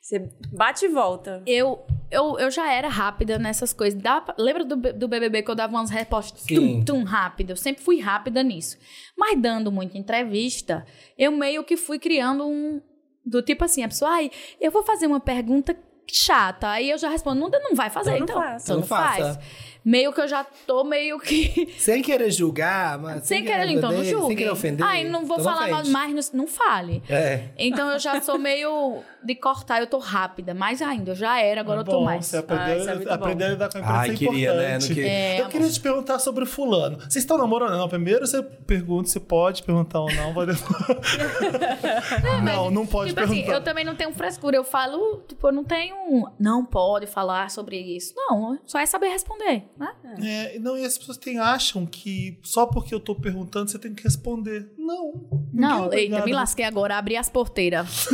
S3: Você bate e volta.
S4: Eu, eu, eu já era rápida nessas coisas. Dá pra- lembra do, B- do BBB que eu dava umas respostas tum,
S2: Sim.
S4: tum, rápida? Eu sempre fui rápida nisso. Mas dando muita entrevista, eu meio que fui criando um... Do tipo assim, a pessoa, ai, eu vou fazer uma pergunta chata. Aí eu já respondo, não, não vai fazer,
S3: Então não
S4: então.
S3: faça.
S4: Então
S2: Não
S4: não faz.
S2: faça.
S4: Meio que eu já tô meio que...
S2: Sem querer julgar, mas.
S4: sem querer, então, não
S2: ofender,
S4: julgue.
S2: Sem querer ofender.
S4: Ai, não vou
S2: então
S4: falar mal
S2: ofende.
S4: mais, não, não fale.
S2: É.
S4: Então eu já sou meio de cortar, eu tô rápida, mais ainda, eu já era, agora
S1: É
S4: eu
S1: bom,
S4: tô mais.
S1: Você aprendeu,
S3: Ah, isso é muito bom.
S1: aprendeu a lidar com a imprensa
S2: Ai,
S1: é
S2: queria, né?
S1: importante.
S2: Não queria.
S4: É,
S1: eu queria te perguntar sobre o fulano. Vocês estão namorando? Não, primeiro você pergunta se pode perguntar ou não. vai depois- não, não pode
S4: tipo assim,
S1: perguntar.
S4: eu também não tenho frescura, eu falo, tipo, eu não tenho, não pode falar sobre isso. Não, só é saber responder, né?
S1: É, não, e as pessoas têm, acham que só porque eu tô perguntando você tem que responder. Não. ninguém é
S4: Não,
S1: obrigado.
S4: eita, me lasquei agora, abri as porteiras.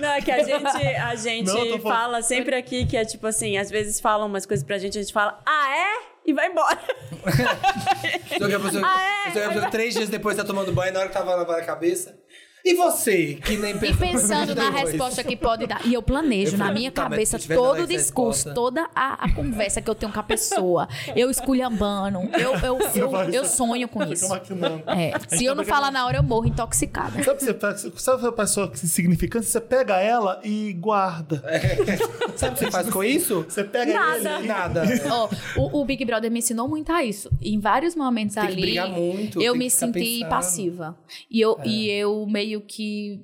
S3: Não, é que a gente, a gente
S1: Não, eu tô falando-
S3: fala sempre aqui que é tipo assim, às vezes falam umas coisas pra gente, a gente fala, ah, é? E vai embora.
S2: Só que a pessoa,
S4: Ah, é?
S2: só que a pessoa três dias depois tá tomando banho, na hora que tava lavando a cabeça. E você, que nem
S4: E pensando na resposta que pode dar. E eu planejo
S2: Eu
S4: na
S2: falei,
S4: minha
S2: tá, mas
S4: cabeça
S2: se tiver
S4: todo
S2: dado
S4: o
S2: essa
S4: discurso,
S2: resposta-
S4: toda a, a conversa que eu tenho com a pessoa. Eu esculhambando, eu, eu, eu,
S1: vai-
S4: eu sonho com
S1: Fica
S4: isso.
S1: maquinando.
S4: É, se eu não falar na hora, eu morro intoxicada.
S1: Sabe, você, pega- sabe a pessoa que é insignificante? Você pega ela e
S2: É.
S1: guarda.
S2: Sabe o que você faz com isso?
S1: Você pega
S3: Nada.
S1: ele e
S2: Nada.
S4: Ó, o, o Big Brother me ensinou muito a isso. Em vários momentos
S2: Tem que
S4: ali,
S2: brigar muito,
S4: eu
S2: tem
S4: me
S2: que ficar
S4: senti
S2: pensando. É.
S4: passiva. E eu, e eu meio que.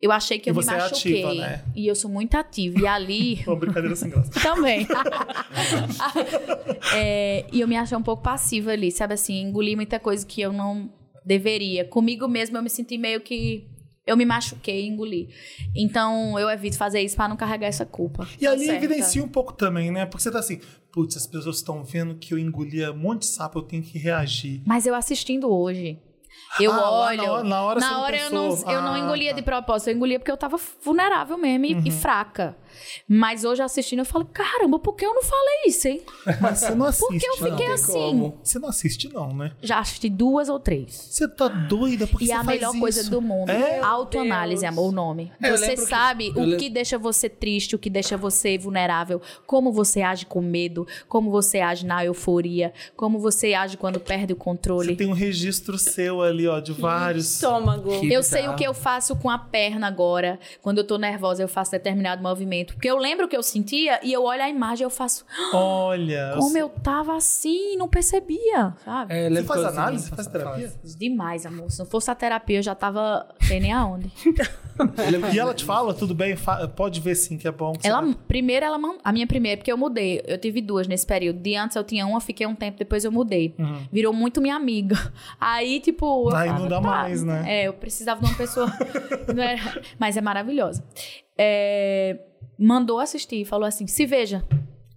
S4: Eu achei que
S1: E
S4: eu me
S1: você é
S4: machuquei.
S1: ativa, né?
S4: E eu sou muito ativa. E ali.
S1: É Uma brincadeira sem graça.
S4: Também. É, e eu me achei um pouco passiva ali, sabe assim? Engoli muita coisa que eu não deveria. Comigo mesma eu me senti meio que. Eu me machuquei e engoli. Então eu evito fazer isso pra não carregar essa culpa.
S1: E ali
S3: certa.
S1: evidencia um pouco também, né? Porque você tá assim, putz, as pessoas estão vendo que eu engolia um monte de sapo, eu tenho que reagir.
S4: Mas eu assistindo hoje. Eu
S1: Ah, lá
S4: olho.
S1: na hora- na hora você não
S4: eu não,
S1: pensou.
S4: eu não
S1: Ah,
S4: engolia
S1: tá. Uhum.
S4: de propósito. Eu engolia porque eu tava vulnerável mesmo e, e fraca. Mas hoje assistindo eu falo, caramba, por que eu não falei isso, hein?
S1: Mas você não
S4: Por
S1: assiste.
S4: que eu
S1: não.
S4: fiquei
S2: tem
S4: assim?
S2: como.
S1: Você não assiste, não, né?
S4: Já assisti duas ou três.
S1: Você tá doida porque
S4: E
S1: você
S4: a
S1: faz
S4: melhor
S1: isso?
S4: coisa do mundo.
S1: É?
S4: Autoanálise,
S3: Deus.
S4: amor, o nome.
S2: É, eu
S4: você
S2: lembro que-
S4: sabe
S2: eu
S4: o
S2: lem-
S4: que deixa você triste, o que deixa você vulnerável, como você age com medo, como você age na euforia, como você age quando perde o
S1: Você
S4: controle.
S1: tem um registro seu ali, ó, de vários.
S3: Estômago.
S2: Que-
S4: Eu
S2: bizarro.
S4: sei o que eu faço com a perna agora. Quando eu tô nervosa, eu faço determinado movimento. Porque eu lembro o que eu sentia e eu olho a imagem e eu faço.
S1: Olha.
S4: Como eu tava assim, não percebia, sabe?
S2: É,
S1: Você
S2: lembra
S1: faz
S2: quando-
S1: análise? assim. Faz terapia?
S4: Demais, amor. Se não fosse a terapia, eu já tava. sei nem aonde.
S1: E ela te fala, tudo bem, fa- pode ver sim que é bom. que você
S4: Ela,
S1: vai-
S4: primeiro, ela man- a minha primeira, porque eu mudei. Eu tive duas nesse período. De antes eu tinha uma, fiquei um tempo, depois eu mudei.
S1: Uhum.
S4: Virou muito minha amiga. Aí, tipo. eu
S1: Aí não
S4: falava,
S1: dá
S4: "Tá,
S1: mais, né?"
S4: É, eu precisava de uma pessoa. não era- mas é maravilhosa. É, mandou assistir, falou assim: se veja.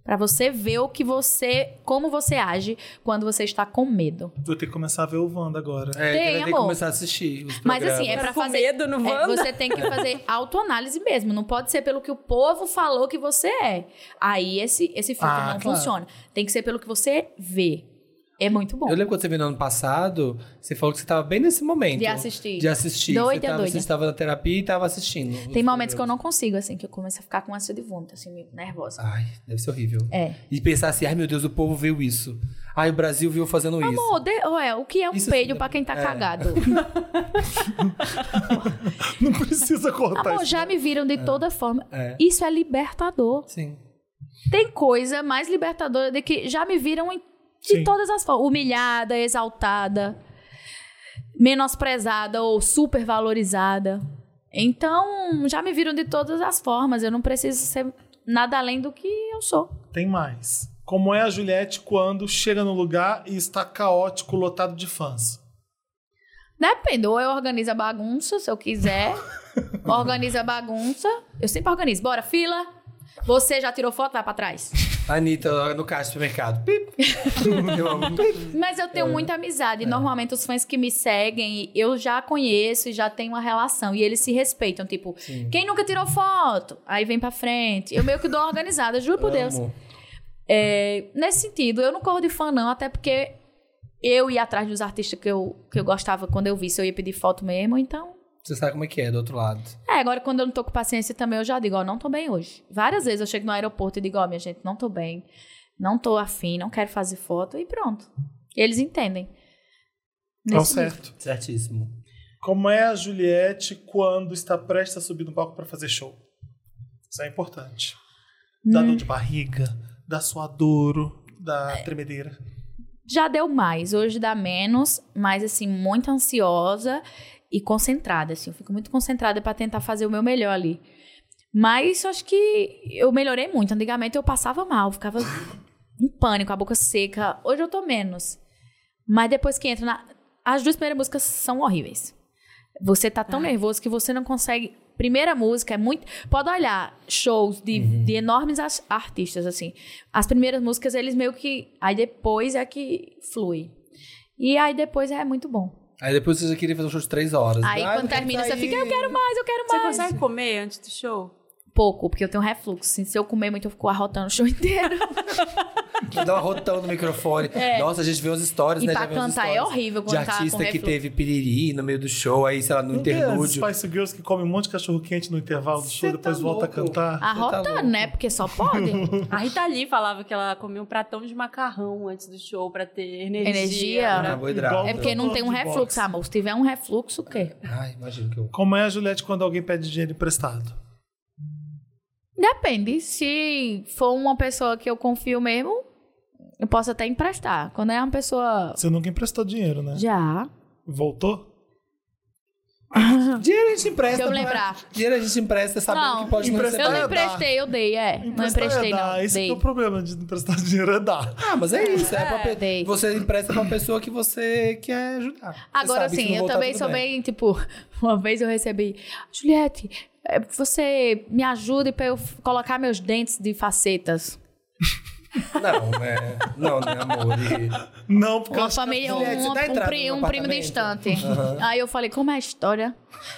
S4: Pra você ver o que você. como você age quando você está com medo.
S1: Vou ter que começar a ver o Wanda agora.
S2: É,
S4: Tem,
S2: que ela tem que
S4: amor.
S2: começar a assistir os
S4: Mas
S2: programas.
S4: assim, é pra
S3: Tá Com
S4: fazer.
S3: medo no
S4: É,
S3: Wanda?
S4: você tem que fazer autoanálise mesmo. Não pode ser pelo que o povo falou que você é. Aí esse, esse filtro
S1: Ah,
S4: não
S1: claro.
S4: funciona. Tem que ser pelo que você vê. É muito bom.
S2: Eu lembro quando você veio no ano passado, você falou que você tava bem nesse momento.
S4: De assistir.
S2: De assistir.
S4: Doida,
S2: você tava,
S4: doida.
S2: Você estava na terapia e tava assistindo. os
S4: Tem momentos que eu
S2: programas.
S4: não consigo, assim, que eu começo a ficar com ânsia de vômito, assim, meio nervosa.
S2: Ai, deve ser horrível.
S4: É.
S2: E pensar assim, ai meu Deus, o povo viu isso. Ai, o Brasil viu eu fazendo isso.
S4: Amor, de, ué, o que é um
S2: Isso
S4: peido
S2: sim,
S4: pra quem tá
S2: é.
S4: cagado?
S1: Não precisa cortar
S4: Amor,
S1: isso.
S4: já me viram de toda forma.
S2: tá É.
S4: Isso é libertador.
S2: Sim.
S4: Tem coisa mais libertadora do que já me viram em- de
S1: Sim.
S4: todas as formas. Humilhada, exaltada, menosprezada ou supervalorizada. Então, já me viram de todas as formas. Eu não preciso ser nada além do que eu sou.
S1: Tem mais. Como é a Juliette quando chega no lugar e está caótico, lotado de fãs?
S4: Depende, ou eu organizo a bagunça, se eu quiser. organizo a bagunça. Eu sempre organizo. Bora, fila. Você já tirou foto, vai pra trás.
S2: Anitta, no caixa do supermercado. Pip. eu amo. Pip.
S4: Mas eu tenho muita amizade. E Normalmente os fãs que me seguem, eu já conheço e já tenho uma relação. E eles se respeitam. Tipo, quem nunca tirou foto? Aí vem pra frente. Eu meio que dou uma organizada, juro por Deus.
S2: Amo.
S4: É, nesse sentido, eu não corro de fã, não, até porque eu ia atrás dos artistas que eu, que eu gostava quando eu vi, se eu ia pedir foto mesmo, então.
S2: Você sabe como é que é do outro lado.
S4: É, agora quando eu não tô com paciência também, eu já digo, ó, não tô bem hoje. Várias vezes eu chego no aeroporto e digo, ó, minha gente, não tô bem, não tô afim, não quero fazer foto, e pronto. Eles entendem.
S1: É o
S4: Nesse nível.
S1: certo.
S2: Certíssimo.
S1: Como é a Juliette quando está prestes a subir no palco para fazer show? Isso é importante. Dá
S4: Hum.
S1: dor de barriga, dá suadouro,
S4: É.
S1: dá tremedeira.
S4: Já deu mais, hoje dá menos, mas assim, muito ansiosa e concentrada, assim, eu fico muito concentrada pra tentar fazer o meu melhor ali. Mas eu acho que eu melhorei muito. Antigamente eu passava mal, ficava em pânico, a boca seca. Hoje eu tô menos. Mas depois que entra na. As duas primeiras músicas são horríveis. Você tá tão nervoso que você não consegue. Primeira música é muito. Pode olhar shows de, de enormes as- artistas, assim. As primeiras músicas, eles meio que. Aí depois é que flui. E aí depois é muito bom.
S2: Aí depois você já queria fazer um show de três horas.
S4: Aí
S2: Ah,
S4: quando
S2: eu quero
S4: termina, você
S2: sair.
S4: fica, eu quero mais, eu quero
S3: Você
S4: mais.
S3: consegue comer antes do show?
S4: Pouco, porque eu tenho refluxo. assim, se eu comer muito, eu fico arrotando o show inteiro.
S2: Dá um arrotão no microfone.
S4: É.
S2: Nossa, a gente vê uns stories,
S4: E
S2: né?
S4: pra
S2: Já vê uns
S4: cantar é
S2: stories
S4: horrível
S2: De
S4: quando tá com
S2: artista que
S4: refluxo.
S2: teve piriri no meio do show, aí, sei lá, no
S1: Não tem as
S2: interlúdio.
S1: Spice Girls que comem um monte de cachorro quente no intervalo do show,
S2: Cê tá
S1: depois volta a
S2: louco.
S1: cantar.
S4: Arrotando,
S2: louco.
S4: né? Porque só pode.
S3: A Rita Lee falava que ela comia um pratão de macarrão antes do show pra ter energia.
S4: Energia.
S3: né?
S2: Carboidrato.
S4: é porque não tem um
S1: De
S4: refluxo,
S1: boxe.
S4: amor. Se tiver um refluxo, o quê?
S2: Ai, imagino que eu.
S1: Como é a Juliette quando alguém pede dinheiro emprestado?
S4: Depende. Se for uma pessoa que eu confio mesmo, eu posso até emprestar. Quando é uma pessoa.
S1: Você nunca emprestou dinheiro, né?
S4: Já.
S1: Voltou?
S2: Dinheiro a gente empresta.
S4: Deixa Ah. eu
S2: não é?
S4: lembrar.
S2: Dinheiro a gente empresta sabendo
S4: Não,
S2: que pode não
S1: emprestar
S4: Eu não
S1: é
S2: receber.
S1: dar.
S4: emprestei, eu dei, é. Não
S1: Emprestar
S4: emprestei,
S1: é dar.
S4: não.
S1: Esse que
S4: Dei.
S1: é o problema de emprestar dinheiro é dar.
S2: Ah, mas é isso. É pra pe-
S4: dei.
S2: Você empresta pra pessoa que você quer ajudar. Você
S4: Agora
S2: sabe que se
S4: sim,
S2: não
S4: eu
S2: voltar,
S4: também
S2: tudo
S4: sou bem. tipo, uma vez eu recebi, Juliette, eh, você me ajude pra eu f- colocar meus dentes de facetas.
S2: Não, é. Não, né, amor? E-
S1: Não, porque eu
S4: Uma
S1: acho que
S4: família,
S2: Juliette,
S4: um,
S2: você dá
S4: um,
S2: entrada
S4: pri-
S2: no
S4: um primo
S2: apartamento?
S4: distante. Aí eu falei, como é a história?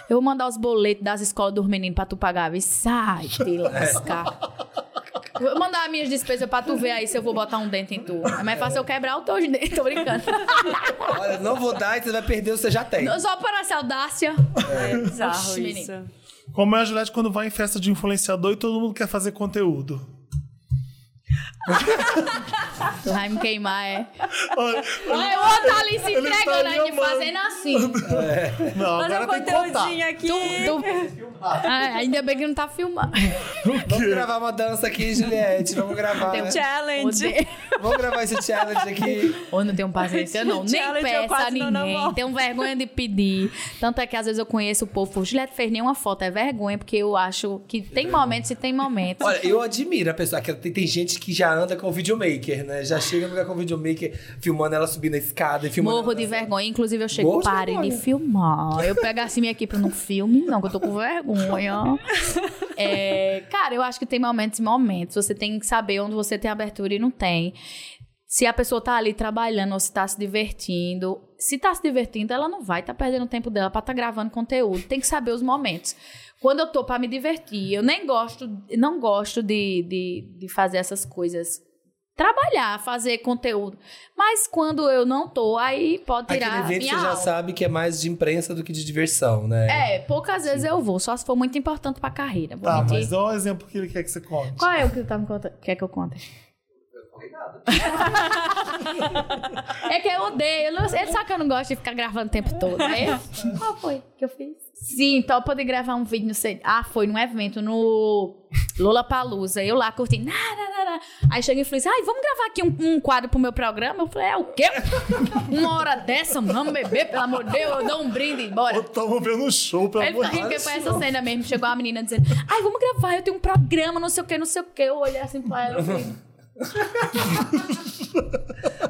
S4: Eu vou mandar os boletos das escolas dos meninos pra tu pagar. E sai, te lascar. Vou mandar as minhas despesas pra tu ver aí se eu vou botar um dente em tu. É mais fácil eu quebrar o teu dente, tô brincando.
S2: Olha, não vou dar e você vai perder o que você já tem.
S4: Só para essa audácia.
S3: É bizarro
S4: Oxi,
S3: isso.
S1: Como é a Juliette quando vai em festa de influenciador e todo mundo quer fazer conteúdo?
S4: Vai me queimar, é.
S1: Olha,
S4: Olha, o outro tá ali se
S1: Ele tá
S4: entregando,
S1: ali
S4: a gente
S1: amando.
S4: fazendo assim.
S1: Não,
S3: Fazer um
S1: agora tem que contar.
S4: né?
S3: conteúdinho aqui.
S4: Tu- tu- Ah, ainda bem que não tá filmando.
S2: Vamos gravar uma dança aqui, Juliette. Vamos gravar.
S4: Tem
S2: né?
S4: um
S3: Challenge.
S4: Odeio.
S2: Vamos gravar esse challenge aqui.
S4: Ou não um tenho paciência, eu não. Nem
S3: Challenge, eu
S4: peço a
S3: quase não
S4: ninguém.
S3: namoro.
S4: Tenho vergonha de pedir. Tanto é que às vezes eu conheço o povo. Juliette fez nenhuma foto, é vergonha, porque eu acho que tem momentos e tem momentos.
S2: Olha, eu admiro a pessoa. que tem, tem gente que já anda com videomaker, né? Já chega no lugar com videomaker, filmando ela subindo a escada e filmando.
S4: Morro de
S2: ela-
S4: vergonha. Inclusive, eu chego,
S2: Morro de
S4: parem de
S2: vergonha.
S4: filmar. Eu pego assim minha equipe não filme, não, que eu tô com vergonha. É, cara, eu acho que tem momentos e momentos. Você tem que saber onde você tem abertura e não tem. Se a pessoa tá ali trabalhando ou se tá se divertindo. Se tá se divertindo, ela não vai tá perdendo tempo dela pra tá gravando conteúdo. Tem que saber os momentos. Quando eu tô pra me divertir, eu nem gosto, não gosto de, de, de fazer essas coisas. Trabalhar, fazer conteúdo. Mas quando eu não tô, aí pode
S2: Aquele
S4: tirar
S2: evento
S4: minha
S2: você já
S4: alma.
S2: sabe que é mais de imprensa do que de diversão, né?
S4: É, poucas vezes eu vou, só se for muito importante pra carreira. Vou
S1: Tá,
S4: mentir.
S1: mas dá um exemplo que ele quer que você conte.
S4: Qual é o que tu tá me contando? Quer que eu conte? É que eu odeio. eu não- ele sabe que eu não gosto de ficar gravando o tempo todo. Aí, qual foi que eu fiz? Sim, topa de gravar um vídeo, não sei. Ah, foi num evento no Lola Palusa. Eu lá curtindo. na, na, na, na. Aí cheguei e falei assim: ai, vamos gravar aqui um, um quadro pro meu programa? Eu falei: é o quê? Uma hora dessa, vamos beber, pelo amor de Deus, eu dou um brinde e bora.
S1: Eu tava vendo um show, pelo
S4: Aí Ele
S1: amor
S4: ficou
S1: de
S4: rindo
S1: Deus.
S4: que foi essa cena mesmo. Chegou uma menina dizendo, ai, vamos gravar, eu tenho um programa, não sei o que, não sei o que. Eu olhei assim pra ela. eu falei,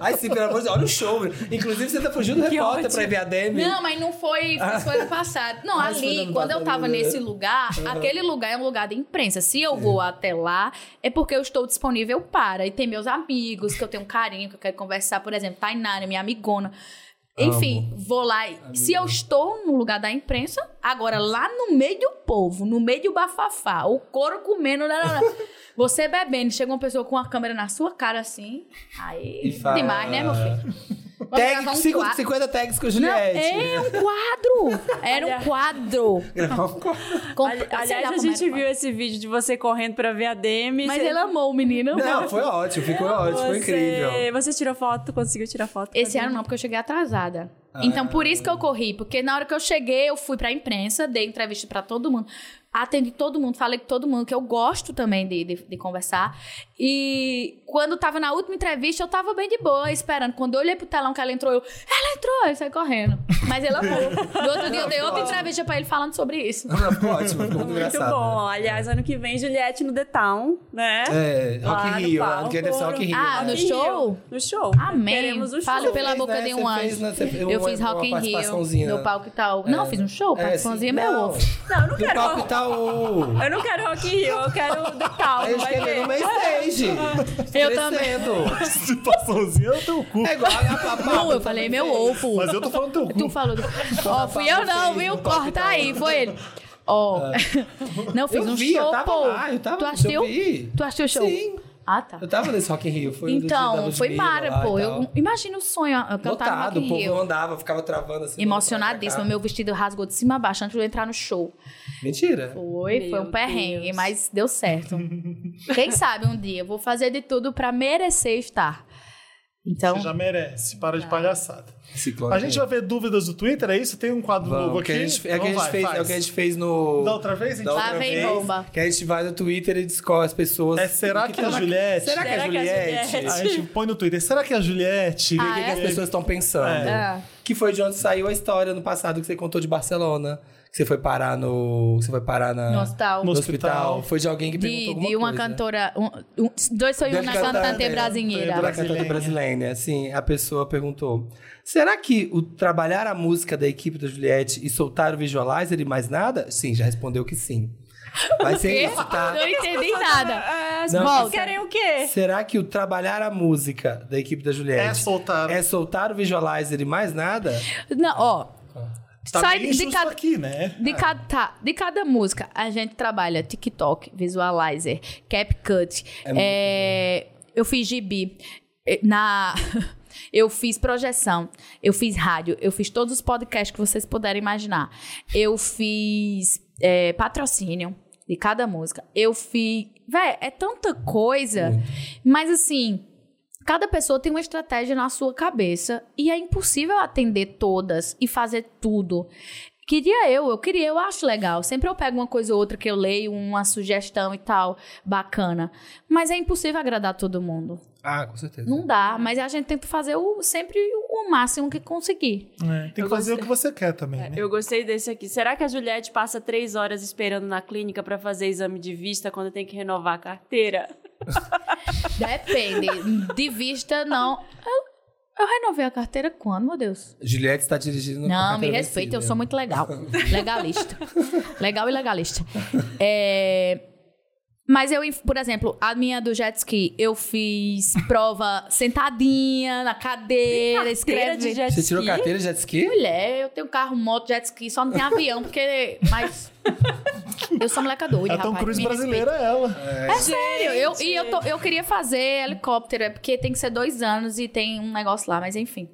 S2: Ai, sim, pelo amor de Deus, olha o show. Inclusive, você tá fugindo do
S3: Que
S2: repórter
S3: ótimo.
S2: pra ir ver a Demi.
S4: Não, mas não foi, isso foi ano passado. Não,
S2: Ah, isso foi
S4: ali,
S2: ano
S4: quando eu
S2: passado,
S4: tava
S2: né?
S4: nesse lugar, aquele lugar é um lugar de imprensa. Se eu vou até lá, é porque eu estou disponível para. E tem meus amigos, que eu tenho um carinho, que eu quero conversar, por exemplo, Tainara, minha amigona. Enfim, vou lá. e- Se eu estou no lugar da imprensa, agora lá no meio do povo, no meio do bafafá, o couro comendo, lá, lá, lá, você bebendo, chega uma pessoa com a câmera na sua cara assim. Aí,
S2: E fala- "Ah."
S4: demais, né, meu filho? Vamos gravar
S2: Tag,
S4: um
S2: cinco-
S4: quadro.
S2: 50 tags com a
S4: Não,
S2: Juliette.
S4: é um quadro. Era um quadro.
S2: Gravar um quadro.
S4: Com-
S3: Ali-
S4: sei
S3: Aliás,
S4: lá
S3: a
S4: como
S3: gente
S4: era o
S3: viu esse vídeo de você correndo pra ver a Demi.
S4: quadro. Mas
S3: Você-
S4: ele amou o menino.
S2: Não, foi ótimo, ficou ótimo, foi
S3: você-
S2: incrível.
S3: Você tirou foto, conseguiu tirar foto. com
S4: Esse
S3: a
S4: ano não, porque eu cheguei atrasada. Então, por isso que eu corri. Porque na hora que eu cheguei, eu fui pra imprensa, dei entrevista pra todo mundo. Atendi todo mundo, falei com todo mundo, que eu gosto também de, de, de conversar. E quando tava na última entrevista, eu tava bem de boa, esperando. Quando eu olhei pro telão que ela entrou, eu... Ela entrou! Eu saí correndo. Mas ele amou. No outro dia, eu dei outra entrevista pra ele falando sobre isso.
S2: Não, ficou ótimo, ficou muito
S3: Muito
S2: engraçado. né?
S3: bom. Aliás, ano que vem, Juliette no The Town, né?
S2: É, Rock in
S3: Lá no
S2: Rio,
S3: palco.
S2: ano que deve ser Rock in Rio.
S4: Ah,
S2: né?
S4: no
S3: Rock in Rio.
S4: show?
S3: No show.
S4: Amém.
S3: Queremos o
S4: Fala
S3: show.
S4: pela
S2: fez,
S4: boca
S2: né?
S4: de
S2: Você
S4: um anjo.
S2: fez, né? Você fez
S4: eu
S2: uma-
S4: fiz Rock
S2: uma
S4: in Rio.
S2: participaçãozinha.
S4: No palco e tal. Não, fiz um
S2: É,
S4: show,
S2: sim.
S4: participaçãozinha é meu
S2: Não.
S4: ovo.
S3: Não, eu não
S2: No
S3: quero.
S2: palco Itaú.
S3: Eu não quero Rock in Rio, eu quero The Town.
S2: Eu
S3: vai
S2: escrevi
S3: ver.
S2: no main stage.
S4: Eu também.
S2: Crescendo.
S1: Se passãozinho, é o teu cu.
S2: É igual a papai.
S4: Não, eu
S2: né?
S4: falei meu ovo.
S1: Mas eu tô falando
S2: um
S1: teu cu.
S4: Tu falou. do- Ó, fui eu não, viu?
S2: né?
S4: Corta aí, foi ele. Ó. Não, fiz
S2: É. Eu
S4: um
S2: vi, eu
S4: show,
S2: tava
S4: pô.
S2: lá, eu tava-
S4: tu
S2: eu
S4: achou?
S2: vi.
S4: Tu achou o show?
S2: Sim.
S4: Ah, tá.
S2: Eu tava nesse Rock in Rio. Foi no dia
S4: Então,
S2: da
S4: foi
S2: Ludmilla
S4: mara,
S2: lá
S4: pô.
S2: e
S4: Eu
S2: tal.
S4: imagino o sonho eu cantar no Rock
S2: Lotado,
S4: in
S2: o povo assim,
S4: Rio.
S2: não andava, ficava travando assim.
S4: Emocionadíssima,
S2: pra cá.
S4: meu vestido rasgou de cima a baixo antes de eu entrar no show.
S2: Mentira.
S4: Foi, foi
S3: Meu
S4: um perrengue,
S3: Deus.
S4: mas deu certo. Quem sabe um dia eu vou fazer de tudo pra merecer estar. Então, tá.
S1: Você já merece. Para de palhaçada.
S2: Ciclone.
S1: A gente vai ver dúvidas do Twitter, é isso? Tem um quadro
S2: Vamos,
S1: novo
S2: que
S1: aqui?
S2: a gente- é, que a
S1: Então
S2: gente
S1: vai,
S2: fez,
S1: faz.
S2: é o que a gente fez no.
S1: Da outra vez, então? a gente fez?
S2: da outra
S4: Lá vem
S2: vez,
S4: bomba.
S2: Que a gente vai no Twitter e descobre as pessoas.
S1: É, será que, a Juliette...
S2: Será que é a
S3: Será que é a
S2: Juliette?
S3: Juliette?
S1: A gente põe no Twitter. Será que é a Juliette...
S4: Ah,
S2: O que, que
S4: é?
S2: as pessoas estão pensando?
S4: É.
S2: Que foi de onde saiu a história no passado que você contou de Barcelona. Que você foi parar no. Você foi parar na,
S4: No hospital.
S2: no
S1: No
S2: hospital.
S1: hospital.
S2: Foi de alguém que perguntou
S4: de,
S2: alguma
S4: de uma
S2: coisa.
S4: cantora. um- um- dois sonhos
S2: Deve
S4: na
S2: cantar,
S4: cantante
S2: né? Da
S4: brasileira.
S2: cantante
S1: Brasileira.
S2: brasileira, assim, a pessoa perguntou: será que o trabalhar a música da equipe da Juliette e soltar o visualizer e mais nada? Sim, já respondeu que sim. Vai ser isso, tá?
S4: Não entendi nada.
S3: Ah, As
S2: Não.
S3: pessoas
S4: Volta.
S3: querem o quê?
S2: Será que o trabalhar a música da equipe da Juliette
S1: É soltar.
S2: é soltar o visualizer e mais nada?
S4: Não, ó.
S1: Tá
S4: Sai
S1: meio
S4: de
S1: injusto
S4: cada-
S1: aqui, né?
S4: De cada, tá, de cada música, a gente trabalha TikTok, Visualizer, CapCut. é, eu fiz gibi. eh, Na, eu fiz projeção. Eu fiz rádio. Eu fiz todos os podcasts que vocês puderem imaginar. Eu fiz eh, patrocínio de cada música. Eu fiz. Véi, é tanta coisa. Mas assim. Cada pessoa tem uma estratégia na sua cabeça e é impossível atender todas e fazer tudo. Queria eu, eu queria, eu acho legal. Sempre eu pego uma coisa ou outra que eu leio, uma sugestão e tal, bacana. Mas é impossível agradar todo mundo.
S2: Ah, com certeza.
S4: Não dá, mas a gente tenta fazer o, sempre o máximo que conseguir.
S1: É, tem que
S3: Eu
S1: fazer
S3: gostei.
S1: o que você quer também,
S4: É,
S1: né?
S3: Eu gostei desse aqui. Será que a Juliette passa três horas esperando na clínica pra fazer exame de vista quando tem que renovar a carteira?
S4: Depende. De vista, não. Eu, eu renovei a carteira quando, meu Deus?
S2: Juliette está dirigindo com a
S4: Não, me
S2: carteira né?
S4: respeita, eu
S3: assim,
S2: vencida.
S4: sou
S3: né?
S4: muito legal. Legalista. legal e legalista. É, Mas eu, por exemplo, a minha do jet ski, eu fiz prova sentadinha na
S3: Carteira
S4: cadeira,
S3: de
S4: escreve.
S3: jet
S2: Você tirou
S3: ski?
S2: carteira de jet ski?
S4: Mulher, eu tenho carro, moto, jet ski, só não tem avião, porque. Mas. Eu sou moleca doida,
S1: É A Tom
S4: rapaz.
S1: Cruise
S4: me
S1: brasileira é ela.
S4: é sério, eu, e eu, tô- eu queria fazer helicóptero, é porque tem que ser dois anos e tem um negócio lá, mas enfim.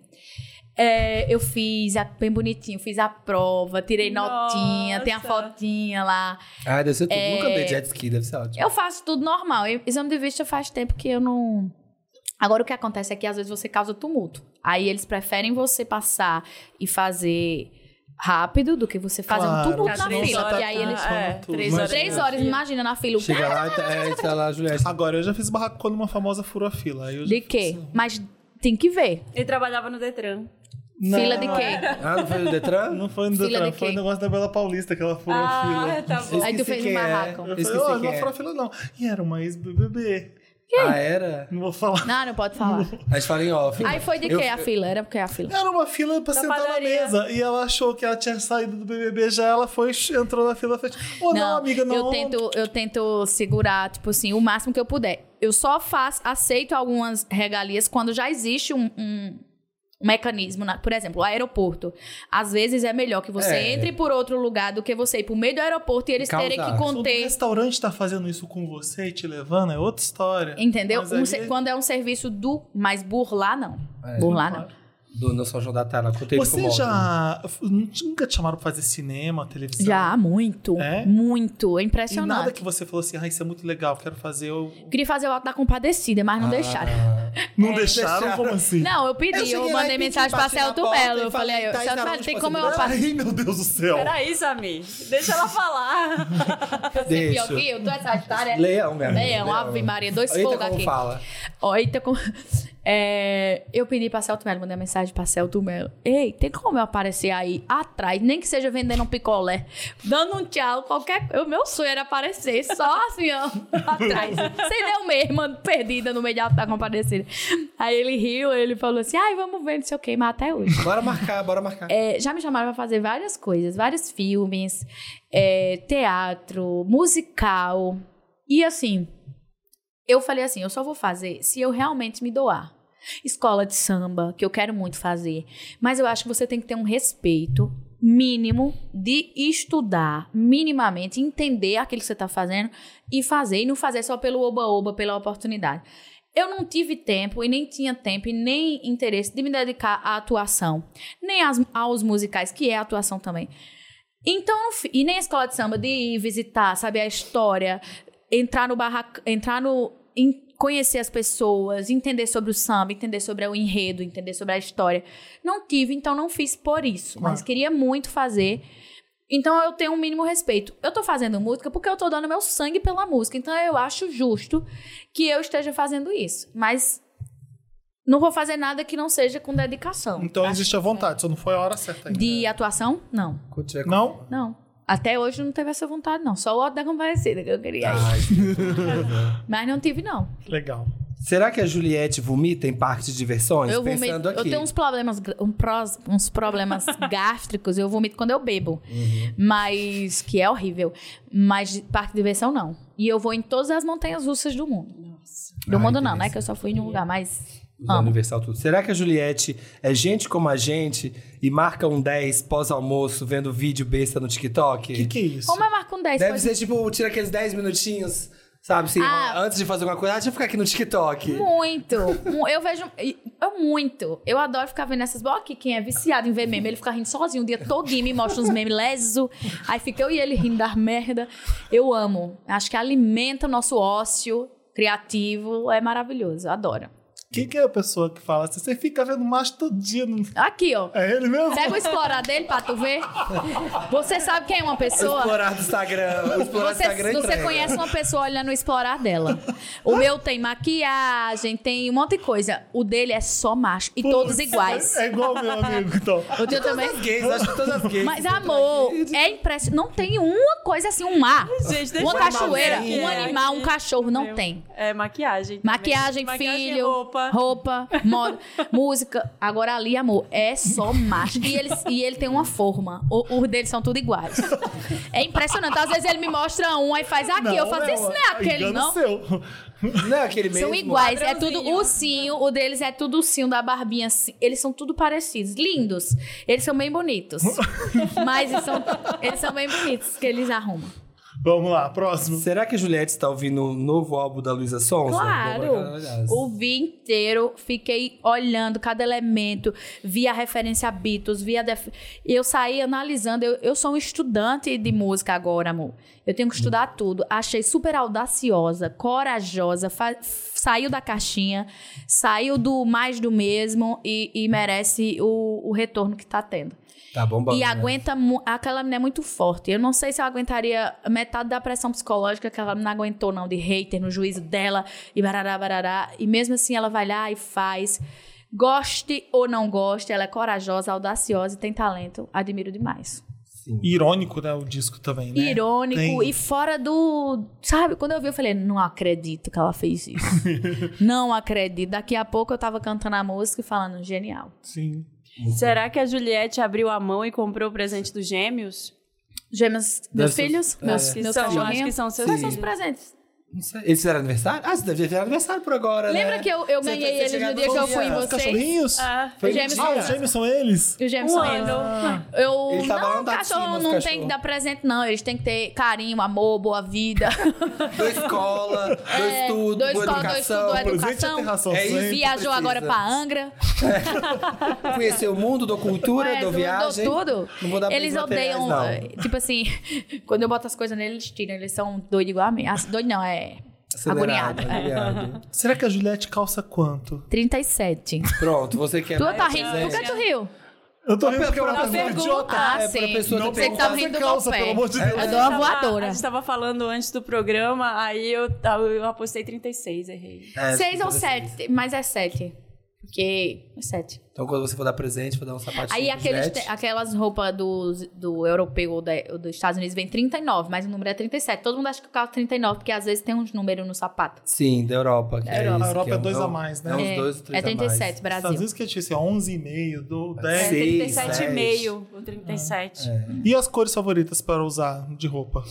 S4: É, eu fiz a- bem bonitinho, fiz a prova, tirei notinha, tem a
S3: Nossa.
S4: fotinha lá.
S2: Ah, deve ser tudo.
S4: É.
S2: Nunca andei de jet ski, deve ser ótimo.
S4: Eu faço tudo normal. e- Exame de vista faz tempo que eu não. Agora o que acontece é que às vezes você causa tumulto. Aí eles preferem você passar e fazer rápido do que você fazer
S1: Claro.
S4: um
S3: Tá
S4: tumulto
S1: Ficar
S4: na
S1: três
S4: fila.
S1: horas tá
S4: porque aí eles.
S1: na-
S3: é,
S1: Pronto.
S3: três
S1: Mas-
S3: horas.
S4: Três horas, imagina na fila. o
S2: Chega lá e é, tá lá, a Juliette.
S1: Agora, eu já fiz barraco quando uma famosa furou a fila. aí eu já
S4: De
S1: fiz
S4: quê?
S1: assim.
S4: Mas tem que ver.
S3: Ele trabalhava no Detran.
S1: Não,
S4: Fila de quê?
S2: Ah, não foi do Detran?
S1: Não foi no
S4: Fila
S1: Detran,
S4: de
S1: foi um
S4: quê? Ah,
S1: negócio da Bela Paulista que ela furou a fila.
S3: tá
S2: Eu
S4: Aí tu
S2: esqueci
S4: fez
S2: quem
S4: um
S2: é.
S4: barraco.
S1: Eu
S2: esqueci
S1: falei, ó,
S2: quem
S1: não
S2: é.
S1: furou a fila não. E era uma ex-BBB.
S2: Ah, era?
S1: Não vou falar.
S4: Não, não pode falar.
S2: A gente fala em off.
S4: Aí foi de
S2: Eu-
S4: quê a fila? Era porque a fila.
S1: Era uma fila pra
S3: Da
S1: sentar
S3: padaria.
S1: na mesa. E ela achou que ela tinha saído do BBB já. Ela foi, entrou na fila e fez... Ô, não, amiga, não.
S4: Eu tento, eu tento segurar, tipo assim, o máximo que eu puder. Eu só faço, aceito algumas regalias quando já existe um. um mecanismo, na- por exemplo, o aeroporto. Às vezes é melhor que você
S2: É.
S4: entre por outro lugar do que você ir pro meio do aeroporto e eles terem
S2: Causar.
S4: que
S1: Quando o
S4: conter.
S1: restaurante tá fazendo isso com você e te levando, é outra história.
S4: Entendeu?
S1: Mas
S4: Um
S1: ali-
S4: se- Quando é um serviço do. Mas burlar, não.
S2: É.
S4: burlar, não.
S2: Do no São João da Tela, contei com o
S1: Você
S2: Walter.
S1: já... Nunca te chamaram pra fazer cinema, televisão?
S4: Já, muito.
S1: É?
S4: Muito. É
S1: E nada
S4: impressionante.
S1: que você falou assim, ah, isso é muito legal, quero fazer... Eu...
S4: Queria fazer o Alto da Compadecida, mas
S2: Ah.
S4: não deixaram.
S1: Não deixaram? Como assim?
S4: Não, eu pedi, eu,
S2: cheguei lá e
S4: mandei
S2: pedi,
S4: mensagem pra
S2: bati na
S4: Celto
S2: porta
S4: Melo.
S2: e
S4: Eu
S2: falei,
S4: falei,
S2: tá,
S4: Celto
S2: tá,
S4: Melo, tem
S2: tipo,
S4: como eu
S2: assim,
S4: aparecer?
S1: Ai, meu Deus do céu.
S3: Peraí, Samir. Deixa ela falar.
S4: Pior
S2: Deixa.
S4: que eu, tu é sagitária?
S2: Ah, Leão, minha
S4: Leão, Ave Maria, dois
S2: Eita,
S4: fogos
S2: como
S4: aqui.
S2: fala.
S4: Ó, eita, como... É, eu pedi pra Celto Melo, mandei uma mensagem pra Celto Melo. Ei, tem como eu aparecer aí atrás, nem que seja vendendo um picolé, dando um tchau, qualquer coisa. O meu sonho era aparecer só assim, ó, atrás. Sem eu mesma, perdida no meio de alta compadecida. Aí ele riu, ele falou assim, ai, vamos ver, não sei o que, mas até hoje.
S2: Bora marcar, bora marcar.
S4: É, já me chamaram pra fazer várias coisas, vários filmes, é, teatro, musical. E assim, eu falei assim, eu só vou fazer se eu realmente me doar. Escola de samba, que eu quero muito fazer. Mas eu acho que você tem que ter um respeito mínimo de estudar minimamente, entender aquilo que você está fazendo e fazer. E não fazer só pelo oba-oba, pela oportunidade. Eu não tive tempo e nem tinha tempo e nem interesse de me dedicar à atuação, nem às- aos musicais, que é atuação também. Então, eu não fi- e nem a escola de samba, de ir visitar, saber a história, entrar no barraco, entrar no. em- conhecer as pessoas, entender sobre o samba, entender sobre o enredo, entender sobre a história. Não tive, então não fiz por isso, mas
S1: Claro.
S4: queria muito fazer. Então eu tenho um mínimo respeito. Eu tô fazendo música porque eu tô dando meu sangue pela música, então eu acho justo que eu esteja fazendo isso, mas não vou fazer nada que não seja com dedicação.
S1: Então
S4: Acho
S1: existe a vontade, só não foi a hora certa ainda.
S4: de atuação? Não.
S2: Quando tiver com-
S1: Não?
S4: Não. Até hoje não teve essa vontade, não. Só o Otto da Comparecida que eu queria.
S2: Ai,
S4: Mas não tive, não.
S1: Legal.
S2: Será que a Juliette vomita em parques de diversões?
S4: Eu
S2: Pensando
S4: vomito. Eu
S2: aqui.
S4: tenho uns problemas, gr- um pros- uns problemas gástricos. Eu vomito quando eu bebo.
S2: Uhum.
S4: Mas, que é horrível. Mas de parque de diversão, não. E eu vou em todas as montanhas russas do mundo. Do
S2: Ai,
S4: mundo não,
S2: delícia.
S4: né? Que eu só fui em um lugar, mas...
S2: Da
S4: amo.
S2: Universal tudo. Será que a Juliette é gente como a gente e marca um 10 pós-almoço vendo vídeo besta no TikTok?
S1: O que, que é isso?
S4: Como é marca um 10?
S2: Deve
S4: pode-
S2: ser tipo, tira aqueles 10 minutinhos, sabe? Assim,
S4: Ah.
S2: Antes de fazer alguma coisa, ah, deixa eu ficar aqui no TikTok.
S4: Muito. Mu- Eu vejo. Eu muito. Eu adoro ficar vendo essas bolas aqui. Quem é viciado em ver meme, ele fica rindo sozinho o dia todo e me mostra uns memes leso. Aí fica eu e ele rindo das merda. Eu amo. Acho que alimenta o nosso ócio criativo. É maravilhoso. Eu adoro.
S1: Quem que é a pessoa que fala assim? Você fica vendo macho todo dia. Não...
S4: Aqui, ó.
S1: É ele mesmo?
S4: Pega o explorar dele pra tu ver. Você sabe quem é uma
S2: O
S4: pessoa?
S2: explorar do Instagram. O explorar do
S4: Você,
S2: Instagram é
S4: você
S2: entrega.
S4: conhece uma pessoa olhando o explorar dela. O meu tem maquiagem, tem um monte de coisa. O dele é só macho. E todos iguais.
S1: É igual meu amigo, então.
S4: O teu também.
S2: As gays, acho que todas as gays.
S4: Mas, amor, é impressionante. Não tem uma coisa assim, um mar.
S3: Gente, deixa
S4: Uma
S3: eu
S4: cachoeira,
S3: ver aqui,
S4: um
S3: é,
S4: animal, um
S3: aqui.
S4: cachorro. Não
S3: Eu-
S4: tem.
S3: É maquiagem. também.
S4: Maquiagem,
S3: Maquiagem, é
S4: filho,
S3: roupa.
S4: moda, música. Agora ali, amor, é só macho. E ele, e ele tem uma forma. O- Os deles são tudo iguais. É impressionante. Às vezes ele me mostra um, aí faz aqui. eu faço, isso não é aquele,
S1: engano
S4: não.
S1: seu.
S2: Não é aquele mesmo.
S4: São iguais, é
S3: Padrãozinho.
S4: tudo ursinho, o deles é tudo ursinho da barbinha. assim. Eles são tudo parecidos, lindos. Eles são bem bonitos. Mas eles são, eles são bem bonitos que eles arrumam.
S1: Vamos lá, próximo.
S2: Será que a Juliette está ouvindo o novo álbum da Luísa Sonza?
S4: Claro.
S2: né? Vou botar nas
S4: Ouvi inteiro, fiquei olhando cada elemento, vi a referência a Beatles, vi a. Def... Eu saí analisando. Eu, eu sou um estudante de música agora, amor. Eu tenho que estudar tudo. Achei super audaciosa, corajosa, fa- saiu da caixinha, saiu do mais do mesmo e, e merece o, o retorno que tá tendo.
S2: Tá bombando.
S4: E
S2: né?
S4: aguenta. mu- Aquela menina é muito forte. Eu não sei se eu aguentaria metade da pressão psicológica que ela não aguentou, não, de hater no juízo dela e barará, barará. E mesmo assim ela vai lá e faz. Goste ou não goste, ela é corajosa, audaciosa e tem talento. Admiro demais.
S2: Sim.
S1: Irônico, né? O disco também, né?
S4: Irônico
S1: Tem-
S4: e fora do. Sabe, quando eu vi, eu falei, não acredito que ela fez isso. não acredito. Daqui a pouco eu tava cantando a música e falando, genial.
S1: Sim.
S3: Será que a Juliette abriu a mão e comprou o presente dos gêmeos?
S4: Gêmeos,
S2: Deve
S4: meus
S2: ser-
S4: filhos?
S2: é.
S4: Meus,
S3: Que
S4: meus
S3: são, acho que
S4: cachorrinhos?
S3: são seus
S4: Quais são os
S3: filhos.
S4: presentes?
S2: Não sei. Eles fizeram aniversário? Ah, você deve ter aniversário por agora,
S4: Lembra
S2: né?
S4: que eu, eu
S2: Você-
S4: ganhei
S2: você
S4: eles
S2: chegava
S4: no dia que eu
S2: todo
S4: fui em
S2: dia.
S1: Os
S4: vocês?
S1: cagorrinhos?
S3: Ah,
S2: Foi
S4: Os gêmeos
S2: no
S1: ah,
S4: são-
S2: dia.
S1: os gêmeos são eles?
S4: E o Jameson
S3: Um
S4: eles.
S3: ano.
S4: Eu,
S2: Ele tava lá
S4: não,
S2: no da
S4: cachorro
S2: cima, os
S4: não tem
S2: cachorro.
S4: que dar presente, não. Eles têm que ter carinho, amor, boa vida.
S2: Dois escola, dois
S4: É,
S2: tudo,
S4: dois
S2: boa
S4: escola, dois
S2: educação.
S4: tudo,
S1: Presente
S4: educação.
S1: até ração
S2: É isso.
S1: sempre.
S4: Viajou
S2: precisa.
S4: agora pra Angra.
S2: Conhecer o mundo, dou cultura,
S4: É,
S2: dou
S4: do-
S2: viagem.
S4: do tudo.
S2: Não vou dar
S4: eles
S2: bens materiais,
S4: odeiam.
S2: não.
S4: eh, Tipo assim, quando eu boto as coisas neles, eles tiram. Eles são doidos igual a mim. Ah, doido não, é.
S2: Acelerado,
S4: Agoniado. é.
S2: agoniado.
S1: Será que a Juliette calça quanto?
S4: 37.
S2: Pronto, você quer
S4: Tu
S2: É mais
S4: tá rindo? Por
S2: presente?
S4: que tu riu?
S1: Eu tô
S2: Não,
S1: rindo
S2: porque
S1: porque eu
S2: eu
S1: uma
S2: tava
S1: pessoa
S2: perguntando.
S1: idiota.
S4: Tá Ah,
S2: é pra
S4: sim.
S2: pessoa não
S4: Você que
S2: perguntar
S4: tá
S1: Calça,
S4: rindo do meu
S1: calça, pelo
S4: pé.
S1: amor de Deus.
S4: Eu dou uma
S3: Tava-
S4: voadora.
S3: A gente tava falando antes do programa, aí eu, eu apostei 36, errei.
S2: É,
S4: Seis ou
S2: você-
S4: sete, mas é sete. Porque. É sete.
S2: Então, quando você for dar presente, vou dar um sapatinho.
S4: Aí
S2: pro
S4: aqueles,
S2: Juliette.
S4: te- aquelas roupas do, do europeu ou, da, ou dos Estados Unidos vem 39, mas o número é 37. Todo mundo acha que o carro é 39, porque às vezes tem uns números no sapato.
S2: Sim, da Europa. Que é,
S1: Europa.
S2: isso,
S1: A Europa
S2: que
S1: é dois
S2: um-
S1: a mais, né?
S2: É uns
S4: é,
S2: dois, três
S4: é 37,
S1: Os Estados
S4: Brasil.
S1: Unidos que eu tinha assim, ó, 11,5, do
S3: É,
S1: 10.
S2: Sim. Seis,
S3: 37,5 ou 37.
S1: E as cores favoritas para usar de roupa?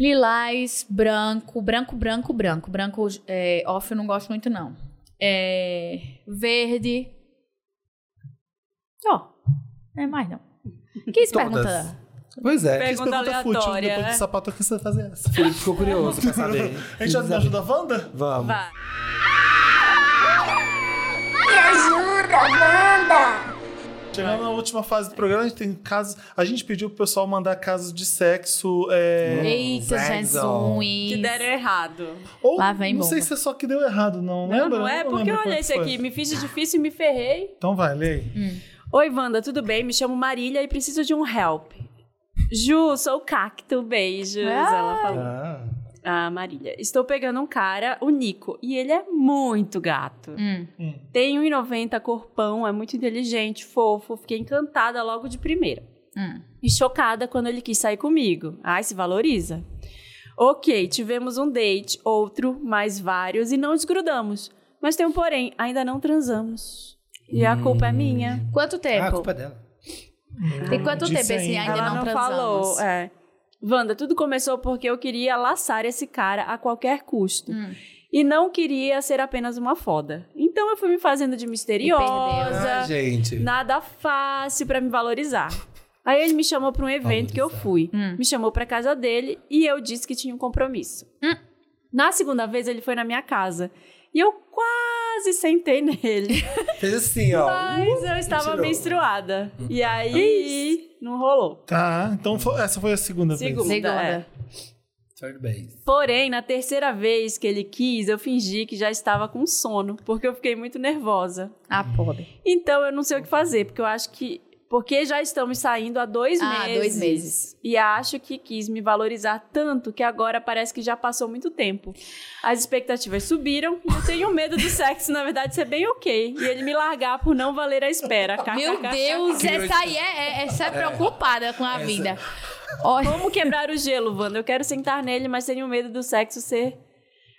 S4: Lilás, branco, branco, branco, branco. Branco é, off eu não gosto muito, não. É, verde. Ó, é mais não. Que
S2: Todas.
S4: pergunta?
S2: a mais. Pois é.
S3: Pergunta
S1: fútil,
S3: aleatória,
S1: depois
S3: né?
S1: do sapato aqui você vai fazer essa.
S2: Felipe ficou curioso pra saber.
S1: A gente já ajuda a Wanda?
S2: Vamos.
S3: Vai.
S1: Chegando na última fase do programa, a gente tem casos. A gente pediu pro pessoal mandar casos de sexo. É,
S4: Eita,
S2: Zagzag.
S4: Jesus.
S3: Que deram errado.
S1: ou
S4: Hum. Lá vem
S1: não sei
S4: bomba.
S1: se é só que deu errado, não.
S3: Não,
S1: lembra?
S3: não é
S1: Eu
S3: porque
S1: lembro
S3: eu
S1: como
S3: olhei
S1: é que
S3: esse
S1: foi.
S3: aqui, me fiz de difícil e me ferrei.
S1: Então vai, lê aí.
S4: Hum.
S3: Oi, Wanda, tudo bem? Me chamo Marília e preciso de um help. Ju, sou cacto, beijos. Ela falou.
S2: Ah.
S3: Ah, Marília. Estou pegando um cara, o Nico, e ele é muito gato.
S4: Hum.
S3: Tem 1,90, corpão, é muito inteligente, fofo. Fiquei encantada logo de primeira.
S4: Hum.
S3: E chocada quando ele quis sair comigo. Ai, se valoriza. Ok, tivemos um date, outro, mais vários e não desgrudamos. Mas tem um porém, ainda não transamos. E a culpa é minha.
S4: Quanto tempo?
S2: Ah, a culpa é dela.
S4: Tem quanto
S1: Disse
S4: tempo esse
S1: ainda.
S4: ainda
S3: Ela não,
S4: transamos?
S3: falou. É. Wanda, tudo começou porque eu queria laçar esse cara a qualquer custo.
S4: Hum.
S3: E não queria ser apenas uma foda. Então eu fui me fazendo de
S2: Ah,
S3: misteriosa,
S2: gente.
S3: nada fácil pra me valorizar. Aí ele me chamou pra um evento que eu fui.
S4: Hum.
S3: Me chamou pra casa dele e eu disse que tinha um compromisso. Na segunda vez ele foi na minha casa. E eu quase sentei nele.
S2: Fez assim, ó.
S3: Mas eu estava
S2: Mentirou.
S3: menstruada. E aí não rolou.
S1: Tá, então fo- essa foi a segunda
S3: Segunda.
S1: vez.
S4: Segunda.
S3: É.
S2: Third base.
S3: Porém, na terceira vez que ele quis, eu fingi que já estava com sono, porque eu fiquei muito nervosa.
S4: Ah, pobre.
S3: Então eu não sei o que fazer, porque eu acho que. Porque já estamos saindo há dois
S4: Ah,
S3: meses.
S4: dois meses.
S3: E acho que quis me valorizar tanto que agora parece que já passou muito tempo. As expectativas subiram e eu tenho medo do sexo, na verdade, ser bem ok. E ele me largar por não valer a espera.
S4: Meu Deus, essa aí é, é, essa é preocupada com a
S2: Essa-
S4: vida. Olha,
S3: Como é quebrar o gelo, Wanda? Eu quero sentar nele, mas tenho medo do sexo ser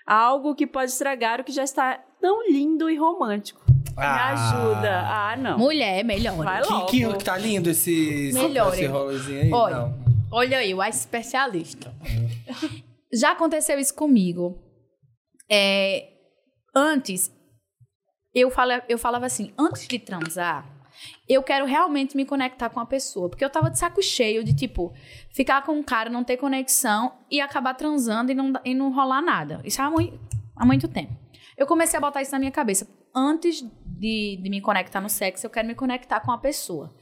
S3: algo que pode estragar o que já está tão lindo e romântico.
S2: Ah.
S3: Me ajuda. Ah, não.
S4: mulher, é melhor. né?
S3: Vai
S2: Que,
S3: logo.
S2: que, que tá lindo esse, esse-
S4: Melhor,
S2: esse
S4: hein?
S2: rolezinho aí?
S4: Olha,
S2: Não.
S4: olha aí, o especialista. Já aconteceu isso comigo. É, antes, eu, fala, eu falava assim, antes de transar, eu quero realmente me conectar com a pessoa. Porque eu tava de saco cheio de, tipo, ficar com um cara, não ter conexão e acabar transando e não, da- e não rolar nada. Isso há muito, há muito tempo. Eu comecei a botar isso na minha cabeça. Antes de, de me conectar no sexo, eu quero me conectar com a pessoa.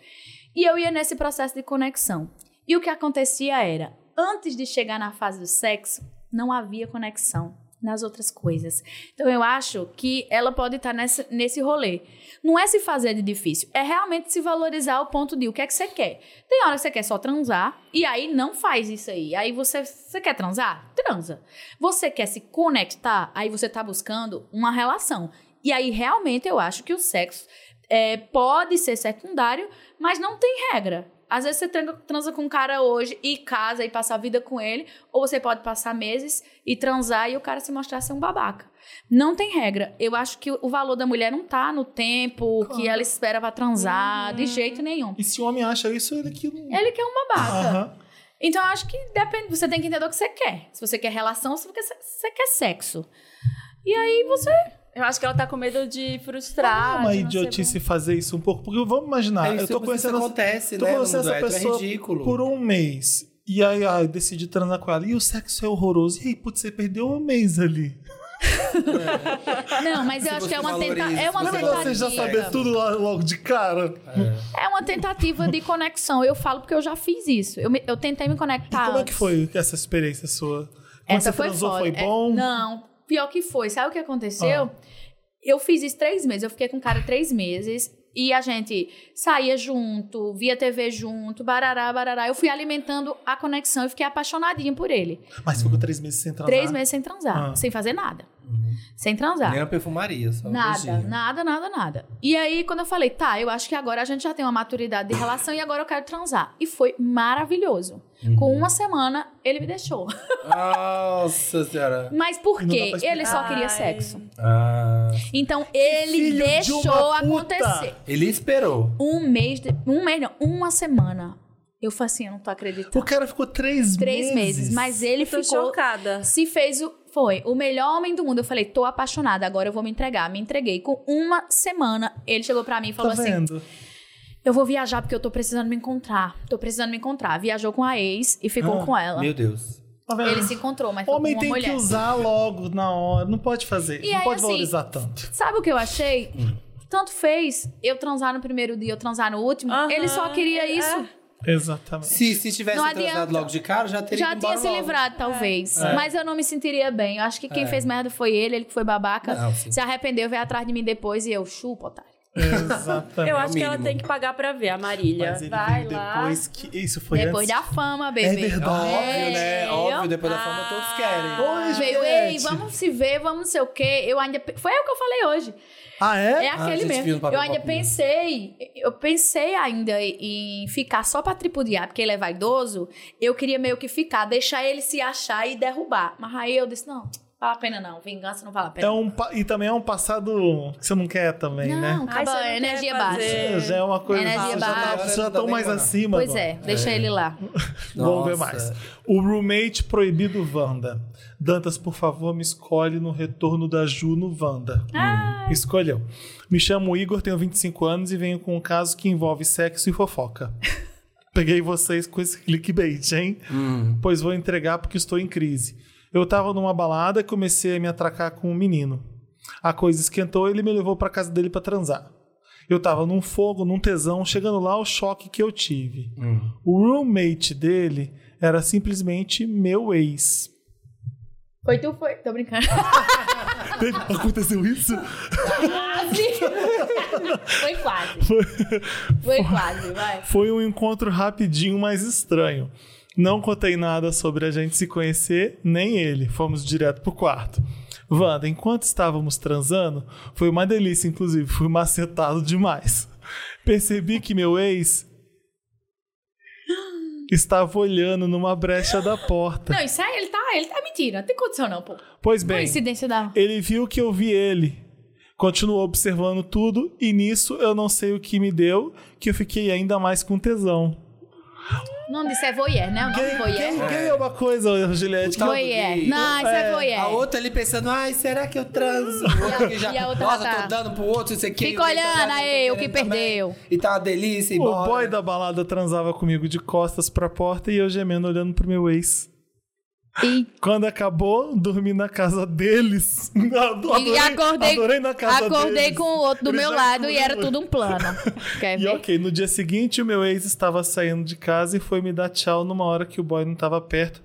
S4: E eu ia nesse processo de conexão. E o que acontecia era, antes de chegar na fase do sexo, não havia conexão nas outras coisas. Então eu acho que ela pode estar nessa, nesse rolê. Não é se fazer de difícil, é realmente se valorizar ao ponto de o que é que você quer. Tem hora que você quer só transar, e aí não faz isso aí. Aí você, você quer transar? Transa. Você quer se conectar, aí você tá buscando uma relação. E aí realmente eu acho que o sexo é, pode ser secundário, mas não tem regra. Às vezes você tranca- transa com um cara hoje e casa e passa a vida com ele, ou você pode passar meses e transar e o cara se mostrar ser um babaca. Não tem regra. Eu acho que o valor da mulher não tá no tempo que ela espera pra transar, de jeito nenhum.
S1: E se o homem acha isso, ele que. não-
S4: Ele quer um babaca.
S1: Aham.
S4: Então, eu acho que depende. Você tem que entender o que você quer. Se você quer relação, ou se você quer, se você quer sexo. E aí você.
S3: Eu acho que ela tá com medo de
S4: Ah,
S3: frustrar.
S1: É
S4: então
S1: uma
S3: de não ser
S1: idiotice fazer isso um pouco. Porque vamos imaginar,
S2: É
S1: Ah, eu
S2: isso
S1: tô
S2: que
S1: conhecendo essa-
S2: acontece,
S1: Tô
S2: né? no
S1: conhecendo
S2: mundo
S1: essa
S2: hétero,
S1: pessoa
S2: é ridículo.
S1: por um mês. E aí, ah, eu decidi transar com ela. E o sexo é horroroso. E aí, putz, você perdeu um mês ali.
S4: Não, mas eu
S2: Se
S4: acho
S2: você
S4: que é uma,
S2: valoriza,
S4: tenta... é uma
S2: se
S1: Não é melhor você já saber
S4: tentativa.
S1: tudo lá- logo de cara?
S4: É uma tentativa de conexão. Eu falo porque eu já fiz isso. Eu, me- eu tentei me conectar.
S1: E como é que foi essa experiência sua? Quando
S4: Tá. Essa
S1: você
S4: foi
S1: transou,
S4: foda.
S1: foi
S4: É,
S1: bom? Ah.
S4: não, pior que foi. Sabe o que aconteceu? Eu fiz isso três meses. Eu fiquei com o cara três meses. E a gente saía junto, via TV junto, barará, barará. Eu fui alimentando a conexão e fiquei apaixonadinha por ele.
S1: Mas ficou três meses sem transar?
S4: Três meses sem transar,
S1: Ah. Uhum.
S4: sem fazer nada. Sem transar.
S2: Nem uma perfumaria, só um
S4: Nada,
S1: né?
S2: beijinho.
S4: nada, nada, nada. E aí, quando eu falei, tá, eu acho que agora a gente já tem uma maturidade de relação e agora eu quero transar. E foi maravilhoso.
S1: Uhum.
S4: Com uma semana, ele me deixou.
S2: Nossa senhora.
S4: Mas por
S1: E não dá
S4: quê?
S1: pra explicar.
S4: Ele só queria
S3: Ai.
S4: sexo.
S2: Ah,
S4: Então, ele
S1: filho de
S4: deixou
S1: uma puta!
S4: acontecer.
S2: ele esperou.
S4: Um mês, de- um mês não, uma semana. Eu falei assim, eu não tô acreditando.
S1: O cara ficou três,
S4: Três meses, mas ele
S3: Eu tô
S4: ficou...
S3: chocada.
S4: Se fez o. Foi o melhor homem do mundo. Eu falei, tô apaixonada, agora eu vou me entregar. Me entreguei. Com uma semana, ele chegou pra mim e
S1: Tá
S4: falou assim:
S1: vendo?
S4: Eu vou viajar porque eu tô precisando me encontrar. Tô precisando me encontrar. Viajou com a ex e ficou
S1: Ah,
S4: com ela.
S2: Meu Deus.
S1: Tá vendo?
S4: Ele se encontrou, mas foi com
S1: Homem
S4: uma
S1: tem
S4: mulher.
S1: que usar logo, na hora. Não pode fazer.
S4: E
S1: não
S4: aí,
S1: pode
S4: assim,
S1: valorizar tanto.
S4: Sabe o que eu achei?
S2: Hum.
S4: Tanto fez eu transar no primeiro dia, eu transar no último.
S3: Aham,
S4: Ele só queria
S3: é.
S4: isso.
S1: Exatamente.
S2: Se, se tivesse
S4: Não
S2: transado
S4: adianta.
S2: logo de cara, já teria
S4: Já
S2: ido
S4: tinha
S2: embora
S4: se
S2: logo.
S4: livrado, talvez.
S2: É.
S4: Mas eu não me sentiria bem. Eu acho que quem
S2: É.
S4: fez merda foi ele, ele que foi babaca.
S2: Não, sim.
S4: se arrependeu, veio atrás de mim depois e eu, chupa, otário.
S1: Exatamente.
S3: Eu acho que ela
S2: mínimo.
S3: tem que pagar pra ver, a Marília.
S1: É, Mas ele
S3: Vai
S1: veio
S3: lá.
S1: depois que. Isso foi
S2: é.
S4: Depois
S1: antes.
S4: da fama, bebê.
S1: É verdade.
S2: Óbvio,
S4: é.
S2: né? Óbvio, depois da fama
S4: Ah.
S2: todos querem.
S1: Oi,
S4: Veio, ei,
S1: Juliette.
S4: vamos se ver, vamos não sei o quê. Eu ainda. pe- Foi o que eu falei hoje.
S1: Ah,
S4: É
S1: é?
S2: a
S4: aquele
S2: gente viu no
S4: mesmo.
S2: papel
S4: Eu ainda
S2: copinha.
S4: pensei, eu pensei ainda em ficar só pra tripudiar, porque ele é vaidoso. Eu queria meio que ficar, deixar ele se achar e derrubar. Mas aí eu disse: não, não vale a pena não. Vingança não vale a
S1: É
S4: pena.
S1: um, pa- e também é um passado que você não quer também,
S4: não,
S1: né?
S4: acaba
S3: Ai, você não
S4: a
S3: quer
S4: energia
S3: fazer.
S4: baixa.
S1: É, já é uma coisa que
S4: Energia
S1: vocês já tá-
S4: baixa.
S1: vocês já estão mais acima.
S4: Pois
S1: agora.
S4: é, deixa ele lá.
S1: Vamos ver
S2: Nossa.
S1: mais. O roommate proibido Wanda. Dantas, por favor, me escolhe no retorno da Ju no Wanda. Escolheu. Me chamo Igor, tenho 25 anos e venho com um caso que envolve sexo e fofoca. Peguei vocês com esse clickbait, hein?
S2: Hum.
S1: Pois vou entregar porque estou em crise. Eu tava numa balada e comecei a me atracar com um menino. A coisa esquentou e ele me levou pra casa dele pra transar. Eu tava num fogo, num tesão, chegando lá o choque que eu Hum. tive. O roommate dele era simplesmente meu ex.
S4: Foi tu, foi? Tô brincando.
S1: Teve- Aconteceu isso?
S4: Ah, foi quase. Foi quase, vai.
S1: Foi um encontro rapidinho, mas estranho. Não contei nada sobre a gente se conhecer, nem ele. Fomos direto pro quarto. Wanda, enquanto estávamos transando, foi uma delícia, inclusive, fui macetado demais. Percebi que meu ex estava olhando numa brecha da porta.
S4: Não, isso aí, ele tá, ele tá mentira. Não tem condição não, pô.
S1: Pois bem,
S4: Coincidência da...
S1: ele viu que eu vi ele. Continuou observando tudo e nisso eu não sei o que me deu, que eu fiquei ainda mais com tesão.
S4: O nome disso é voyeur, né? O nome
S1: Quem, quem-
S4: voyeur.
S1: quem é uma coisa, Juliette?
S2: Tal do
S4: Voyeur.
S2: que-
S4: Não, isso é
S2: A
S4: voyeur.
S2: outra ali pensando, ai, será que eu transo?
S4: a-
S2: Que já-
S4: e a outra
S2: Nossa,
S4: tá-
S2: tô dando pro outro, isso aqui. tá
S4: Fica olhando aí, o que perdeu.
S2: E tá uma delícia, e
S1: O
S2: bora.
S1: boy da balada transava comigo de costas pra porta e eu gemendo olhando pro meu ex.
S4: E,
S1: Quando acabou, dormi na casa deles. Adorei,
S4: e acordei,
S1: adorei na casa
S4: acordei
S1: deles.
S4: com um o outro do
S1: Eles
S4: meu
S1: já
S4: lado e era
S1: comigo.
S4: tudo um plano. Quer
S1: E
S4: ver?
S1: ok, no dia seguinte o meu ex estava saindo de casa e foi me dar tchau numa hora que o boy não tava perto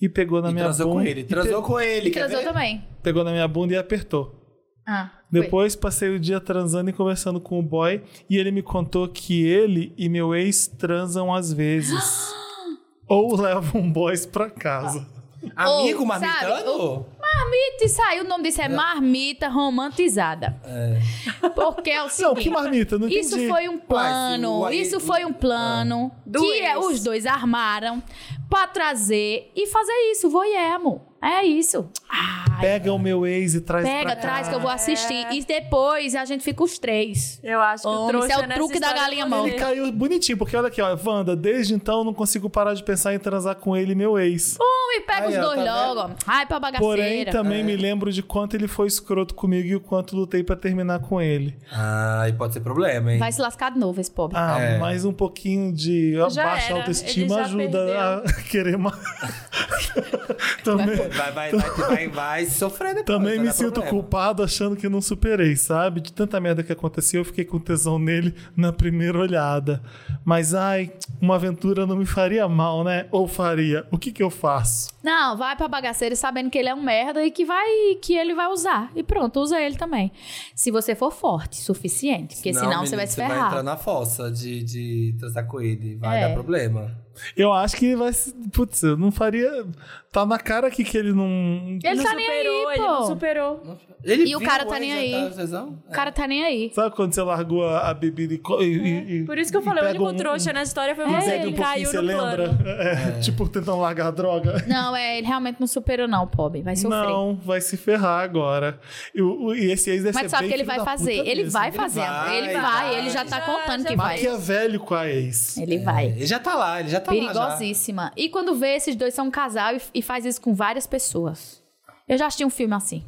S1: e pegou na
S2: E
S1: minha
S2: transou
S1: bunda.
S2: com ele, transou com ele.
S4: E
S2: quer
S4: transou
S2: ver?
S4: também.
S1: Pegou na minha bunda e apertou.
S4: Ah, foi.
S1: Depois passei o dia transando e conversando com o boy e ele me contou que ele e meu ex transam às vezes. ou levam um boys pra casa.
S2: Amigo
S4: Ou, sabe,
S2: marmitano?
S4: Marmita, isso aí, o nome disso é marmita romantizada. Porque é o
S1: Não,
S4: seguinte...
S1: que marmita, não
S4: Isso
S1: entendi.
S4: foi um plano,
S2: Uai, se o-
S4: isso foi
S1: Ah.
S4: um plano
S3: Do
S4: que é-
S3: ex.
S4: os dois armaram pra trazer e fazer isso, voyeur, amor. É isso. Ah,
S1: Pega o meu ex e traz pra
S4: pega,
S1: cá.
S4: traz que eu vou assistir. E depois a gente fica os três.
S3: Eu acho que o
S4: Homem,
S3: trouxa
S4: isso é o
S3: nessa
S4: truque da
S3: história
S4: galinha
S3: é
S4: mal.
S1: E
S3: você.
S1: caiu bonitinho, porque olha aqui, ó, Wanda, desde então eu não consigo parar de pensar em transar com ele e meu ex.
S4: Homem, pega
S2: Aí,
S4: os
S2: ó,
S4: dois
S2: tá vendo?
S4: logo. Ai, pra bagaceira.
S1: Porém, também me lembro de quanto ele foi escroto comigo e o quanto lutei pra terminar com ele.
S2: Ah, e pode ser problema, hein?
S4: Vai se lascar de novo esse pobre.
S1: Ah,
S2: É.
S1: mais um pouquinho de
S3: Já
S1: baixa
S3: era,
S1: autoestima
S3: ele já
S1: ajuda a querer mais. também
S2: Vai, vai, vai, vai, vai sofrer depois.
S1: também
S2: vai
S1: me
S2: dar
S1: sinto
S2: problema.
S1: culpado achando que não superei, sabe? De tanta merda que aconteceu, eu fiquei com tesão nele na primeira olhada. Mas ai, uma aventura não me faria mal, né? Ou faria? O que que eu faço?
S4: Não, vai pra bagaceira sabendo que ele é um merda e que vai que ele vai usar. E pronto, usa ele também. Se você for forte, suficiente. Porque senão,
S2: menino,
S4: você vai se
S2: Vai
S4: ferrar.
S2: entrar na fossa de, de transar com ele. Vai
S4: É.
S2: dar problema.
S1: Eu acho que vai. se- Putz, eu não faria. Tá na cara aqui que ele não.
S4: Ele
S3: não
S4: tá nem aí,
S3: superou,
S4: pô.
S3: ele não superou.
S2: Ele
S4: E o
S2: viu
S4: cara tá nem
S2: já
S4: aí.
S2: tá no tesão?
S4: O cara tá nem aí.
S1: Sabe quando você largou a, a bebida e, co- e- e- e-
S3: É, Por isso que eu
S1: e
S3: falei, o
S1: pega
S3: único
S1: um-
S3: trouxa na história foi
S1: um-
S3: você
S1: bebe um
S3: que caiu
S1: pouquinho,
S3: no
S1: você lembra?
S3: plano.
S1: É, Tipo, tentando largar a droga.
S4: Não, é, ele realmente não superou, não, pobre. Vai sofrer.
S1: Não, vai se ferrar agora. E, o- o- e esse ex deve
S4: Mas
S1: ser
S4: sabe
S1: bem
S4: o que ele
S1: filho
S4: vai
S1: da
S4: fazer?
S1: puta
S4: Ele
S1: mesmo.
S4: vai fazer.
S2: vai,
S4: Ele vai,
S2: vai.
S4: ele já tá
S3: Já-
S4: contando
S3: já
S4: que vai.
S1: Maquiavelho com a ex.
S4: Ele vai.
S2: Ele já tá lá, ele já tá lá. já.
S4: Perigosíssima. E quando vê, esses dois são um casal e, e faz isso com várias pessoas. Eu já assisti um filme assim.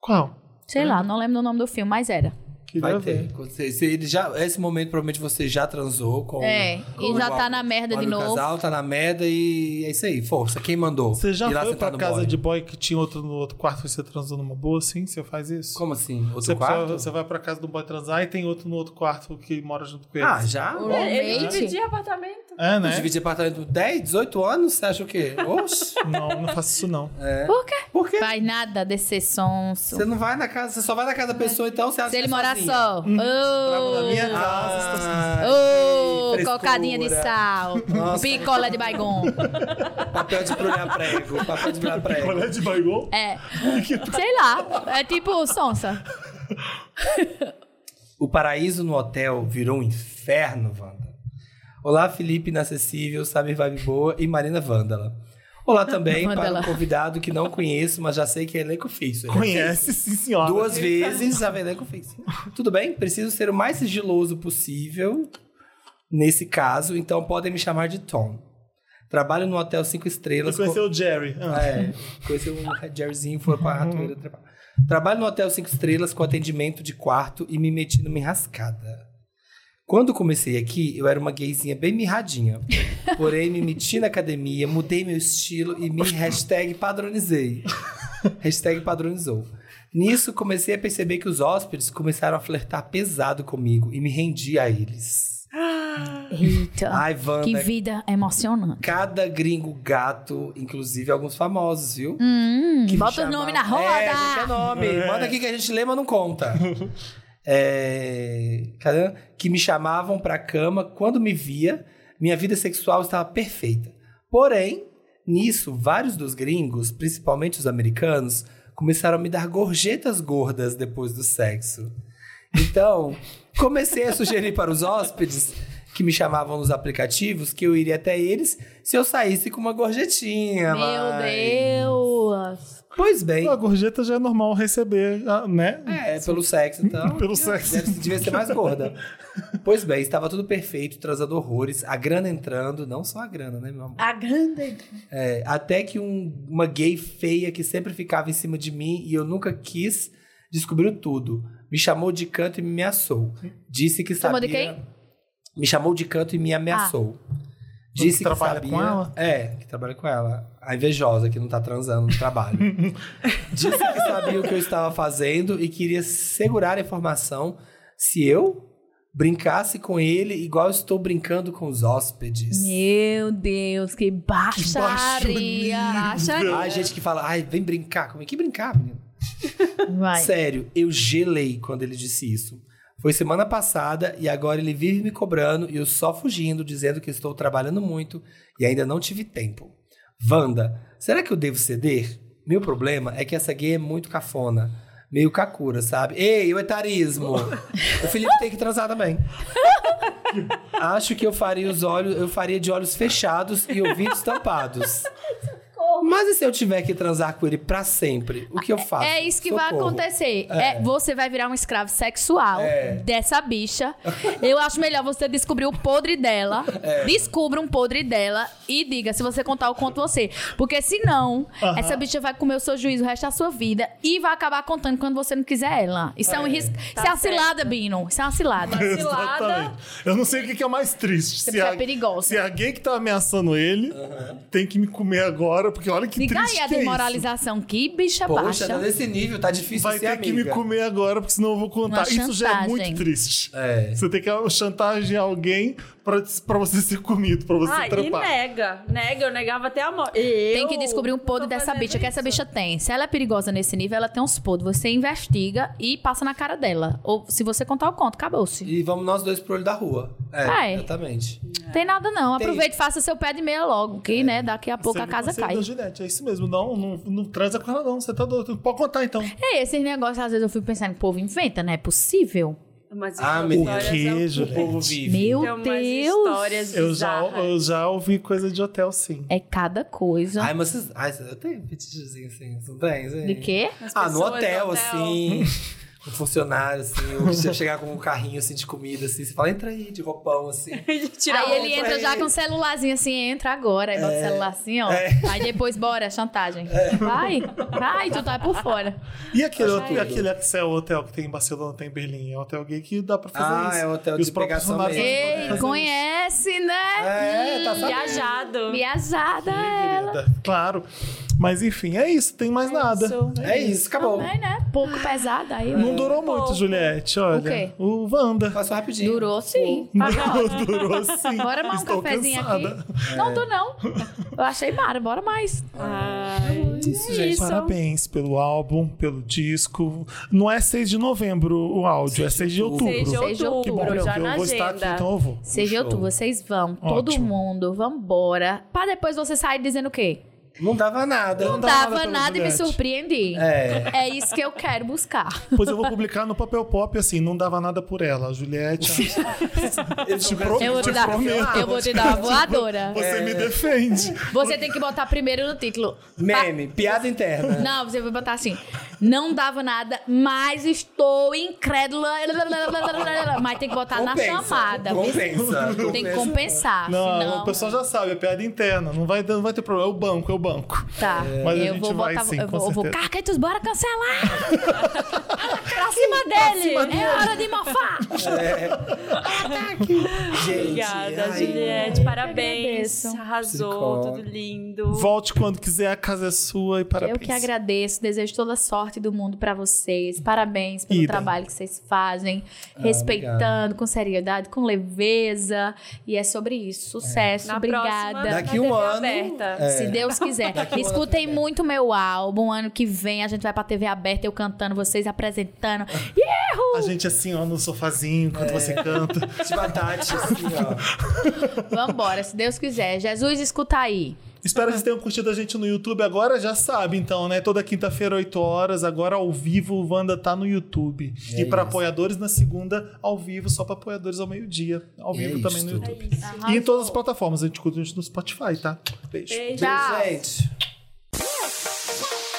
S1: Qual?
S2: Hum.
S4: Sei lá, não lembro o nome do filme, mas era.
S1: Queria
S2: Vai
S1: ver.
S2: ter. Quando você- se ele já, esse momento, provavelmente, você já transou com...
S4: É,
S2: com
S4: e já
S2: o-
S4: tá na merda
S2: com
S4: de
S2: o
S4: novo.
S2: casal, tá na merda e é isso aí. Força, quem mandou?
S1: Você já
S2: Ir lá
S1: foi
S2: sentar
S1: pra
S2: no
S1: casa
S2: boy.
S1: de boy que tinha outro no outro quarto e você transou numa boa, assim? Você faz isso?
S2: Como assim? Outro
S1: Você,
S2: quarto?
S1: você vai pra casa do boy transar e tem outro no outro quarto que mora junto com ele.
S2: Ah, já?
S4: Ô,
S2: Eu
S3: É, Ele
S4: Gente.
S3: dividia apartamento.
S1: é, né?
S2: dividi apartamento com 10, 18 anos? Você acha o quê? Oxe,
S1: Não, não faço isso não.
S4: Por quê?
S2: por quê?
S4: Faz nada descer sonso.
S2: É. Você não vai na casa, você só vai na casa da pessoa, então você acha
S4: Se ele
S2: que é
S4: morar
S2: sozinha.
S4: só.
S2: Hum.
S1: Trava na minha
S4: Ô,
S2: Ah,
S4: ô,
S2: que frescura.
S4: cocadinha de sal.
S2: Nossa.
S4: Picola de baigon.
S2: Papel de brulhar prego. Papel de brulhar prego.
S1: Colher de baigol?
S4: É. Sei lá. É tipo sonsa.
S2: O paraíso no hotel virou um inferno, Wanda. Olá, Felipe Inacessível, Samir Vibe Boa e Marina Vândala. Olá também para
S4: Vândala.
S2: um convidado que não conheço, mas já sei que é elenco fixo. Ele é
S1: Conhece, sim, senhora.
S2: Duas vezes já vendeu com fez. Tudo bem? Preciso ser o mais sigiloso possível nesse caso, então podem me chamar de Tom. Trabalho no Hotel cinco Estrelas.
S1: Você conheceu o Jerry.
S2: com...
S1: Ah.
S2: É, conheceu o Jerryzinho, foi pra ratoeira trabalhar. Trabalho no Hotel cinco Estrelas com atendimento de quarto e me meti numa enrascada. Quando comecei aqui, eu era uma gayzinha bem mirradinha. Porém, me meti na academia, mudei meu estilo e me hashtag padronizei. Hashtag padronizou. Nisso, comecei a perceber que os hóspedes começaram a flertar pesado comigo e me rendi a eles.
S4: Eita.
S2: Ai, Wanda.
S4: Que vida emocionante.
S2: Cada gringo gato, inclusive alguns famosos, viu?
S4: Hum,
S2: Que me
S4: bota o
S2: chamava-
S4: nome na
S2: É, não tinha
S4: roda.
S2: nome.
S1: É.
S2: Manda aqui que a gente lê, mas não conta. É, cadê? Que me chamavam pra cama quando me via, minha vida sexual estava perfeita. Porém, nisso, vários dos gringos, principalmente os americanos, começaram a me dar gorjetas gordas depois do sexo. Então, comecei a sugerir para os hóspedes que me chamavam nos aplicativos que eu iria até eles se eu saísse com uma gorjetinha.
S4: Meu
S2: mãe.
S4: Deus.
S2: Pois bem.
S1: A gorjeta já é normal receber, ah, né?
S2: É, pelo sexo, então.
S1: Pelo sexo.
S2: Deve, devia ser mais gorda. Pois bem, estava tudo perfeito, transando horrores, a grana entrando, não só a grana, né, meu amor?
S4: A grande.
S2: É, até que um- uma gay feia que sempre ficava em cima de mim e eu nunca quis, descobriu tudo. Me chamou de canto e me ameaçou. Disse que
S4: Chamou
S2: sabia...
S4: de quem? Ah.
S2: Me chamou de canto e me ameaçou. Disse que
S1: trabalha
S2: sabia...
S1: com ela?
S2: É, que trabalha com ela. A invejosa, que não tá transando no trabalho. Disse que sabia o que eu estava fazendo e queria segurar a informação se eu brincasse com ele igual estou brincando com os hóspedes.
S4: Meu Deus, que
S1: nível.
S4: baixaria. baixaria.
S2: Ai, gente que fala, ai, vem brincar. Como é que brincar, menino?
S4: Vai.
S2: Sério, eu gelei quando ele disse isso. Foi semana passada e agora ele vive me cobrando e eu só fugindo, dizendo que estou trabalhando muito e ainda não tive tempo. Wanda, será que eu devo ceder? Meu problema é que essa gay é muito cafona. Meio cacura, sabe? Ei, o etarismo! o Felipe tem que transar também. Acho que eu faria os olhos, eu faria de olhos fechados e ouvidos tampados. Mas e se eu tiver que transar com ele pra sempre? O que eu faço?
S4: É isso que vai
S2: Socorro.
S4: acontecer. É, você vai virar um escravo sexual dessa bicha. Eu acho melhor você descobrir o podre dela. Descubra um podre dela e diga se você contar, eu conto você. Porque senão, essa bicha vai comer o seu juízo o resto da sua vida e vai acabar contando quando você não quiser ela. Isso é, um risco.
S3: Tá
S4: isso é uma cilada, Bino. Isso é uma cilada.
S3: Cilada.
S1: Eu não sei o que que é mais triste.
S4: Você é perigosa.
S1: se a gay que tá ameaçando ele tem que me comer agora, porque olha que
S4: Diga
S1: triste
S4: aí a
S1: que é isso.
S4: desmoralização. que bicha
S2: Poxa, tá
S4: baixa.
S2: nesse nível, tá difícil
S1: Vai
S2: ser
S1: ter que
S2: amiga.
S1: me comer agora, porque senão eu vou contar.
S4: Uma
S1: Isso já é
S4: chantagem.
S1: muito triste.
S2: É.
S1: Você tem que chantagear alguém pra, pra você ser comido, pra você
S3: Ah, e
S1: trampar.
S3: nega. Nega, eu negava até a morte.
S4: Tem que descobrir um podre dessa bicha, que essa bicha tem. Se ela é perigosa nesse nível, ela tem uns podres. Você investiga e passa na cara dela. Ou se você contar o conto, acabou-se.
S2: E vamos nós dois pro olho da rua. É,
S4: Vai.
S2: exatamente.
S3: É.
S4: Tem nada não.
S2: Tem.
S4: Aproveita e faça seu pé de meia logo, que, né, daqui a pouco a casa cai.
S1: Da Juliette, é isso mesmo. Não, não, não transa com ela, não. Você tá doido. Pode contar, então.
S4: É, esses negócios, às vezes eu fico pensando, o povo inventa, não é possível?
S3: Mas
S2: Ah,
S3: essas
S2: meu
S3: histórias
S1: Deus.
S3: são-
S1: O queijo,
S2: O povo vive.
S4: Meu
S3: Tem umas
S4: Deus!
S3: histórias-
S1: Eu já,
S3: Bizarra.
S1: eu já ouvi coisa de hotel, sim.
S4: É cada coisa.
S2: Ai, mas vocês... Ai, eu tenho fetichezinho assim, não tem? Assim.
S4: De quê?
S3: As
S2: Ah, no
S3: pessoas
S2: hotel,
S3: do
S2: assim... Um funcionário, assim, ou você chegar com um carrinho assim de comida, assim, você fala, entra aí, de roupão, assim.
S3: Tirar é.
S4: aí ele
S2: outra
S4: entra já
S2: aí.
S4: com o celularzinho assim, entra agora. Aí bota o celular assim, ó. Aí depois, bora, chantagem.
S3: É.
S4: Vai, vai, tu tá por fora.
S1: E aquele,
S2: Acho
S1: hotel,
S2: tudo.
S1: aquele Excel hotel que tem em Barcelona, tem em Berlim? É um hotel gay que dá pra fazer
S2: Ah,
S1: isso.
S2: é um hotel
S1: E
S2: de
S1: os próprios
S2: pegação
S1: funcionários
S2: mesmo.
S1: podem
S4: Ei,
S1: fazer
S4: conhece,
S2: É, tá
S4: né? Ih,
S2: sabendo.
S3: Viajado.
S4: Viajado. Viajada ela.
S1: isso, querida. Claro. Mas enfim, é isso. Tem mais nada.
S2: É isso, acabou.
S4: Também, né? Pouco pesada aí. né?
S1: Não durou muito,
S3: Pouco.
S1: Juliette. Olha.
S4: O quê?
S1: O Wanda.
S2: Passou rapidinho.
S4: Durou sim.
S1: Não, durou sim.
S4: Bora mais um
S1: Estou
S4: cafezinho
S1: cansada. É.
S4: aqui. Não tô não. Eu achei mara, bora mais.
S1: Ah,
S3: Ai,
S2: Isso,
S3: é
S2: gente.
S3: isso.
S1: Parabéns pelo álbum, pelo disco. Não é 6 de novembro o áudio, é 6 de outubro.
S3: Seis de
S4: Seis de
S3: outubro,
S1: Bom,
S4: outubro,
S3: já
S1: eu
S3: na
S1: vou estar
S3: agenda.
S1: aqui, então eu vou.
S4: Seja
S2: Show.
S4: outubro, vocês vão. Todo
S1: Ótimo.
S4: mundo, vambora. Pra depois você sair dizendo o quê?
S2: Não dava nada.
S4: Não
S1: dava
S4: dava
S1: pelo
S4: nada e me
S1: Juliette.
S4: surpreendi.
S2: É.
S4: É isso que eu quero buscar.
S1: Pois eu vou publicar no Papel Pop, assim, não dava nada por ela. A Juliette, ah,
S2: Eles não
S1: prometo.
S4: Eu vou te
S1: Te
S4: dar,
S1: prometo.
S4: eu vou te dar uma voadora.
S1: Tipo, você
S2: É.
S1: me defende.
S4: Você tem que botar primeiro no título.
S2: Meme, piada interna.
S4: Não, você vai botar assim. Não dava nada, mas estou incrédula. Mas tem que botar tá na
S2: Compensa,
S4: chamada.
S2: Compensa.
S4: Tem que
S2: compensa.
S4: compensar.
S1: Não,
S4: senão...
S1: o pessoal já sabe, é piada interna. Não vai, não vai ter problema. É o banco, é o banco.
S4: Tá.
S1: Mas é, a
S4: eu
S1: gente
S4: vou
S1: vai
S4: botar.
S1: sim,
S4: eu
S1: com
S4: vou, eu vou
S1: certeza.
S4: Carcaetus, bora cancelar! pra cima dele! é hora de mofar!
S2: É.
S4: tá
S2: Gente,
S3: Obrigada,
S2: ai,
S3: Juliette. Parabéns.
S4: agradeço.
S3: Arrasou,
S2: Psicóloga.
S3: tudo lindo.
S1: Volte quando quiser, a casa é sua e parabéns.
S4: Eu que agradeço, desejo toda sorte sorte do mundo pra vocês. Parabéns pelo
S1: Ida.
S4: trabalho que vocês fazem,
S2: Ah,
S4: respeitando, com seriedade, com leveza. E é sobre isso. Sucesso,
S3: Na
S4: obrigada.
S3: próxima,
S2: Daqui
S3: na
S2: um
S3: TV
S2: ano,
S3: Aberta.
S2: É.
S4: Se Deus quiser. Escutem muito meu álbum. Ano que vem a gente vai pra TV aberta, eu cantando, vocês apresentando.
S1: A gente assim, ó, no sofazinho, enquanto você
S2: É.
S1: canta.
S2: De batata, assim, ó.
S4: Vambora, se Deus quiser. Jesus, escuta aí.
S1: Espero que vocês tenham curtido a gente no YouTube. Agora já sabe, então, né? Toda quinta-feira, 8 horas, agora ao vivo, o Wanda tá no YouTube.
S2: É
S1: e pra
S2: isso.
S1: apoiadores, na segunda, ao vivo, só pra apoiadores ao meio-dia. Ao
S2: É
S1: vivo também
S2: isso.
S1: no YouTube.
S4: Arrasou.
S1: e em todas as plataformas, a gente curte a gente no Spotify, tá? Beijo.
S3: Beijo.
S4: Tchau.
S2: Gente.
S5: Shake,